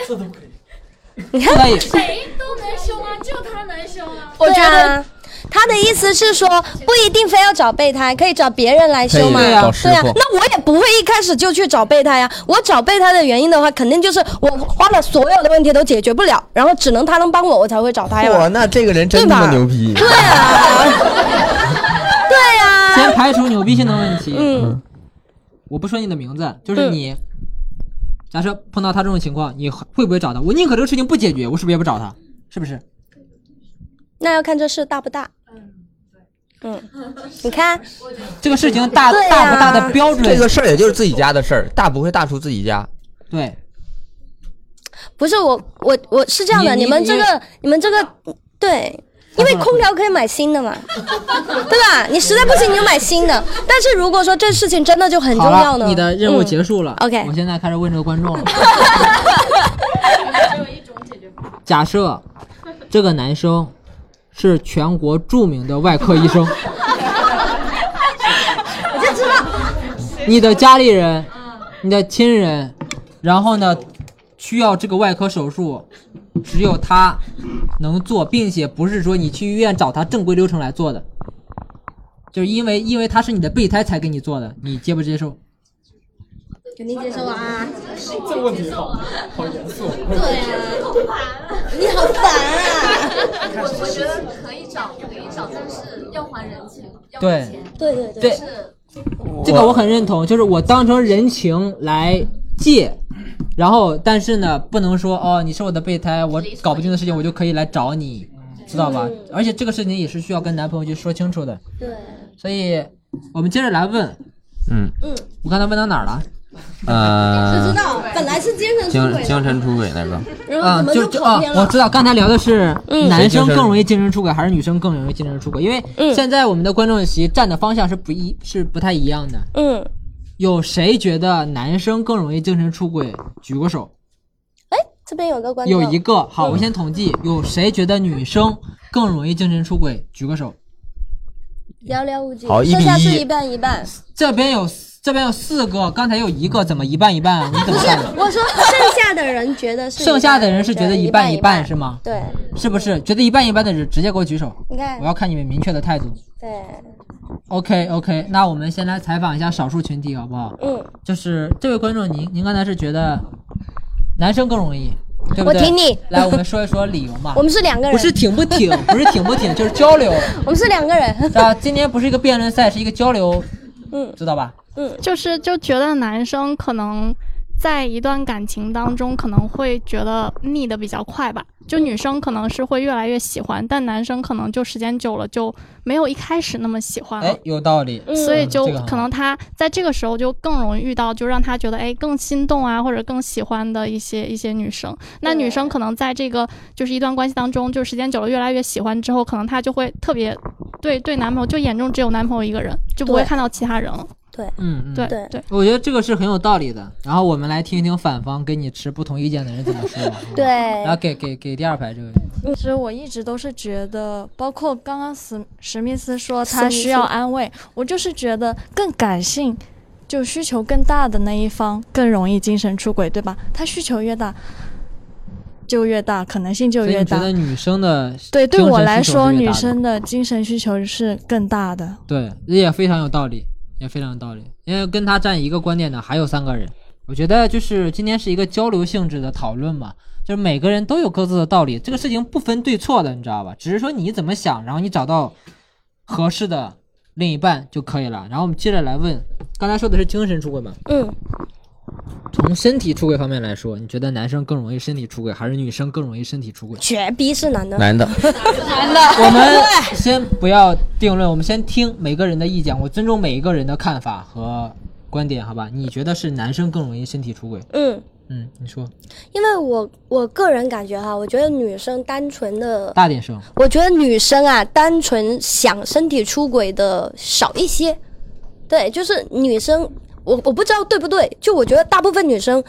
Speaker 4: 你看
Speaker 2: 不可以
Speaker 15: 谁都能修吗？就他能修啊！
Speaker 4: 我觉得。他的意思是说，不一定非要找备胎，可以找别人来修嘛。
Speaker 15: 可以
Speaker 4: 对
Speaker 15: 找
Speaker 4: 呀
Speaker 15: 师，傅
Speaker 4: 对呀，那我也不会一开始就去找备胎呀。我找备胎的原因的话，肯定就是我花了所有的问题都解决不了，然后只能他能帮我，我才会找他
Speaker 3: 哇，
Speaker 4: 哎呀。
Speaker 3: 那这个人真他妈牛逼！
Speaker 4: 对呀，
Speaker 2: 先排除牛逼性的问题。
Speaker 4: 嗯，
Speaker 2: 我不说你的名字，就是你。假设碰到他这种情况，你会不会找他？我宁可这个事情不解决，我是不是也不找他？是不是？
Speaker 4: 那要看这事大不大。嗯，你看，
Speaker 2: 这个事情大
Speaker 4: 对呀
Speaker 2: 大不大的标准？
Speaker 3: 这个事儿也就是自己家的事儿，大不会大出自己家。
Speaker 2: 对，
Speaker 4: 不是我，我我是这样的，
Speaker 3: 你
Speaker 4: 你
Speaker 3: 你
Speaker 4: 们这
Speaker 3: 你
Speaker 4: 个，你们
Speaker 2: 啊
Speaker 4: 这个，对，因
Speaker 2: (laughs)
Speaker 4: 为空调可以买新的嘛， (laughs) 对吧？你实在不行你就买新的，但是如果说这事情真的就很重
Speaker 2: 好
Speaker 4: 要
Speaker 2: 了，
Speaker 4: 呢，
Speaker 2: 你的任务
Speaker 4: 嗯
Speaker 2: 结束了。
Speaker 4: OK
Speaker 2: 我现在开始问这个观众了。假设这个男生是全国著名的外科医
Speaker 15: (laughs)
Speaker 2: 生，
Speaker 5: (laughs)
Speaker 15: 我就知道
Speaker 2: 你的家里人、你的亲人，然后呢，需要这个外科手术，只有他能做，并且不是说你去医院找他正规流程来做的，就是因为因为他是你的备胎才给你做的，你接不接受？
Speaker 15: 肯定接受啊！
Speaker 9: 这问题好好严肃。
Speaker 15: 对呀、
Speaker 4: 啊你好烦
Speaker 15: 啊！
Speaker 2: (laughs)
Speaker 16: 我觉得可以找，可以找，但是要还人情，要
Speaker 2: 对
Speaker 16: 还钱。
Speaker 4: 对对
Speaker 2: 对
Speaker 16: 是
Speaker 2: 这个我很认同，就是我当成人情来借，然后但是呢，不能说哦，你是我的备胎，我搞不定的事情我就可以来找你，知道吧
Speaker 1: 嗯？
Speaker 2: 而且这个事情也是需要跟男朋友去说清楚的。
Speaker 4: 对，
Speaker 2: 所以我们接着来问，
Speaker 3: 嗯
Speaker 4: 嗯，
Speaker 2: 我刚才问到哪儿了？
Speaker 3: 呃，
Speaker 4: 不知道，本来是精神出
Speaker 3: 精
Speaker 4: 轨的，
Speaker 3: 精神出轨那个，
Speaker 4: 然后
Speaker 2: 啊
Speaker 4: 怎，么
Speaker 2: 就
Speaker 4: 就
Speaker 2: 就
Speaker 4: 跑
Speaker 2: 啊
Speaker 4: 偏，了？
Speaker 2: 我知道，刚才聊的是
Speaker 4: 嗯
Speaker 2: 男生更容易精神出轨，还是女生更容易精神出轨？因为现在我们的观众席站的方向是不一，是不太一样的。
Speaker 4: 嗯，
Speaker 2: 有谁觉得男生更容易精神出轨？举个手。
Speaker 4: 哎这边有个观众，
Speaker 2: 有一个，好，我先统计，有谁觉得女生更容易精神出轨？举个手。
Speaker 4: 寥寥无几，
Speaker 2: 好一比
Speaker 4: 剩下是
Speaker 2: 一
Speaker 4: 一半一
Speaker 2: (laughs)
Speaker 4: 半。
Speaker 2: 这边有这边有四个，刚才有一个，怎么一半一半啊？你怎么办的？
Speaker 4: 我说剩下的人觉得 (laughs) 是一半，
Speaker 2: 剩下的人是觉得
Speaker 4: 一
Speaker 2: 一
Speaker 4: 半
Speaker 2: 半一半是吗？
Speaker 4: 对，
Speaker 2: 是不是？觉得一半一半的人直接给我举手，
Speaker 4: 你看
Speaker 2: 我，要看你们明确的态度。
Speaker 4: 对，
Speaker 2: OK OK，那我们先来采访一下少数群体好不好？
Speaker 4: 嗯，
Speaker 2: 就是这位观众，您您刚才是觉得男生更容易，对不
Speaker 4: 我
Speaker 2: 对？
Speaker 4: 挺你
Speaker 2: 来，我们说一说理由嘛。
Speaker 4: (laughs) 我们是两个人
Speaker 2: 不是挺不
Speaker 4: (laughs)
Speaker 2: 挺，不是挺不挺，就是交流。
Speaker 4: 我们是两个人。
Speaker 2: 啊，今天不是一个辩论赛，是一个交流，
Speaker 16: 嗯
Speaker 2: 知道吧？
Speaker 4: (laughs) 嗯，
Speaker 16: 就是就觉得男生可能在一段感情当中可能会觉得腻的比较快吧，就女生可能是会越来越喜欢，但男生可能就时间久了就没有一开始那么喜欢了
Speaker 2: 哎，。有道理。
Speaker 16: 啊
Speaker 4: 嗯
Speaker 16: 所以就
Speaker 2: 这个很好
Speaker 16: 可能他在这个时候就更容易遇到，就让他觉得哎更心动啊，或者更喜欢的一些一些女生。那女生可能在这个就是一段关系当中，就时间久了越来越喜欢之后，可能她就会特别对对男朋友就眼中只有男朋友一个人，就不会
Speaker 4: 对
Speaker 16: 看到其他人了。
Speaker 4: 对，
Speaker 2: 嗯嗯
Speaker 16: 对
Speaker 4: 对
Speaker 16: 对。
Speaker 2: 我觉得这个是很有道理的。然后我们来听一听反方跟你持不同意见的人怎么说。
Speaker 4: (laughs) 对
Speaker 2: 然后给给给第二排这位，
Speaker 17: 其实我一直都是觉得，包括刚刚史史密斯说
Speaker 4: 史
Speaker 17: 他
Speaker 4: 密斯
Speaker 17: 需要安慰，我就是觉得更感性，就需求更大的那一方更容易精神出轨，对吧？他需求越大，就越大，可能性就
Speaker 2: 所以
Speaker 17: 越
Speaker 2: 你觉
Speaker 17: 大。
Speaker 2: 得女生的
Speaker 17: 对，对
Speaker 2: 精神
Speaker 17: 我来
Speaker 2: 需求
Speaker 17: 说，
Speaker 2: 是越
Speaker 17: 女
Speaker 2: 大的
Speaker 17: 生的精神需求是更大的。
Speaker 2: 对这也非常有道理，也非常有道理。因为跟他站一个观点的还有三个人，我觉得就是今天是一个交流性质的讨论嘛，就是每个人都有各自的道理，这个事情不分对错的，你知道吧？只是说你怎么想，然后你找到合适的另一半就可以了。然后我们接着来问，刚才说的是精神出轨嘛？
Speaker 4: 嗯，
Speaker 2: 从身体出轨方面来说，你觉得男生更容易身体出轨，还是女生更容易身体出轨？
Speaker 4: 绝逼是男的，
Speaker 2: 男
Speaker 4: (laughs)
Speaker 2: 的
Speaker 4: 男
Speaker 2: (laughs)
Speaker 4: 的
Speaker 2: 我们
Speaker 4: (laughs)
Speaker 2: 先不要定论，我们先听每个人的意见，我尊重每一个人的看法和观点，好吧？你觉得是男生更容易身体出轨？
Speaker 4: 嗯，
Speaker 2: 嗯，你说
Speaker 4: 因为我我个人感觉哈，我觉得女生单纯的
Speaker 2: 大点声。
Speaker 4: 我觉得女生啊，单纯想身体出轨的少一些。对，就是女生，我我不知道对不对，就我觉得大部分女生，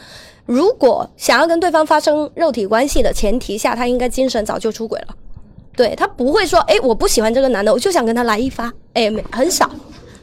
Speaker 4: 如果想要跟对方发生肉体关系的前提下，她应该精神早就出轨了。对她不会说，哎，我不喜欢这个男的，我就想跟他来一发，哎，没很少。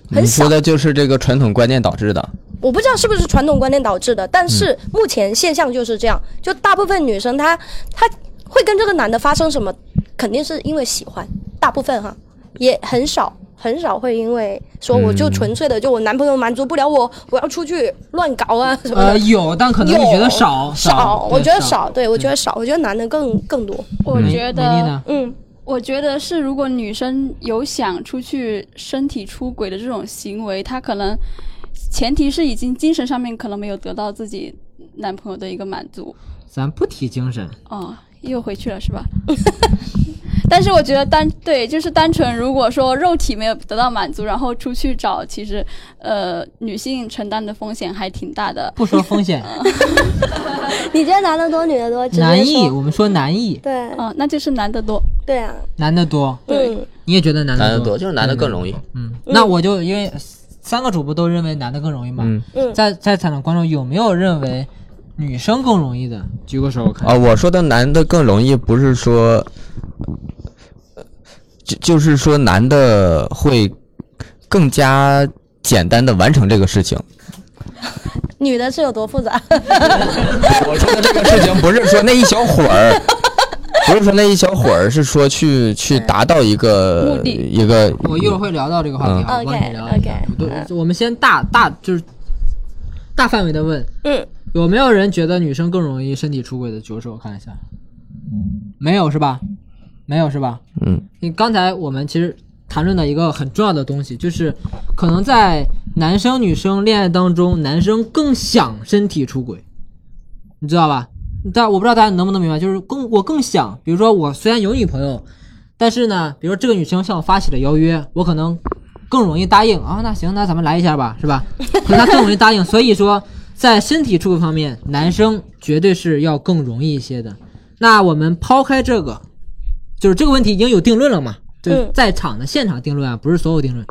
Speaker 3: 你说的就是这个传统观念导致的。
Speaker 4: 我不知道是不是传统观念导致的，但
Speaker 2: 嗯
Speaker 4: 是目前现象就是这样，就大部分女生她她会跟这个男的发生什么，肯定是因为喜欢，大部分哈，也很少很少会因为说我就纯粹的就我男朋友满足不了我，我要出去乱搞啊什么的。
Speaker 2: 呃，有，但可能你觉得少
Speaker 4: 有
Speaker 2: 少，
Speaker 4: 我
Speaker 2: 对
Speaker 4: 觉得少，对我觉得少，我觉得男的更更多。
Speaker 5: 我觉得，
Speaker 4: 嗯，
Speaker 5: 我觉得是，如果女生有想出去身体出轨的这种行为，她可能前提是已经精神上面可能没有得到自己男朋友的一个满足。
Speaker 2: 咱不提精神，
Speaker 5: 哦，又回去了是吧？ (laughs) 但是我觉得单对，就是单纯如果说肉体没有得到满足，然后出去找，其实呃，女性承担的风险还挺大的。
Speaker 2: 不说风险，
Speaker 4: (laughs) 你觉得男的多，女的多？直接
Speaker 2: 男艺，
Speaker 4: 说
Speaker 2: 我们说男艺，
Speaker 4: 对，
Speaker 5: 嗯，那就是男的多。
Speaker 4: 对啊，
Speaker 2: 男的多，
Speaker 4: 嗯，
Speaker 2: 你也觉得男的
Speaker 3: 男的多，就是男的
Speaker 2: 嗯
Speaker 3: 更容易。
Speaker 2: 嗯，那我就因为三个主播都认为男的更容易嘛，
Speaker 3: 嗯
Speaker 2: 在在场的观众有没有认为女生更容易的？举个手，我看。
Speaker 3: 啊，我说的男的更容易，不是说，就就是说男的会更加简单的完成这个事情。
Speaker 4: 女的是有多复杂？ (laughs)
Speaker 3: 我说的这个事情不是说那一小会儿，不是说那一小会儿，是说去去达到一个
Speaker 2: 目的
Speaker 3: 呃一个。
Speaker 2: 我一会儿会聊到这个话题啊，
Speaker 4: 嗯
Speaker 2: 我跟你聊一下。对，我们先大大就是大范围的问，
Speaker 4: 嗯，
Speaker 2: 有没有人觉得女生更容易身体出轨的？举个手，我看一下。没有是吧？没有是吧？
Speaker 3: 嗯，
Speaker 2: 你刚才我们其实谈论的一个很重要的东西，就是可能在男生女生恋爱当中，男生更想身体出轨，你知道吧？但我不知道大家能不能明白，就是更我更想，比如说我虽然有女朋友，但是呢，比如这个女生向我发起了邀约，我可能更容易答应啊。那行，那咱们来一下吧，是吧？可她更容易答应，所以说在身体触碰方面，男生绝对是要更容易一些的。那我们抛开这个，就是这个问题已经有定论了嘛？对
Speaker 1: 嗯，
Speaker 2: 在场的现场定论啊，不是所有定论。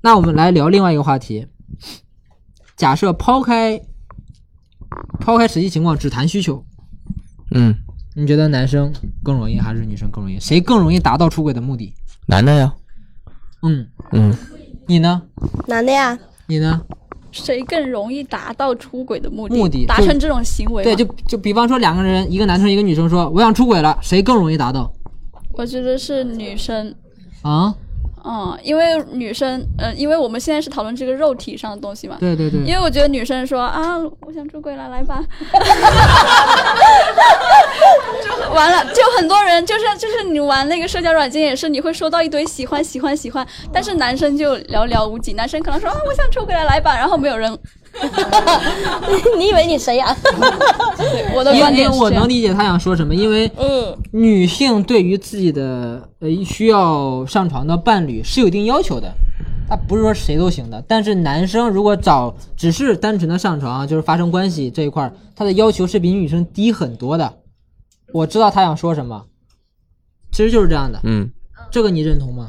Speaker 2: 那我们来聊另外一个话题，假设抛开抛开实际情况，只谈需求，
Speaker 3: 嗯，
Speaker 2: 你觉得男生更容易还是女生更容易？谁更容易达到出轨的目的？
Speaker 3: 男的呀，
Speaker 2: 嗯
Speaker 3: 嗯，
Speaker 2: 你呢？
Speaker 4: 男的呀，
Speaker 2: 你呢？
Speaker 5: 谁更容易达到出轨的目的？
Speaker 2: 目的
Speaker 5: 达
Speaker 2: 就
Speaker 5: 成这种行为吗？
Speaker 2: 对，就就比方说两个人，一个男生一个女生说我想出轨了，谁更容易达到？
Speaker 5: 我觉得是女生，
Speaker 2: 啊，
Speaker 5: 嗯，因为女生，呃，因为我们现在是讨论这个肉体上的东西嘛。
Speaker 2: 对对对
Speaker 5: 因为我觉得女生说啊，我想出轨了，
Speaker 2: (laughs)
Speaker 5: 来吧。就完了，就很多人就是就是你玩那个社交软件也是，你会收到一堆喜欢喜欢喜欢，但是男生就寥寥无几，男生可能说啊，我想出轨了，来吧，然后
Speaker 2: (laughs)
Speaker 5: 没有人。
Speaker 4: 你以为你谁呀、
Speaker 5: 对，我的
Speaker 2: 因为
Speaker 5: 观点是
Speaker 2: 我
Speaker 5: 这样
Speaker 2: 能理解他想说什么，因为
Speaker 4: 嗯，
Speaker 2: 女性对于自己的呃需要上床的伴侣是有一定要求的，他不是说谁都行的。但是男生如果找只是单纯的上床，啊就是发生关系这一块儿，他的要求是比女生低很多的。我知道他想说什么，其实就是这样的。
Speaker 3: 嗯，
Speaker 2: 这个你认同吗？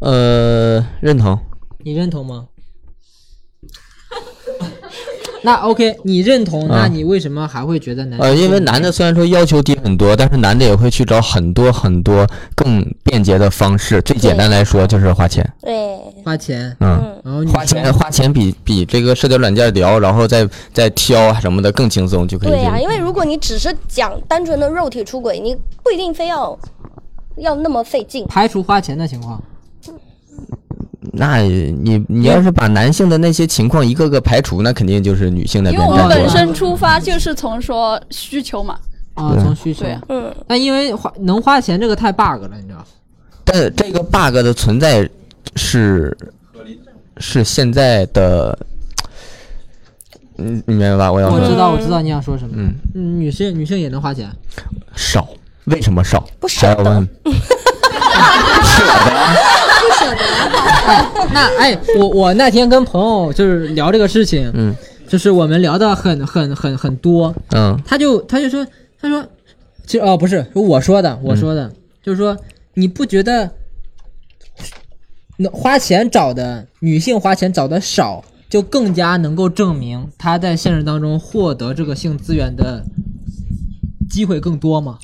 Speaker 3: 呃，认同。
Speaker 2: 你认同吗？ (laughs) 那 OK，你认同，那
Speaker 3: 啊
Speaker 2: 你为什么还会觉得男生？
Speaker 3: 呃，因为男的虽然说要求低很多，但是男的也会去找很多很多更便捷的方式。最简单来说就是花钱，
Speaker 4: 对，
Speaker 2: 花钱，
Speaker 3: 嗯，
Speaker 2: 然后女
Speaker 3: 花钱花钱比比这个社交软件聊，然后再再挑啊什么的更轻松，就可以
Speaker 4: 对呀、啊
Speaker 3: 去
Speaker 4: 因为如果你只是讲单纯的肉体出轨，你不一定非要要那么费劲。
Speaker 2: 排除花钱的情况。
Speaker 3: 那你你要是把男性的那些情况一个个排除，那肯定就是女性那
Speaker 5: 因
Speaker 3: 边啊
Speaker 5: 为
Speaker 3: 占
Speaker 5: 我们
Speaker 3: 多
Speaker 5: 本
Speaker 3: 了
Speaker 5: 身出发就是从说需求嘛。
Speaker 2: 啊
Speaker 3: 对
Speaker 2: 从需求
Speaker 5: 对啊，
Speaker 4: 嗯，
Speaker 2: 但因为花能花钱这个太 bug 了，你知道吗？
Speaker 3: 但这个 bug 的存在是是现在的，嗯，你明白吧？我要
Speaker 2: 我
Speaker 3: 说
Speaker 2: 知道，我知道你想说什么。
Speaker 3: 嗯，
Speaker 2: 嗯，女性女性也能花钱，
Speaker 3: 少，为什么少？
Speaker 4: 不
Speaker 3: 舍得。
Speaker 4: 不舍得。
Speaker 2: (laughs) 那哎，我我那天跟朋友就是聊这个事情，
Speaker 3: 嗯，
Speaker 2: 就是我们聊的很很很很多，
Speaker 3: 嗯，
Speaker 2: 他就他就说他说，就哦不是是我说的我说的，就是说你不觉得，那花钱找的女性花钱找的少，就更加能够证明她在现实当中获得这个性资源的机会更多吗？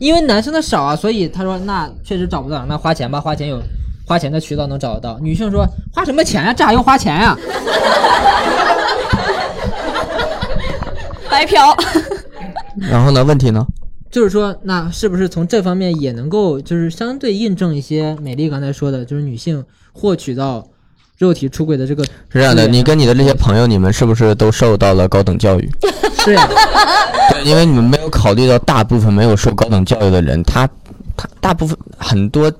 Speaker 2: 因为男生的少啊，所以他说那确实找不到，那花钱吧，花钱有花钱的渠道能找得到。女性说花什么钱呀、这还用花钱呀、
Speaker 5: 白嫖。
Speaker 3: 然后呢？问题呢？
Speaker 2: 就是说，那是不是从这方面也能够，就是相对印证一些美丽刚才说的，就是女性获取到肉体出轨的这个
Speaker 3: 是这样的，
Speaker 2: 资源
Speaker 3: 你跟你的这些朋友，你们是不是都受到了高等教育？
Speaker 2: 是啊呀，
Speaker 3: 对， (laughs) 因为你们没有考虑到大部分没有受高等教育的人，他他大部分很多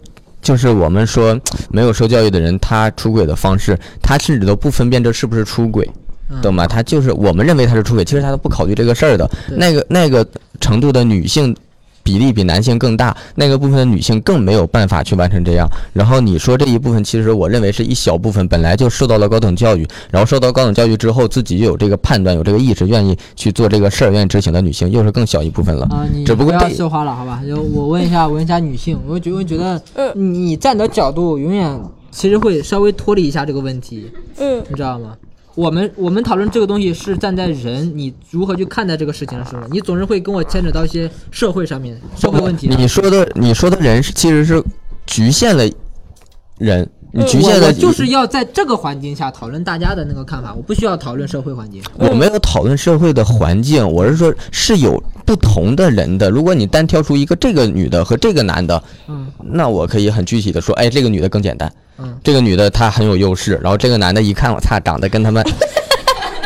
Speaker 3: 就是我们说没有受教育的人，他出轨的方式，他甚至都不分辨这是不是出轨。懂吗？他就是我们认为他是出轨，其实他都不考虑这个事儿的。那个那个程度的女性比例比男性更大，那个部分的女性更没有办法去完成这样。然后你说这一部分，其实我认为是一小部分，本来就受到了高等教育，然后受到高等教育之后，自己就有这个判断，有这个意识，愿意去做这个事儿，愿意执行的女性，又是更小一部分了。
Speaker 2: 啊，你
Speaker 3: (laughs) 只不过
Speaker 2: 要
Speaker 3: 这
Speaker 2: 绣花了，好吧？就我问一下，我问一下女性，我觉我觉得你站的角度永远其实会稍微脱离一下这个问题，
Speaker 4: 嗯，
Speaker 2: 你知道吗？我们我们讨论这个东西是站在人你如何去看待这个事情的时候，你总是会跟我牵扯到一些社会上面社会问题上。
Speaker 3: 你说的你说的人是其实是局限了人，你
Speaker 2: 嗯
Speaker 3: 局限
Speaker 2: 我
Speaker 3: 了
Speaker 2: 我就是要在这个环境下讨论大家的那个看法，我不需要讨论社会环境。
Speaker 3: 我没有讨论社会的环境，我是说是有不同的人的。如果你单挑出一个这个女的和这个男的，
Speaker 2: 嗯，
Speaker 3: 那我可以很具体的说，哎，这个女的更简单，
Speaker 2: 嗯，
Speaker 3: 这个女的她很有优势，然后这个男的一看我擦，长得跟他
Speaker 2: (laughs)
Speaker 3: 们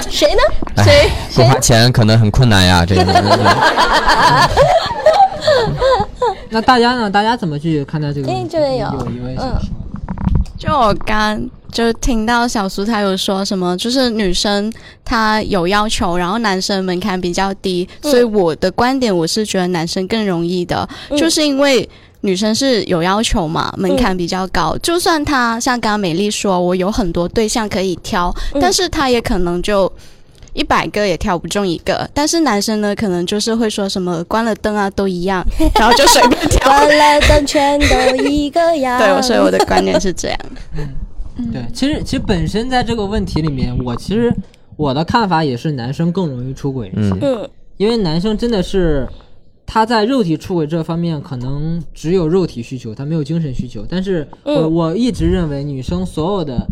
Speaker 4: 谁呢？
Speaker 3: 哎不
Speaker 4: 谁？
Speaker 3: (laughs) 花钱可能很困
Speaker 2: (laughs)
Speaker 3: 难呀，这个
Speaker 2: 那大家呢？大家怎么去看待这个问
Speaker 4: 哎，
Speaker 2: 题？
Speaker 4: 这边有，
Speaker 2: 有一位
Speaker 4: 嗯，
Speaker 12: 就我刚就听到小苏他有说什么，就是女生她有要求，然后男生门槛比较低，
Speaker 10: 嗯
Speaker 12: 所以我的观点我是觉得男生更容易的，
Speaker 10: 嗯
Speaker 12: 就是因为。女生是有要求嘛，门槛比较高。就算她像刚刚美丽说，我有很多对象可以挑，但是她也可能就一百个也挑不中一个。但是男生呢，可能就是会说什么关了灯啊都一样，然后就随便挑。
Speaker 4: 关了灯全都一个样。
Speaker 12: 对，所以我的观点是这样。
Speaker 4: 嗯
Speaker 2: 对，其实其实本身在这个问题里面，我其实我的看法也是男生更容易出轨一些，
Speaker 4: 嗯
Speaker 2: 因为男生真的是他在肉体出轨这方面可能只有肉体需求，他没有精神需求。但是我、
Speaker 4: 呃
Speaker 1: 嗯
Speaker 2: 我一直认为女生所有的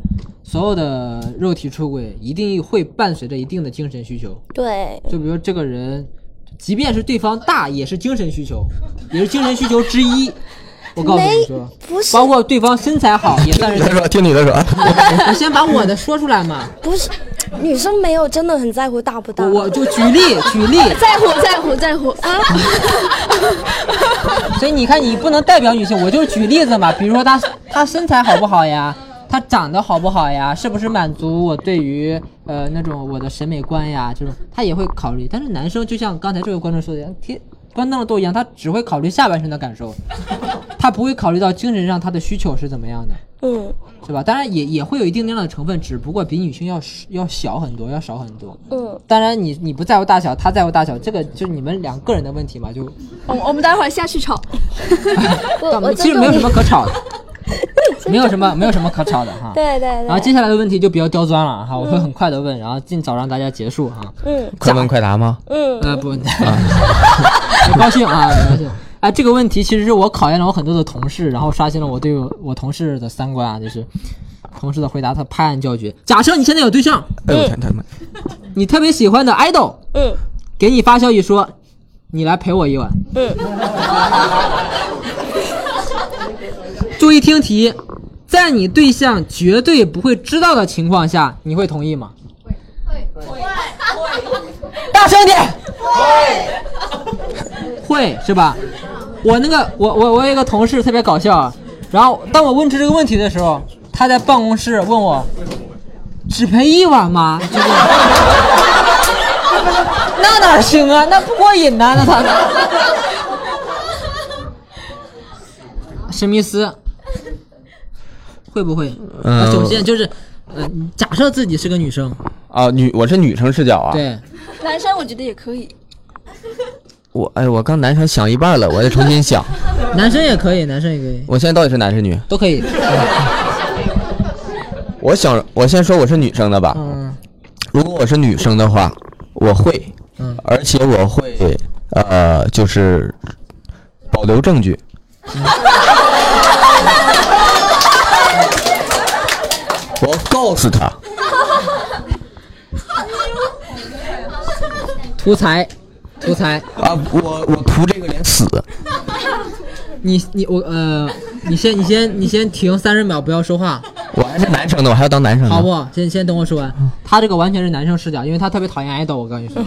Speaker 2: 所有的肉体出轨一定会伴随着一定的精神需求，
Speaker 4: 对，
Speaker 2: 就比如这个人，即便是对方大，也是精神需求，也是精神需求之一。我告诉你说，
Speaker 4: 不是
Speaker 2: 包括对方身材好也算是
Speaker 3: 他说听你的说，
Speaker 2: (laughs) 我先把我的说出来嘛。
Speaker 4: 不是，女生没有真的很在乎大不大。
Speaker 2: 我就举例举例
Speaker 4: (laughs) 在乎在乎在乎啊！
Speaker 2: 所以你看，你不能代表女性，我就是举例子嘛。比如说她她身材好不好呀？她长得好不好呀？是不是满足我对于呃那种我的审美观呀？这种她也会考虑。但是男生就像刚才这位观众说的，贴关灯了都一样，他只会考虑下半身的感受，他不会考虑到精神上他的需求是怎么样的，
Speaker 4: 嗯
Speaker 2: 是吧？当然也也会有一定量的成分，只不过比女性要要小很多，要少很多。
Speaker 4: 嗯，
Speaker 2: 当然你，你不在乎大小，他在乎大小，这个就是你们两个人的问题嘛，就
Speaker 5: 我我们待会儿下
Speaker 2: (laughs)
Speaker 5: 去吵。
Speaker 4: 我我
Speaker 2: 其实
Speaker 4: 尊重
Speaker 2: 没有
Speaker 4: 你
Speaker 2: 什么可
Speaker 4: (laughs)
Speaker 2: 吵的，没有什么没有什么可吵的哈。
Speaker 4: 对对对。
Speaker 2: 然后接下来的问题就比较刁钻了哈，我会很快的问，然后尽早让大家结束哈。
Speaker 4: 嗯
Speaker 3: 快问快答吗？
Speaker 4: 嗯
Speaker 2: 呃不， (laughs) 很高兴啊，很高兴。 (laughs) 哎，这个问题其实是我考验了我很多的同事，然后刷新了我对我我同事的三观啊，就是同事的回答他拍案叫绝。假设你现在有对象，
Speaker 3: 哎呦，他他妈，
Speaker 2: 你特别喜欢的 idol，
Speaker 4: 嗯，
Speaker 2: 给你发消息说你来陪我一晚，
Speaker 4: 嗯，
Speaker 2: 注意听题，在你对象绝对不会知道的情况下，你会同意吗？大声点，会是吧？我那个我我我有一个同事特别搞笑啊，然后当我问出这个问题的时候，他在办公室问我，只陪一晚吗？就是那哪行啊？那不过瘾呐、那他。史密斯会不会？
Speaker 3: 嗯
Speaker 2: 呃首先就是，呃，假设自己是个女生，
Speaker 3: 啊，女我是女生视角啊，
Speaker 2: 对，
Speaker 5: 男生我觉得也可以，
Speaker 3: 我哎，我刚男生想一半了，我得重新想，
Speaker 2: (laughs) 男生也可以，男生也可以，
Speaker 3: 我现在到底是男是女？
Speaker 2: 都可以。 (laughs)
Speaker 3: 我想，我先说我是女生的吧。
Speaker 2: 嗯。
Speaker 3: 如果我是女生的话，我会，
Speaker 2: 嗯
Speaker 3: 而且我会，呃，就是保留
Speaker 2: (laughs)
Speaker 3: 证据。我告诉他，
Speaker 2: 图财，图财
Speaker 3: 啊！我我图这个连死。
Speaker 2: (laughs) 你你我呃，你先你先你先停三十秒，不要说话，
Speaker 3: 我还是男生呢，我还要当男生呢。嗯
Speaker 2: 好不？先先等我说完。他这个完全是男生视角，因为他特别讨厌爱豆，我告诉
Speaker 3: (laughs)
Speaker 2: 你说，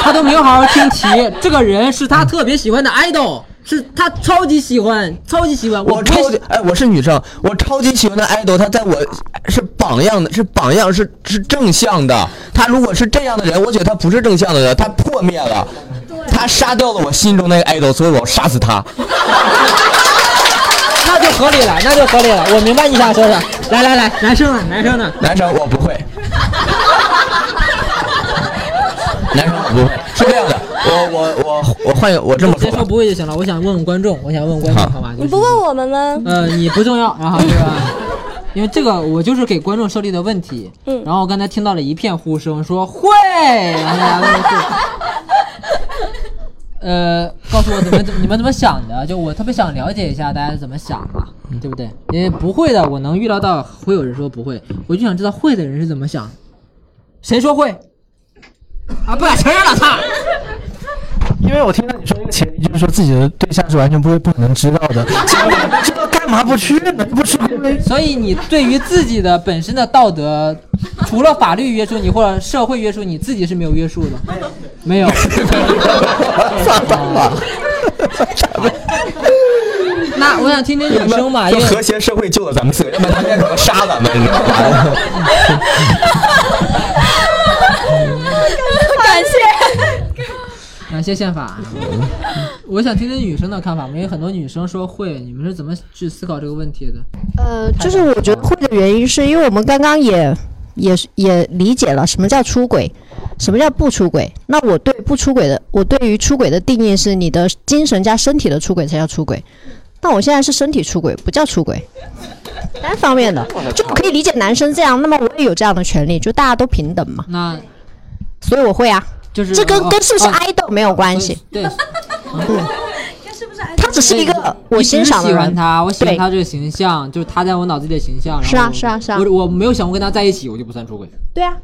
Speaker 2: 他都没有好好听题。这个人是他特别喜欢的爱豆，是他超级喜欢，超级喜欢。
Speaker 3: 我超级哎，我是女生，我超级喜欢的爱豆，他在我是榜样的，是榜样，是是正向的。他如果是这样的人，我觉得他不是正向的人，他破灭了，他杀掉了我心中那个爱豆，所以我要杀死他。
Speaker 2: 那就合理了，那就合理了。我明白你想说啥。来来来，男生呢？男生呢？
Speaker 3: 男生我不会，男生我不会，是这样的，我我我我换一个我这么
Speaker 2: 直接
Speaker 3: 说
Speaker 2: 说
Speaker 3: 吧，
Speaker 2: 不会就行了。我想问问观众，我想问问观众，好吧？
Speaker 4: 你不问我们吗？
Speaker 2: 呃，你不重要，然后这个，因为这个我就是给观众设立的问题。
Speaker 4: 嗯
Speaker 2: 然后我刚才听到了一片呼声，说会，然后大家问是。呃，告诉我怎么你们怎么想的？就我特别想了解一下大家怎么想啊，对不对？因为不会的，我能预料到会有人说不会，我就想知道会的人是怎么想。谁说会？啊，不敢承认了，操！
Speaker 11: 因为我听到你说一个前提，就是说自己的对象是完全不会不可能知道的，知道干嘛不去呢？不吃亏。
Speaker 2: 所以你对于自己的本身的道德，除了法律约束你或者社会约束你，自己是没有约束的。没有。
Speaker 3: 算了吧。
Speaker 2: (laughs) 那我想听听女生啊吧，因
Speaker 3: 就
Speaker 2: 为
Speaker 3: 和谐社会救了咱们四个，要不然他们可能杀咱们，你知道吗？
Speaker 2: (laughs) 感谢感谢宪法。我想听听女生的看法，因为很多女生说会，你们是怎么去思考这个问题的？
Speaker 6: 呃，就是我觉得会的原因，是因为我们刚刚也也也理解了什么叫出轨，什么叫不出轨。那我对不出轨的，我对于出轨的定义是，你的精神加身体的出轨才叫出轨。那我现在是身体出轨，不叫出轨，单方面的，就我可以理解男生这样，那么我也有这样的权利，就大家都平等嘛。
Speaker 2: 那
Speaker 6: 所以我会啊，
Speaker 2: 就是
Speaker 6: 这跟
Speaker 2: 哦
Speaker 6: 跟是不是
Speaker 2: 哦
Speaker 6: idol 没有关系。 (laughs)
Speaker 2: 对，
Speaker 6: 他只是一个我欣赏的
Speaker 2: 喜
Speaker 6: 人，
Speaker 2: 欢他，我喜欢
Speaker 6: 对
Speaker 2: 他这个形象，就是他在我脑子里的形象。然后
Speaker 6: 是啊
Speaker 2: 我
Speaker 6: 是啊是啊
Speaker 2: 我我没有想过跟他在一起，我就不算出轨。
Speaker 6: 对啊，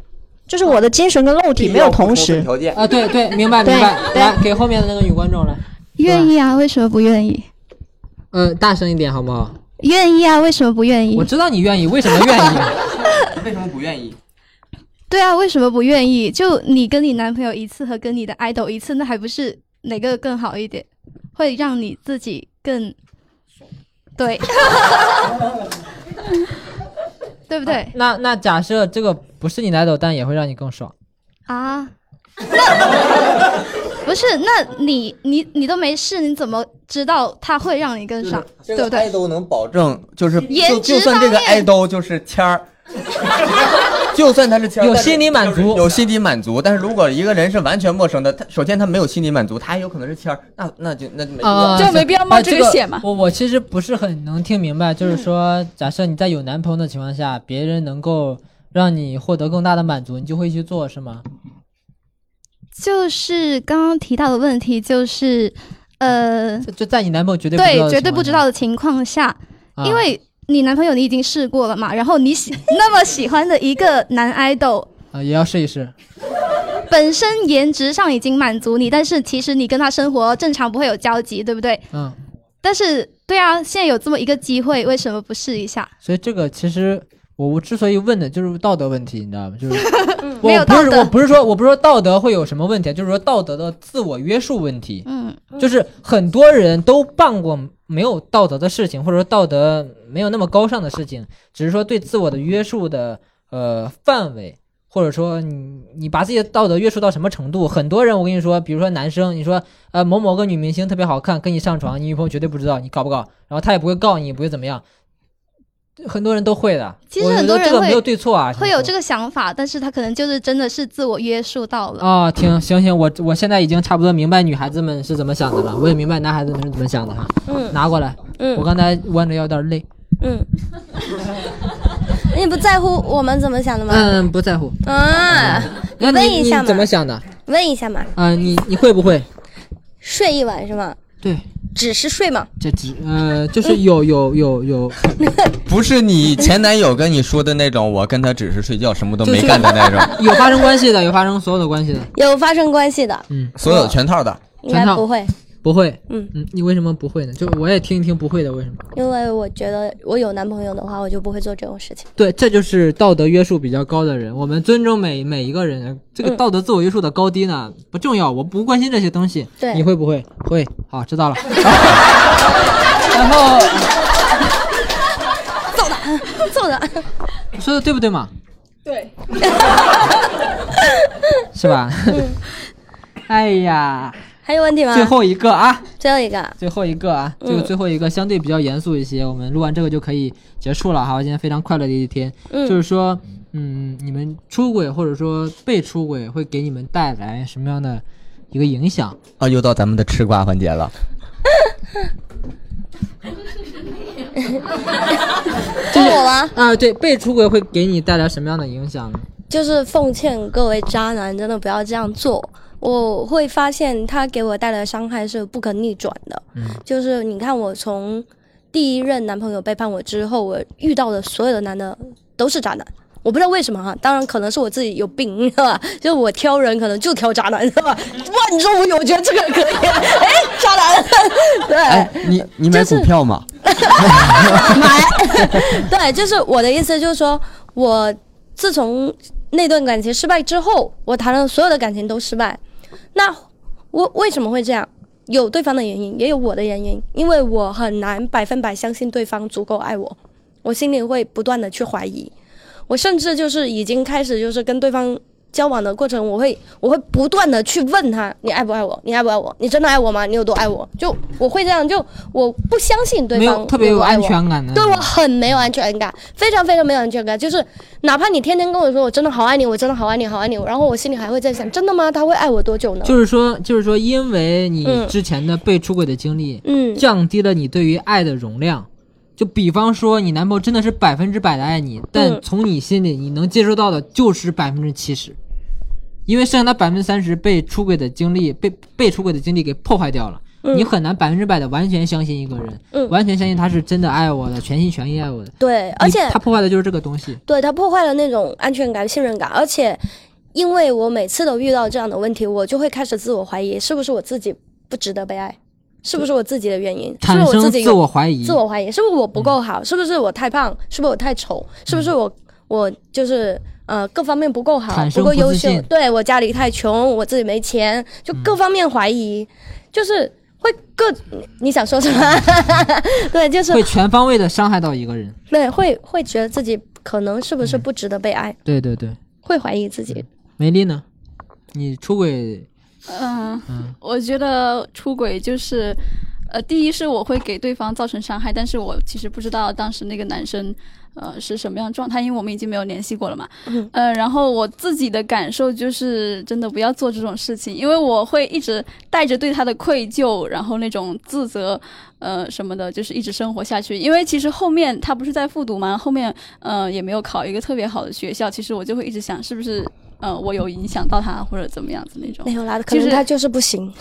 Speaker 6: 就是我的精神跟肉体没有同时。
Speaker 2: 啊，对对，明白
Speaker 6: 对
Speaker 2: 明
Speaker 18: 哎
Speaker 2: 白。
Speaker 6: 对
Speaker 2: 来，给后面的那个女观众来，
Speaker 18: 愿意啊，为什么不愿意？
Speaker 2: 呃，大声一点好不好？
Speaker 18: 愿意啊，为什么不愿意？
Speaker 2: 我知道你愿意，为什么愿意？
Speaker 3: (laughs) 为什么不愿意？
Speaker 18: 对啊，为什么不愿意？就你跟你男朋友一次和跟你的 idol 一次，那还不是哪个更好一点？会让你自己更对，对不对？
Speaker 2: 啊那那假设这个不是你的 idol，但也会让你更爽。
Speaker 18: 啊？那 (laughs) 不是？那你你你都没试，你怎么知道他会让你更爽？对不对？
Speaker 3: 爱豆能保证就是
Speaker 18: 颜
Speaker 3: 就
Speaker 18: 值
Speaker 3: 就算这个
Speaker 18: 方面
Speaker 3: 爱豆就是谦儿，就算他是谦儿，
Speaker 2: 有
Speaker 3: 但是
Speaker 2: 心理满足，
Speaker 3: 有心理满足。但是如果一个人是完全陌生的，他首先他没有心理满足，他还有可能是谦儿，那那就那就没必要，
Speaker 2: 啊我我其实不是很能听明白，
Speaker 18: 嗯
Speaker 2: 就是说，假设你在有男朋友的情况下，别人能够让你获得更大的满足，你就会去做，是吗？
Speaker 18: 就是刚刚提到的问题，就是呃，
Speaker 2: 就在你男朋友绝对不知道
Speaker 18: 对
Speaker 2: 的
Speaker 18: 绝对
Speaker 2: 情
Speaker 18: 不
Speaker 2: 况
Speaker 18: 知道的情况下，
Speaker 2: 啊
Speaker 18: 因为你男朋友你已经试过了嘛，然后你喜 (laughs) 那么喜欢的一个男 idol，
Speaker 2: 啊，也要试一试。
Speaker 18: 本身颜值上已经满足你，但是其实你跟他生活正常不会有交集，对不对？
Speaker 2: 嗯，
Speaker 18: 但是对啊，现在有这么一个机会，为什么不试一下？
Speaker 2: 所以这个其实我我之所以问的就是道德问题，你知道吗？
Speaker 18: (laughs)
Speaker 2: 就是我
Speaker 18: 嗯没有
Speaker 2: 我不是
Speaker 18: 道德
Speaker 2: 我不是说我不是说道德会有什么问题，啊就是说道德的自我约束问题。
Speaker 18: 嗯，
Speaker 2: 就是很多人都办过没有道德的事情，或者说道德没有那么高尚的事情，只是说对自我的约束的呃范围，或者说你你把自己的道德约束到什么程度？很多人我跟你说，比如说男生，你说呃某某个女明星特别好看，跟你上床，你女朋友绝对不知道，你告不告？然后她也不会告你，也不会怎么样。很多人都会的，
Speaker 18: 其实
Speaker 2: 我觉
Speaker 18: 很
Speaker 2: 得
Speaker 18: 多人
Speaker 2: 这个
Speaker 18: 会
Speaker 2: 没有对错啊，
Speaker 18: 会有这个想法，但是他可能就是真的是自我约束到了。
Speaker 2: 啊、挺行行，我我现在已经差不多明白女孩子们是怎么想的了，我也明白男孩子们是怎么想的哈。
Speaker 4: 嗯
Speaker 2: 拿过来。
Speaker 4: 嗯
Speaker 2: 我刚才弯着腰有点累。
Speaker 4: 嗯，你不在乎我们怎么想的吗？
Speaker 2: 嗯，不在乎。
Speaker 4: 啊，
Speaker 2: 那
Speaker 4: 问
Speaker 2: 你
Speaker 4: 一
Speaker 2: 你
Speaker 4: 下嘛，
Speaker 2: 怎么想的？啊、
Speaker 4: 问一下嘛，
Speaker 2: 你你会不会？
Speaker 4: 睡一晚是吗？
Speaker 2: 对，
Speaker 4: 只是睡嘛。
Speaker 2: 这只呃，就是
Speaker 4: 嗯
Speaker 2: 有有有有，
Speaker 3: 不是你前男友跟你说的那种，我跟他只是睡觉，什么都
Speaker 2: 就
Speaker 3: 没
Speaker 2: 是
Speaker 3: 干的那种，
Speaker 2: (laughs) 有发生关系的，有发生所有的关系的，
Speaker 4: 有发生关系的，
Speaker 2: 嗯，
Speaker 3: 所有全套的。
Speaker 4: 应该
Speaker 2: 全套
Speaker 4: 不会，
Speaker 2: 不会。
Speaker 4: 嗯
Speaker 2: 嗯，你为什么不会呢？就我也听一听不会的为什么？
Speaker 4: 因为我觉得我有男朋友的话，我就不会做这种事情。 (laughs)
Speaker 2: 对，这就是道德约束比较高的人。我们尊重每每一个人，这个
Speaker 4: 嗯
Speaker 2: 道德自我约束的高低呢、不重要，我不关心这些东西。
Speaker 4: 对
Speaker 2: 你会不会？会，好，知
Speaker 4: (laughs)
Speaker 2: 道了。然后
Speaker 4: 揍他，揍他，
Speaker 2: 说的对不对嘛？
Speaker 4: 对，
Speaker 2: 是吧？ (laughs) 哎呀，
Speaker 4: 嗯还有问题吗？
Speaker 2: 最后一个啊，
Speaker 4: 最后一个，
Speaker 2: 最后一个啊，
Speaker 4: 嗯
Speaker 2: 这个最后一个相对比较严肃一些，我们录完这个就可以结束了哈。今天非常快乐的一天，
Speaker 4: 嗯
Speaker 2: 就是说，嗯，你们出轨或者说被出轨会给你们带来什么样的一个影响？
Speaker 3: 啊，又到咱们的吃瓜环节了。
Speaker 4: 问我吗？
Speaker 2: 啊，对，被出轨会给你带来什么样的影响呢？
Speaker 4: 就是奉劝各位渣男，真的不要这样做。我会发现他给我带来的伤害是不可逆转的。
Speaker 2: 嗯
Speaker 4: 就是你看，我从第一任男朋友背叛我之后，我遇到的所有的男的都是渣男。我不知道为什么哈，当然可能是我自己有病，是吧？ (laughs) 就是我挑人可能就挑渣男，是吧？哇，你说我有，我觉得这个可以， (laughs) 哎，渣男， (laughs) 对。
Speaker 3: 哦你你买股票吗？
Speaker 2: (laughs)
Speaker 4: 对，就是我的意思，就是说我自从那段感情失败之后，我谈的所有的感情都失败。那我为什么会这样？有对方的原因，也有我的原因，因为我很难百分百相信对方足够爱我，我心里会不断的去怀疑，我甚至就是已经开始就是跟对方交往的过程，我会我会不断的去问他，你爱不爱我？你爱不爱我？你真的爱我吗？你有多爱我？就我会这样，就我不相信对
Speaker 2: 没
Speaker 4: 方
Speaker 2: 有特别有
Speaker 4: 多爱我
Speaker 2: 安全感的
Speaker 4: 对我很没有安全感，非常非常没有安全感。就是哪怕你天天跟我说我真的好爱你，我真的好爱你，好爱你，然后我心里还会在想，真的吗？他会爱我多久呢？
Speaker 2: 就是说，就是说，因为你
Speaker 4: 嗯
Speaker 2: 之前的被出轨的经历，
Speaker 4: 嗯
Speaker 2: 降低了你对于爱的容量。就比方说，你男朋友真的是百分之百的爱你，但
Speaker 4: 嗯
Speaker 2: 从你心里你能接受到的就是百分之七十，因为剩下的百分之三十被出轨的经历被被出轨的经历给破坏掉了，
Speaker 4: 嗯
Speaker 2: 你很难百分之百的完全相信一个人，
Speaker 4: 嗯
Speaker 2: 完全相信他是真的爱我的，全心全意爱我的。
Speaker 4: 对，而
Speaker 2: 你
Speaker 4: 且
Speaker 2: 他破坏的就是这个东西。
Speaker 4: 对他破坏了那种安全感、信任感，而且因为我每次都遇到这样的问题，我就会开始自我怀疑，是不是我自己不值得被爱？是不是我自己的原因？是
Speaker 2: 产
Speaker 4: 不是
Speaker 2: 生
Speaker 4: 我自己有
Speaker 2: 自我怀疑嗯
Speaker 4: 自我怀疑是不是我不够好？是不是我太胖？是不是我太丑？是不是我我就是呃各方面不够好
Speaker 15: 产，
Speaker 4: 不
Speaker 15: 生
Speaker 4: 够
Speaker 15: 不
Speaker 4: 优
Speaker 15: 自
Speaker 4: 秀
Speaker 15: 信？
Speaker 4: 对我家里太穷，我自己没钱，就
Speaker 2: 嗯
Speaker 4: 各方面怀疑，就是会各你你想说什么？ (laughs) 对，就是
Speaker 2: 会全方位的伤害到一个人。
Speaker 4: 对，会会觉得自己可能是不是不值得被爱，
Speaker 2: 对对对，
Speaker 4: 会怀疑自己。
Speaker 2: 梅丽呢？你出轨
Speaker 5: 嗯，我觉得出轨就是，呃，第一是我会给对方造成伤害，但是我其实不知道当时那个男生，呃，是什么样的状态，因为我们已经没有联系过了嘛。
Speaker 15: 嗯
Speaker 5: 呃，然后我自己的感受就是，真的不要做这种事情，因为我会一直带着对他的愧疚，然后那种自责，呃，什么的，就是一直生活下去。因为其实后面他不是在复读嘛，后面呃也没有考一个特别好的学校，其实我就会一直想，是不是呃我有影响到他或者怎么样子那种。
Speaker 4: 没有啊啦，可
Speaker 5: 就
Speaker 4: 能
Speaker 5: 是
Speaker 4: 他就是不行。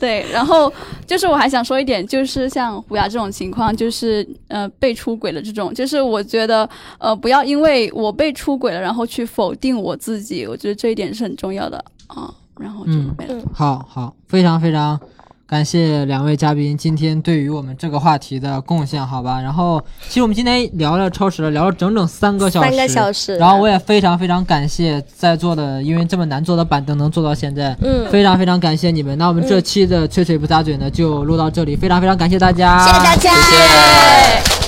Speaker 5: 对，然后就是我还想说一点，就是像虎牙这种情况，就是呃被出轨了这种，就是我觉得呃不要因为我被出轨了，然后去否定我自己，我觉得这一点是很重要的啊。然后就
Speaker 2: 嗯
Speaker 5: 没了。
Speaker 2: 好好，非常非常感谢两位嘉宾今天对于我们这个话题的贡献，好吧？然后其实我们今天聊了超时了，聊了整整三个小时，
Speaker 4: 三个小时
Speaker 2: 然后我也非常非常感谢在座的，因为这么难坐的板凳能坐到现在，
Speaker 4: 嗯
Speaker 2: 非常非常感谢你们。那我们这期的吹吹不撒嘴呢就录到这里，非常非常感谢大家，
Speaker 4: 谢谢大家。